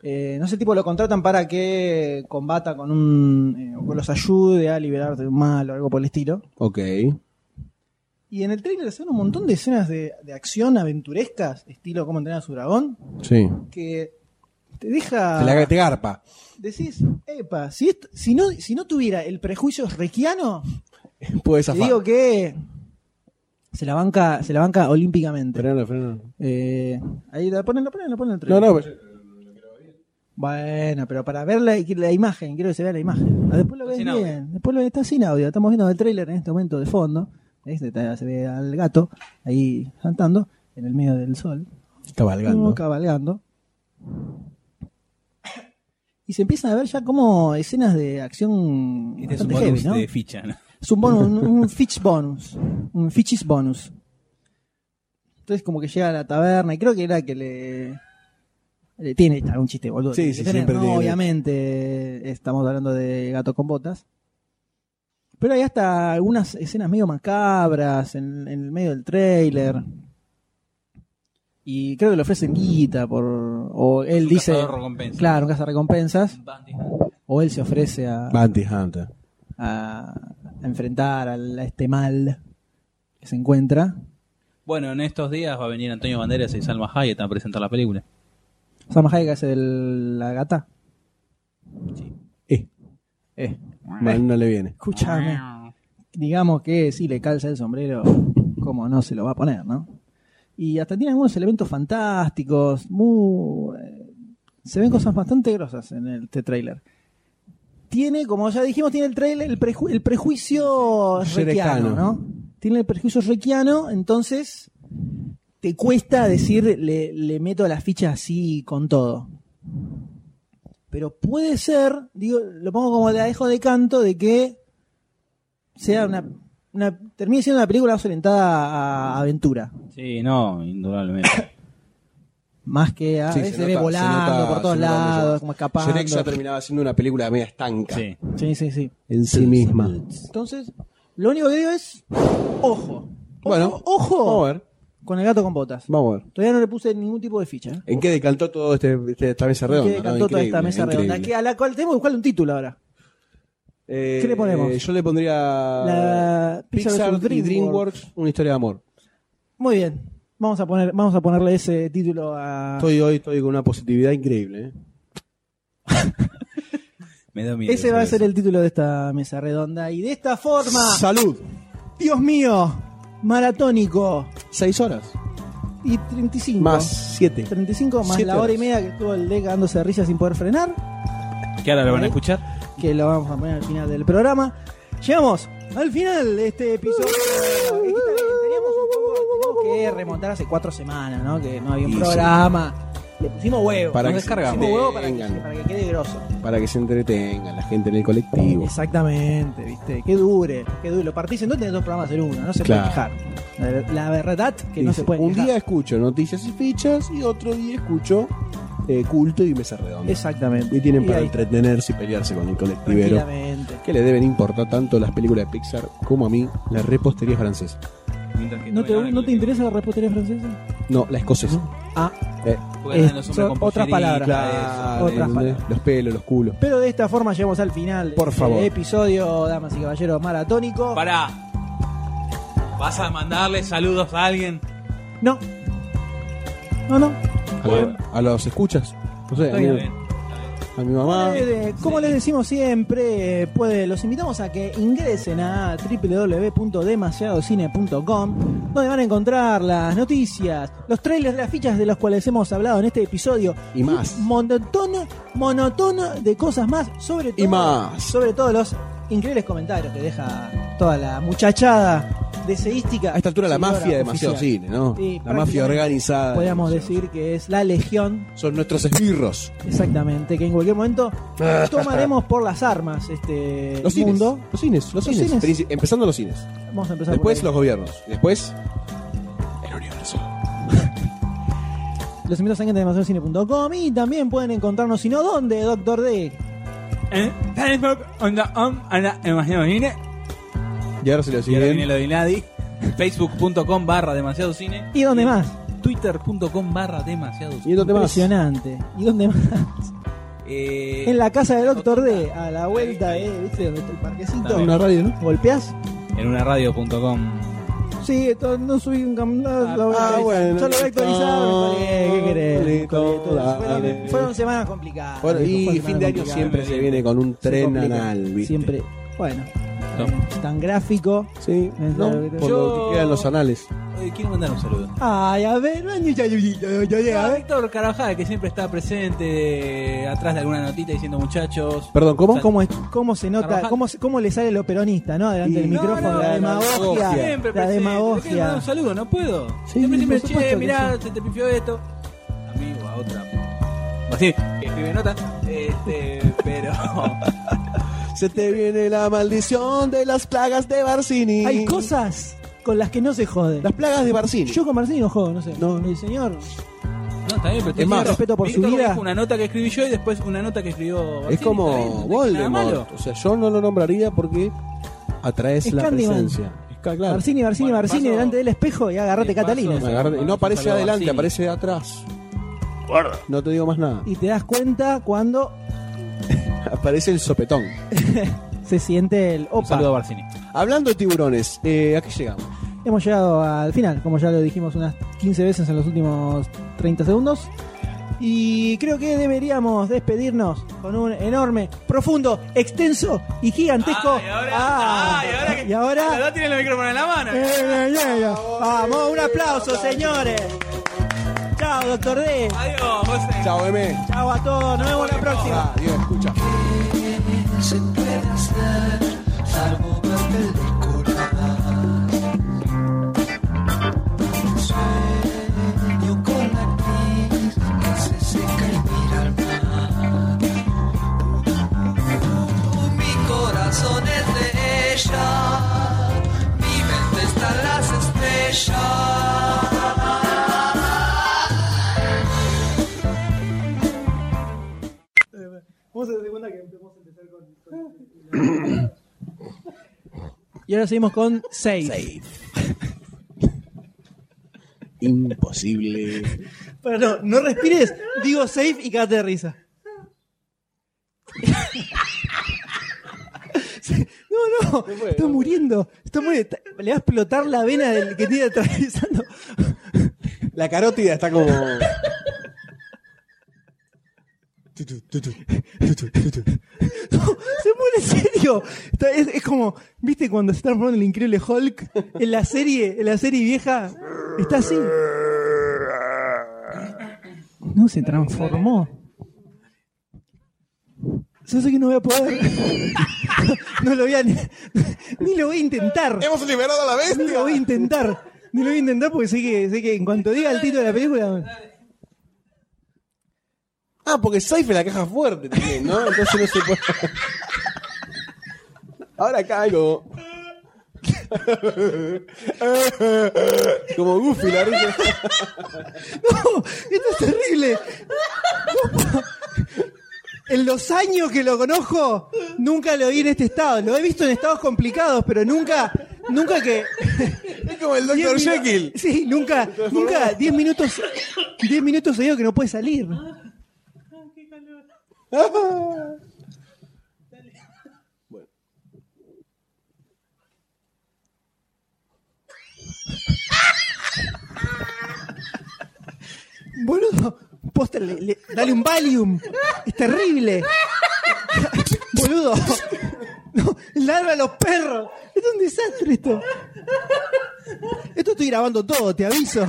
Speaker 7: Eh, no sé, el tipo lo contratan para que combata con un. eh, o los ayude a liberar de un mal o algo por el estilo.
Speaker 8: Ok.
Speaker 7: Y en el trailer se ven un montón de escenas de, de acción aventurescas, estilo cómo entrenar a su dragón,
Speaker 8: Sí.
Speaker 7: que te deja.
Speaker 8: Te la te garpa.
Speaker 7: Decís, epa, si, esto- si, no, si no tuviera el prejuicio requiano,
Speaker 8: Puedes
Speaker 7: te
Speaker 8: zafar.
Speaker 7: digo que se la banca, se la banca olímpicamente.
Speaker 8: Frenalo, frenalo.
Speaker 7: Eh, ahí la ponen, la ponen, la ponen en el
Speaker 8: No,
Speaker 7: trailer.
Speaker 8: no, pero-
Speaker 7: Bueno, pero para ver la, la imagen, quiero que se vea la imagen. Ah, Después lo ves
Speaker 6: sin
Speaker 7: bien. Después lo está sin audio. Estamos viendo el trailer en este momento de fondo. Ahí se, está- se ve al gato ahí saltando en el medio del sol.
Speaker 8: cabalgando.
Speaker 7: Uh, cabalgando. Y se empiezan a ver ya como escenas de acción
Speaker 11: Este es un
Speaker 7: bastante
Speaker 11: bonus
Speaker 7: heavy, ¿no?
Speaker 11: de ficha, ¿no?
Speaker 7: Es un bonus, un, un Fitch bonus. Un Fitch's bonus. Entonces como que llega a la taberna y creo que era que le... le tiene algún chiste, boludo.
Speaker 8: Sí,
Speaker 7: tiene que
Speaker 8: sí,
Speaker 7: tener,
Speaker 8: siempre
Speaker 7: ¿no?
Speaker 8: tiene.
Speaker 7: Obviamente estamos hablando de gato con botas. Pero hay hasta algunas escenas medio macabras en, en el medio del trailer. Y creo que le ofrecen guita por... O él
Speaker 6: Un
Speaker 7: (laughs) dice...
Speaker 6: cazador recompensa.
Speaker 7: Claro, un recompensas.
Speaker 6: Bundy.
Speaker 7: O él se ofrece a
Speaker 8: Bounty Hunter.
Speaker 7: a, a enfrentar al- a este mal que se encuentra.
Speaker 6: Bueno, en estos días va a venir Antonio Banderas y Salma Hayek a presentar la película.
Speaker 7: Salma Hayek hace del- la gata.
Speaker 8: Eh,
Speaker 7: Eh,
Speaker 8: mal no le viene.
Speaker 7: escúchame. Digamos que si le calza el sombrero, como no se lo va a poner, ¿no? Y hasta tiene algunos elementos fantásticos, muy... eh, Se ven cosas bastante grosas en el- este trailer. Tiene, como ya dijimos, tiene el trailer, el, preju- el prejuicio requiano,
Speaker 8: Requiano.
Speaker 7: ¿no? Tiene el prejuicio requiano, entonces te cuesta decir le, le meto la ficha así con todo. Pero puede ser, digo, lo pongo como la dejo de canto de que sea una, una termine siendo una película más orientada a aventura,
Speaker 6: Sí, no, indudablemente.
Speaker 7: más que a
Speaker 8: Sí,
Speaker 7: veces
Speaker 8: se
Speaker 7: Ah, eh, se ve
Speaker 8: nota-
Speaker 7: volando
Speaker 8: se nota-
Speaker 7: por todos
Speaker 8: se nota
Speaker 7: lados,
Speaker 8: mucho.
Speaker 7: como escapando.
Speaker 8: Shrek ya terminaba siendo una película media estanca.
Speaker 6: sí.
Speaker 7: Sí, sí, sí.
Speaker 8: En sí misma.
Speaker 7: Entonces, lo único que digo es ojo.
Speaker 8: Bueno,
Speaker 7: Ojo, ojo
Speaker 8: Vamos a ver.
Speaker 7: con el gato con botas.
Speaker 8: Vamos a ver.
Speaker 7: Todavía no le puse ningún tipo de ficha. ¿eh?
Speaker 8: ¿En qué decantó todo este, este- esta mesa redonda?
Speaker 7: que
Speaker 8: no?
Speaker 7: cantó toda esta
Speaker 8: Increíble,
Speaker 7: mesa redonda.
Speaker 8: increíble.
Speaker 7: Que a la cual tenemos que buscarle un título ahora.
Speaker 8: Eh,
Speaker 7: ¿Qué le ponemos?
Speaker 8: eh, yo le pondría
Speaker 7: La- Pixar
Speaker 8: Pixar
Speaker 7: versus
Speaker 8: y
Speaker 7: DreamWorks. Ah.
Speaker 8: DreamWorks, una historia de amor.
Speaker 7: Muy bien. Vamos a, poner, vamos a ponerle ese título a.
Speaker 8: Estoy hoy estoy con una positividad increíble. ¿eh?
Speaker 6: Me da miedo
Speaker 7: Ese va a
Speaker 6: hacer
Speaker 7: ser el título de esta mesa redonda. Y de esta forma,
Speaker 8: Salud.
Speaker 7: Dios mío, maratónico.
Speaker 8: Seis horas.
Speaker 7: Y 35.
Speaker 8: Más siete.
Speaker 7: 35 más
Speaker 8: Siete
Speaker 7: la hora y
Speaker 8: horas.
Speaker 7: media que estuvo el deck dándose de risa sin poder frenar.
Speaker 6: ¿Qué ahora lo
Speaker 7: ¿Eh?
Speaker 6: van a escuchar?
Speaker 7: que lo vamos a poner al final del programa. Llegamos al final de este episodio. Es que también Teníamos un poco- teníamos que remontar hace cuatro semanas, ¿no? Que no había un
Speaker 8: Y sí.
Speaker 7: programa. Le pusimos huevo.
Speaker 8: Para
Speaker 7: Nos
Speaker 8: que se
Speaker 7: pusimos huevo para que,
Speaker 8: entretengan.
Speaker 7: para que quede grosso.
Speaker 8: Para que se entretenga la gente en el colectivo.
Speaker 7: Exactamente, ¿viste? Que dure, que dure. Lo partís en dos, tenés dos programas en uno. No se
Speaker 8: Claro.
Speaker 7: puede quejar. La, la verdad que no
Speaker 8: Dice,
Speaker 7: se puede
Speaker 8: un
Speaker 7: quejar.
Speaker 8: día escucho noticias y fichas y otro día escucho eh, culto y mesa redonda.
Speaker 7: Exactamente.
Speaker 8: Y tienen
Speaker 7: Y
Speaker 8: para
Speaker 7: ahí-
Speaker 8: entretenerse y pelearse con el colectivero.
Speaker 7: Tranquilamente.
Speaker 8: Que le deben importar tanto las películas de Pixar como a mí la repostería francesa.
Speaker 7: ¿No te, ¿no te interesa la repostería francesa?
Speaker 8: No, la escocesa.
Speaker 7: Ah,
Speaker 8: Eh,
Speaker 6: Porque andan los
Speaker 7: son
Speaker 6: hombres con
Speaker 7: otras
Speaker 6: pollerita,
Speaker 7: palabras.
Speaker 8: claro,
Speaker 7: Otras
Speaker 8: ¿entendés?
Speaker 7: palabras.
Speaker 8: los pelos, los culos.
Speaker 7: Pero de esta forma llegamos al final
Speaker 8: Por
Speaker 7: del
Speaker 8: favor.
Speaker 7: episodio, damas y caballeros, maratónico.
Speaker 6: Pará. ¿Vas a mandarle saludos a alguien?
Speaker 7: No. No, no.
Speaker 8: A, a los escuchas. No sé, a
Speaker 7: Está
Speaker 8: mi,
Speaker 7: bien.
Speaker 8: a mi mamá.
Speaker 7: Eh, eh, Como les decimos siempre, eh, puede, los invitamos a que ingresen a www.demasiadocine.com, donde van a encontrar las noticias, los trailers, las fichas de las cuales hemos hablado en este episodio.
Speaker 8: Y más.
Speaker 7: Monotono, monotono de cosas más, sobre todo,
Speaker 8: Y más.
Speaker 7: sobre todo los increíbles comentarios que deja toda la muchachada deseística.
Speaker 8: A esta altura la
Speaker 7: seguidora
Speaker 8: mafia de demasiado
Speaker 7: oficial.
Speaker 8: cine, ¿no?
Speaker 7: Sí,
Speaker 8: la mafia
Speaker 7: prácticamente
Speaker 8: organizada.
Speaker 7: Podríamos
Speaker 8: Demasiado
Speaker 7: decir que es la legión
Speaker 8: Cine. Son nuestros esbirros.
Speaker 7: Exactamente, que en cualquier momento tomaremos por las armas este
Speaker 8: Ah, Los cines.
Speaker 7: mundo.
Speaker 8: Los cines.
Speaker 7: Los
Speaker 8: Los cines.
Speaker 7: cines.
Speaker 8: Princi- Empezando los cines.
Speaker 7: Vamos a empezar
Speaker 8: Después
Speaker 7: por ahí.
Speaker 8: los gobiernos. Y Después el universo.
Speaker 7: los invito a sangre de demasiadocine.com y también pueden encontrarnos, si no, ¿dónde, Doctor D?
Speaker 6: En Facebook, onda, on, anda, imagino, vine.
Speaker 8: Y ahora se lo
Speaker 6: Y ahora viene
Speaker 8: siguen.
Speaker 6: lo de Inadi. Facebook.com barra demasiado cine.
Speaker 7: ¿Y dónde más?
Speaker 6: Twitter.com barra demasiado cine.
Speaker 8: ¿Y dónde más?
Speaker 7: Impresionante. ¿Y dónde más?
Speaker 6: Eh,
Speaker 7: En la casa de Doctor D, a la vuelta, ¿eh? ¿Viste? Donde está el parquecito.
Speaker 8: Una radio, ¿no?
Speaker 7: ¿Golpeás?
Speaker 6: En una radio.com.
Speaker 7: Sí, esto no subí un cam- no, lo voy a
Speaker 8: ah,
Speaker 7: actualizar.
Speaker 8: bueno.
Speaker 7: Yo lo voy a actualizar.
Speaker 8: Ah,
Speaker 7: me colgué, ¿Qué querés?
Speaker 8: listo, dale.
Speaker 7: Fueron, fueron semanas complicadas.
Speaker 8: Bueno,
Speaker 7: viejo, fueron
Speaker 8: y
Speaker 7: semanas
Speaker 8: fin de año
Speaker 7: complicadas.
Speaker 8: siempre se viene con un
Speaker 7: Se
Speaker 8: tren
Speaker 7: complica.
Speaker 8: anal, ¿viste?
Speaker 7: Siempre. Bueno.
Speaker 6: No.
Speaker 7: eh, Es tan gráfico.
Speaker 8: Sí, no, por lo
Speaker 6: Yo-
Speaker 8: que quedan los anales.
Speaker 6: Eh, quiero mandar un saludo.
Speaker 7: Ay, a ver, bueno, ya, ya, ya, ya, ¿eh? ya,
Speaker 6: A
Speaker 7: a ver.
Speaker 6: Víctor Carabajal, que siempre está presente eh, atrás de alguna notita diciendo muchachos.
Speaker 8: Perdón, ¿cómo?
Speaker 7: ¿Cómo, es- cómo se nota?
Speaker 6: Carvajal.
Speaker 7: ¿Cómo, se- ¿Cómo le sale lo peronista, no? Delante
Speaker 8: Y-
Speaker 7: del
Speaker 8: No,
Speaker 7: micrófono,
Speaker 8: no,
Speaker 7: la
Speaker 8: no,
Speaker 7: demagogia.
Speaker 6: Siempre
Speaker 7: la
Speaker 6: presente. Le quiero mandar
Speaker 7: demagogia.
Speaker 6: un saludo, no puedo.
Speaker 7: Sí,
Speaker 6: siempre siempre,
Speaker 7: por supuesto
Speaker 6: che,
Speaker 7: que
Speaker 6: mirá,
Speaker 7: sí.
Speaker 6: se te pifió esto. A mí o a otra. Así, que escribe nota. Este, pero. (laughs)
Speaker 8: Se te viene la maldición de las plagas de Barcini.
Speaker 7: Hay cosas con las que no se jode.
Speaker 8: Las plagas de Barcini.
Speaker 7: Yo con Marcini no juego, no sé.
Speaker 8: No, no.
Speaker 7: El señor.
Speaker 6: No, está bien, pero
Speaker 8: Es más,
Speaker 6: diciendo,
Speaker 7: respeto por su
Speaker 6: Víctor
Speaker 7: vida.
Speaker 6: dijo Una nota que escribí yo y después una nota que escribió. Barcini,
Speaker 8: es como
Speaker 6: está bien, no tiene nada malo.
Speaker 8: Voldemort. O sea, yo no lo nombraría porque atraes
Speaker 7: Es
Speaker 8: la
Speaker 7: Candyman.
Speaker 8: presencia. Es ca- claro.
Speaker 7: Marcini, Marcini,
Speaker 6: Bueno,
Speaker 7: Marcini,
Speaker 6: paso-
Speaker 7: delante del espejo y agarrate
Speaker 6: Sí, paso-
Speaker 7: Catalina.
Speaker 8: Me agarra- y no aparece
Speaker 6: Saludo a
Speaker 8: adelante,
Speaker 6: Barcini.
Speaker 8: aparece de atrás. No te digo más nada.
Speaker 7: Y te das cuenta cuando
Speaker 8: Aparece el sopetón.
Speaker 7: se siente el
Speaker 6: Un saludo a
Speaker 7: opa.
Speaker 6: Barcini.
Speaker 8: Hablando de tiburones, eh, ¿a qué llegamos?
Speaker 7: Hemos llegado al final, como ya lo dijimos unas 15 veces en los últimos 30 segundos. Y creo que deberíamos despedirnos con un enorme, profundo, extenso y gigantesco.
Speaker 6: Ah, y ahora,
Speaker 7: Ah,
Speaker 6: ah, y ahora que-
Speaker 7: y ahora-
Speaker 6: los dos tienen el micrófono en la mano.
Speaker 7: Eh, eh, eh, eh. Vamos, un aplauso, señores. Chao, doctor D.
Speaker 6: Adiós, José.
Speaker 8: Chao, M.
Speaker 7: Chao a todos. Nos vemos la próxima.
Speaker 8: Adiós, escucha.
Speaker 7: Y ahora seguimos con 6.
Speaker 8: Imposible.
Speaker 7: Pero no, no respires. Digo safe y cagate de risa. (laughs) Sí, No, no, está muriendo. Está muriendo. Está- Le va a explotar la vena del que tiene atravesando.
Speaker 8: La carótida está como.
Speaker 7: No, se muere en serio. Está- es, es como, ¿viste cuando se transformó en el increíble Hulk? En la serie, en la serie vieja, está así. No se transformó. Yo sé que no voy a poder. No lo voy a. Ni, ni lo voy a intentar.
Speaker 8: ¡Hemos liberado a la
Speaker 7: Ni lo voy a intentar. Ni lo voy a intentar porque sé que, sé que en cuanto diga el título de la película.
Speaker 8: Ah, porque Saif es la caja fuerte también, ¿no? Entonces no se puede. Ahora caigo. Como Goofy, la risa.
Speaker 7: No, esto es terrible. No, en los años que lo conozco, nunca lo vi en este estado. Lo he visto en estados complicados, pero nunca, nunca que.
Speaker 8: Es como el
Speaker 7: Diez
Speaker 8: Dr.
Speaker 7: minu-
Speaker 8: Jekyll.
Speaker 7: Sí, nunca, nunca, 10 minutos, 10 minutos seguidos que no puede salir. Boludo, posta, le- le- dale un Valium. Es terrible. Boludo. No, larva a los perros. Esto es un desastre esto. Esto estoy grabando todo, te aviso.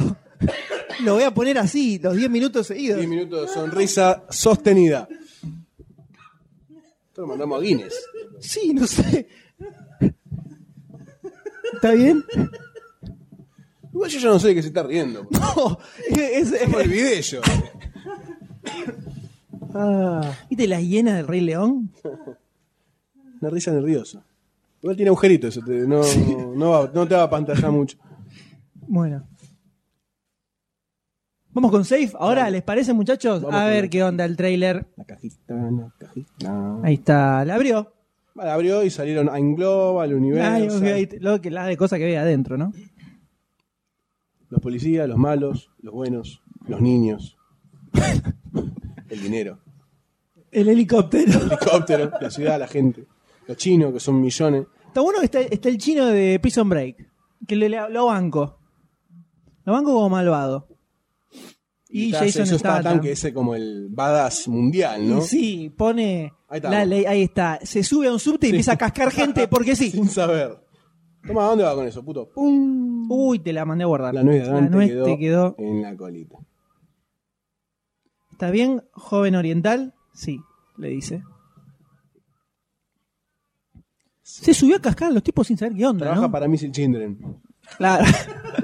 Speaker 7: Lo voy a poner así, los 10 minutos seguidos.
Speaker 8: 10 minutos de sonrisa sostenida. Esto lo mandamos a Guinness.
Speaker 7: Sí, no sé. ¿Está bien?
Speaker 8: Igual yo ya no sé de qué se está riendo. porque
Speaker 7: No, Oh, es- es-
Speaker 8: Me olvidé yo.
Speaker 7: ah. ¿Viste la hiena del Rey León?
Speaker 8: Una risa nerviosa. Igual tiene agujeritos, eso te- no, no, va- no te va a pantallar
Speaker 7: (laughs)
Speaker 8: mucho.
Speaker 7: Bueno. Vamos con Safe. Ahora, ¿les parece, muchachos?
Speaker 8: Vamos
Speaker 7: a
Speaker 8: con
Speaker 7: ver
Speaker 8: el-
Speaker 7: qué onda el trailer.
Speaker 8: La cajita, la cajita.
Speaker 7: Ahí está, la abrió.
Speaker 8: Vale, abrió y salieron a Global,
Speaker 7: Ay,
Speaker 8: Universo,
Speaker 7: ok, ahí te- lo que, la de cosas que ve adentro, ¿no?
Speaker 8: los policías, los malos, los buenos,
Speaker 7: (laughs)
Speaker 8: los niños, el dinero,
Speaker 7: El helicóptero.
Speaker 8: el helicóptero, la ciudad, la gente, los chinos que son millones.
Speaker 7: Está bueno que está, está el chino de Prison Break. Que le- le- lo banco. Lo banco como malvado. Y,
Speaker 8: está
Speaker 7: Jason
Speaker 8: Jason Statham,
Speaker 7: Statham.
Speaker 8: que ese como el badass mundial, ¿no?
Speaker 7: Y sí, pone
Speaker 8: Ahí está.
Speaker 7: la ley. Ahí está. Se sube a un subte y
Speaker 8: Sí.
Speaker 7: empieza a cascar gente porque
Speaker 8: (laughs)
Speaker 7: sí.
Speaker 8: Sin saber. Toma, ¿a dónde va con eso, puto? ¡Pum!
Speaker 7: Uy, te la mandé a guardar.
Speaker 8: La nuez de Dante
Speaker 7: nuez
Speaker 8: quedó,
Speaker 7: te quedó.
Speaker 8: en la colita.
Speaker 7: ¿Está bien, joven oriental? Sí, le dice. Se subió a cascar a los tipos sin saber qué onda,
Speaker 8: Trabaja
Speaker 7: ¿no?
Speaker 8: para Missile Children. (laughs)
Speaker 7: Claro.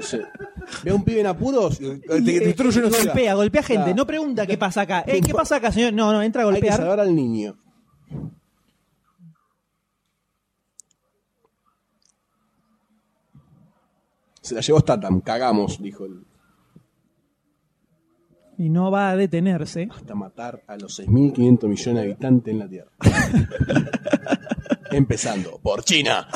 Speaker 8: Sí. Ve a un pibe en apuros y te
Speaker 7: Y, eh,
Speaker 8: destruye una ciudad.
Speaker 7: golpea, golpea gente.
Speaker 8: Claro.
Speaker 7: No pregunta qué pasa acá. Eh, ¿Qué pasa acá, señor? No, no, entra a
Speaker 8: Hay que
Speaker 7: golpear.
Speaker 8: salvar al niño. Se la llevó Statham, cagamos, dijo él.
Speaker 7: Y no va a detenerse.
Speaker 8: Hasta matar a los 6.500 millones de habitantes en
Speaker 7: (laughs)
Speaker 8: la Tierra. Empezando por China.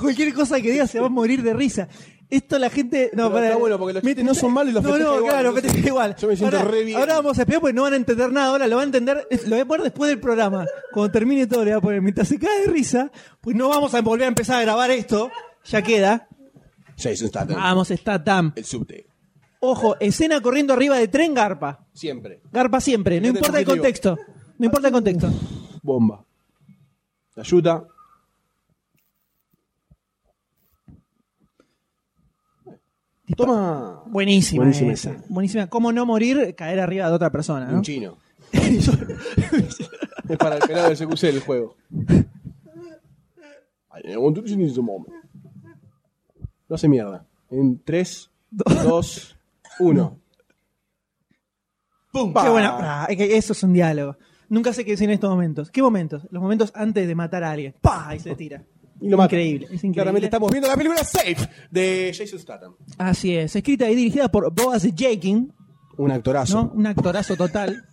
Speaker 7: Cualquier cosa que diga se va a morir de risa. Esto la gente. No,
Speaker 8: Pero
Speaker 7: para.
Speaker 8: está bueno, porque los
Speaker 7: Me-
Speaker 8: chistes no son malos y los
Speaker 7: No,
Speaker 8: festeja
Speaker 7: no,
Speaker 8: igual,
Speaker 7: claro,
Speaker 8: entonces
Speaker 7: festeja igual.
Speaker 8: (laughs) yo me siento
Speaker 7: Ahora-
Speaker 8: re bien.
Speaker 7: Ahora vamos a esperar porque no van a entender nada. Ahora lo van a entender. es- Lo voy a poner después del programa. Cuando termine todo, le voy a poner. Mientras se cae de risa, pues no vamos a volver a empezar a grabar esto. Ya queda.
Speaker 8: Jason Statham,
Speaker 7: Vamos, está tam.
Speaker 8: el subte.
Speaker 7: Ojo, escena corriendo arriba de tren, garpa.
Speaker 8: Siempre.
Speaker 7: Garpa siempre, no
Speaker 8: Fíjate
Speaker 7: importa el
Speaker 8: el objetivo.
Speaker 7: contexto. No importa el contexto.
Speaker 8: Bomba. La ayuda. Toma.
Speaker 7: Buenísima.
Speaker 8: Buenísima
Speaker 7: Buenísima
Speaker 8: esa.
Speaker 7: Buenísima. ¿Cómo no morir caer arriba de otra persona? ¿no?
Speaker 8: Un chino.
Speaker 7: (laughs)
Speaker 8: Es para el pelado del CQC el juego. I want to finish the moment. No hace mierda. En 3, 2, 1. ¡Pum!
Speaker 7: Qué buena. Ah, es que eso es un diálogo. Nunca sé qué decir en estos momentos. ¿Qué momentos? Los momentos antes de matar a alguien. ¡Pah! Y se tira.
Speaker 8: Y lo mata.
Speaker 7: Increíble, es increíble.
Speaker 8: Claramente estamos viendo la película Safe de Jason Statham.
Speaker 7: Así es. Escrita y dirigida por Boaz Jekin,
Speaker 8: Un actorazo.
Speaker 7: ¿no? Un actorazo total.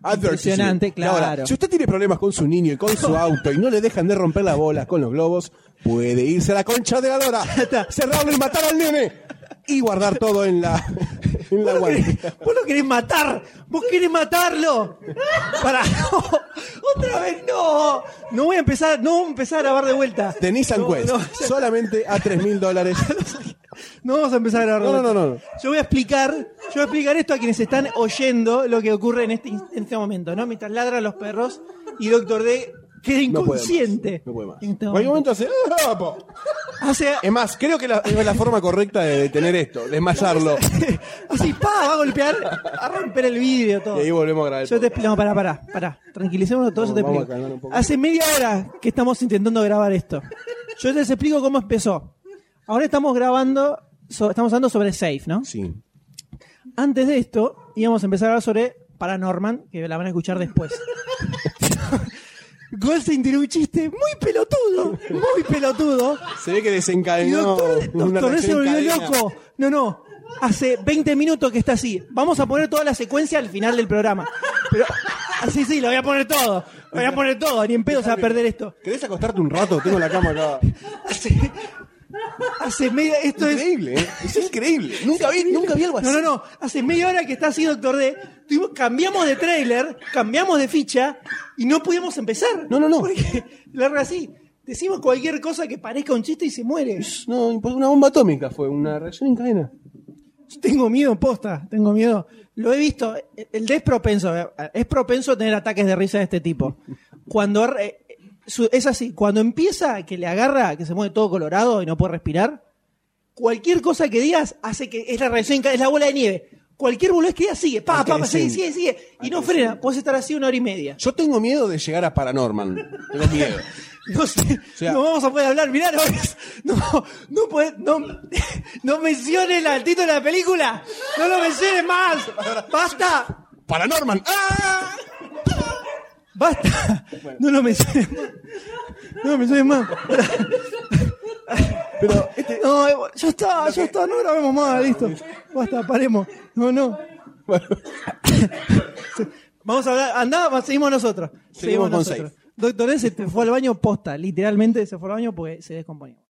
Speaker 8: Advertising.
Speaker 7: Impresionante, claro.
Speaker 8: Ahora, si usted tiene problemas con su niño y con su auto y no le dejan de romper las bolas con los globos, puede irse a la concha de la lora, cerrarlo y matar al nene y guardar todo en la, (laughs) (laughs) en la guantera.
Speaker 7: Vos lo querés matar. Vos querés
Speaker 8: (laughs)
Speaker 7: matarlo. Para. Otra vez no. No voy a empezar. No voy a empezar a grabar de vuelta.
Speaker 8: De Nissan
Speaker 7: No,
Speaker 8: Quest,
Speaker 7: no.
Speaker 8: solamente a 3
Speaker 7: (laughs)
Speaker 8: mil dólares.
Speaker 7: No vamos a empezar a grabar.
Speaker 8: No,
Speaker 7: de
Speaker 8: no,
Speaker 7: vuelta.
Speaker 8: no, no.
Speaker 7: Yo voy a explicar, yo voy a explicar esto a quienes están oyendo lo que ocurre en este, in- en este momento, ¿no? Mientras ladran los perros y Doctor D queda
Speaker 8: No puede más.
Speaker 7: inconsciente.
Speaker 8: No puede más.
Speaker 7: En este
Speaker 8: En cualquier
Speaker 7: momento.
Speaker 8: momento hace. "Ah, po".
Speaker 7: Hace
Speaker 8: Es más, creo que la- es la forma correcta de detener esto, desmayarlo.
Speaker 7: (laughs) así, pa, va a golpear, a romper el vidrio, todo.
Speaker 8: Y ahí volvemos a grabar el
Speaker 7: Yo te
Speaker 8: podcast.
Speaker 7: explico, no, pará, pará, pará. Tranquilicémonos todos, yo te
Speaker 8: Vamos, vamos
Speaker 7: explico.
Speaker 8: a calmar un poco.
Speaker 7: Hace media hora que estamos intentando grabar esto. Yo les explico cómo empezó. Ahora estamos grabando, so- estamos hablando sobre Safe, ¿no?
Speaker 8: Sí.
Speaker 7: Antes de esto,
Speaker 8: (laughs)
Speaker 7: íbamos a empezar a hablar sobre Paranorman, que la van a escuchar después. Goldstein tiene un chiste muy pelotudo, muy pelotudo.
Speaker 8: Se ve que
Speaker 7: Y
Speaker 8: desencadenó.
Speaker 7: doctor,
Speaker 8: una
Speaker 7: doctor, no se
Speaker 8: reacción en
Speaker 7: volvió
Speaker 8: cadena.
Speaker 7: loco. No, no. Hace 20 minutos que está así. Vamos a poner toda la secuencia al final del programa. Pero, así sí, lo voy a poner todo. Lo voy a poner todo. Ni en pedo se va a perder esto.
Speaker 8: ¿Querés acostarte un rato? Tengo la cama acá.
Speaker 7: Hace, hace media. Esto es.
Speaker 8: Increíble, ¿eh? (laughs) Es increíble. Nunca vi, nunca vi algo así.
Speaker 7: No, no, no. Hace media hora que está así, doctor D. Tuvimos- cambiamos de trailer, cambiamos de ficha y no pudimos empezar.
Speaker 8: No, no, no.
Speaker 7: Porque (laughs) larga así. Decimos cualquier cosa que parezca un chiste y se muere.
Speaker 8: No, impo- una bomba atómica fue, una reacción en cadena.
Speaker 7: Yo tengo miedo, posta, tengo miedo. Lo he visto, el D es propenso, eh, es propenso a tener ataques de risa de este tipo. Cuando eh, su- es así, cuando empieza que le agarra, que se mueve todo colorado y no puede respirar, cualquier cosa que digas hace que es la reacción, es la bola de nieve. Cualquier boludez que digas sigue, pa, pa, pa, sigue,
Speaker 8: Acrecente.
Speaker 7: sigue, sigue, y no frena. Puedes estar así una hora y media.
Speaker 8: Yo tengo miedo de llegar a Paranorman. Tengo miedo.
Speaker 7: No sé,
Speaker 8: sea-
Speaker 7: no vamos a poder hablar, mirá, no, es- no, no, puede- no, no menciones la- el título de la película, no lo menciones más, basta,
Speaker 8: (laughs) ¡Paranorman! ¡Ah!
Speaker 7: basta, no lo menciones más, no lo menciones más.
Speaker 8: Pero este.
Speaker 7: No, eh, ya está, ya está, no grabemos más, listo, basta, paremos, no, no. Vamos a hablar, andá, seguimos nosotros, E seguimos,
Speaker 8: con
Speaker 7: nosotros. Doctor D se fue al baño posta, literalmente se fue al baño porque se descompone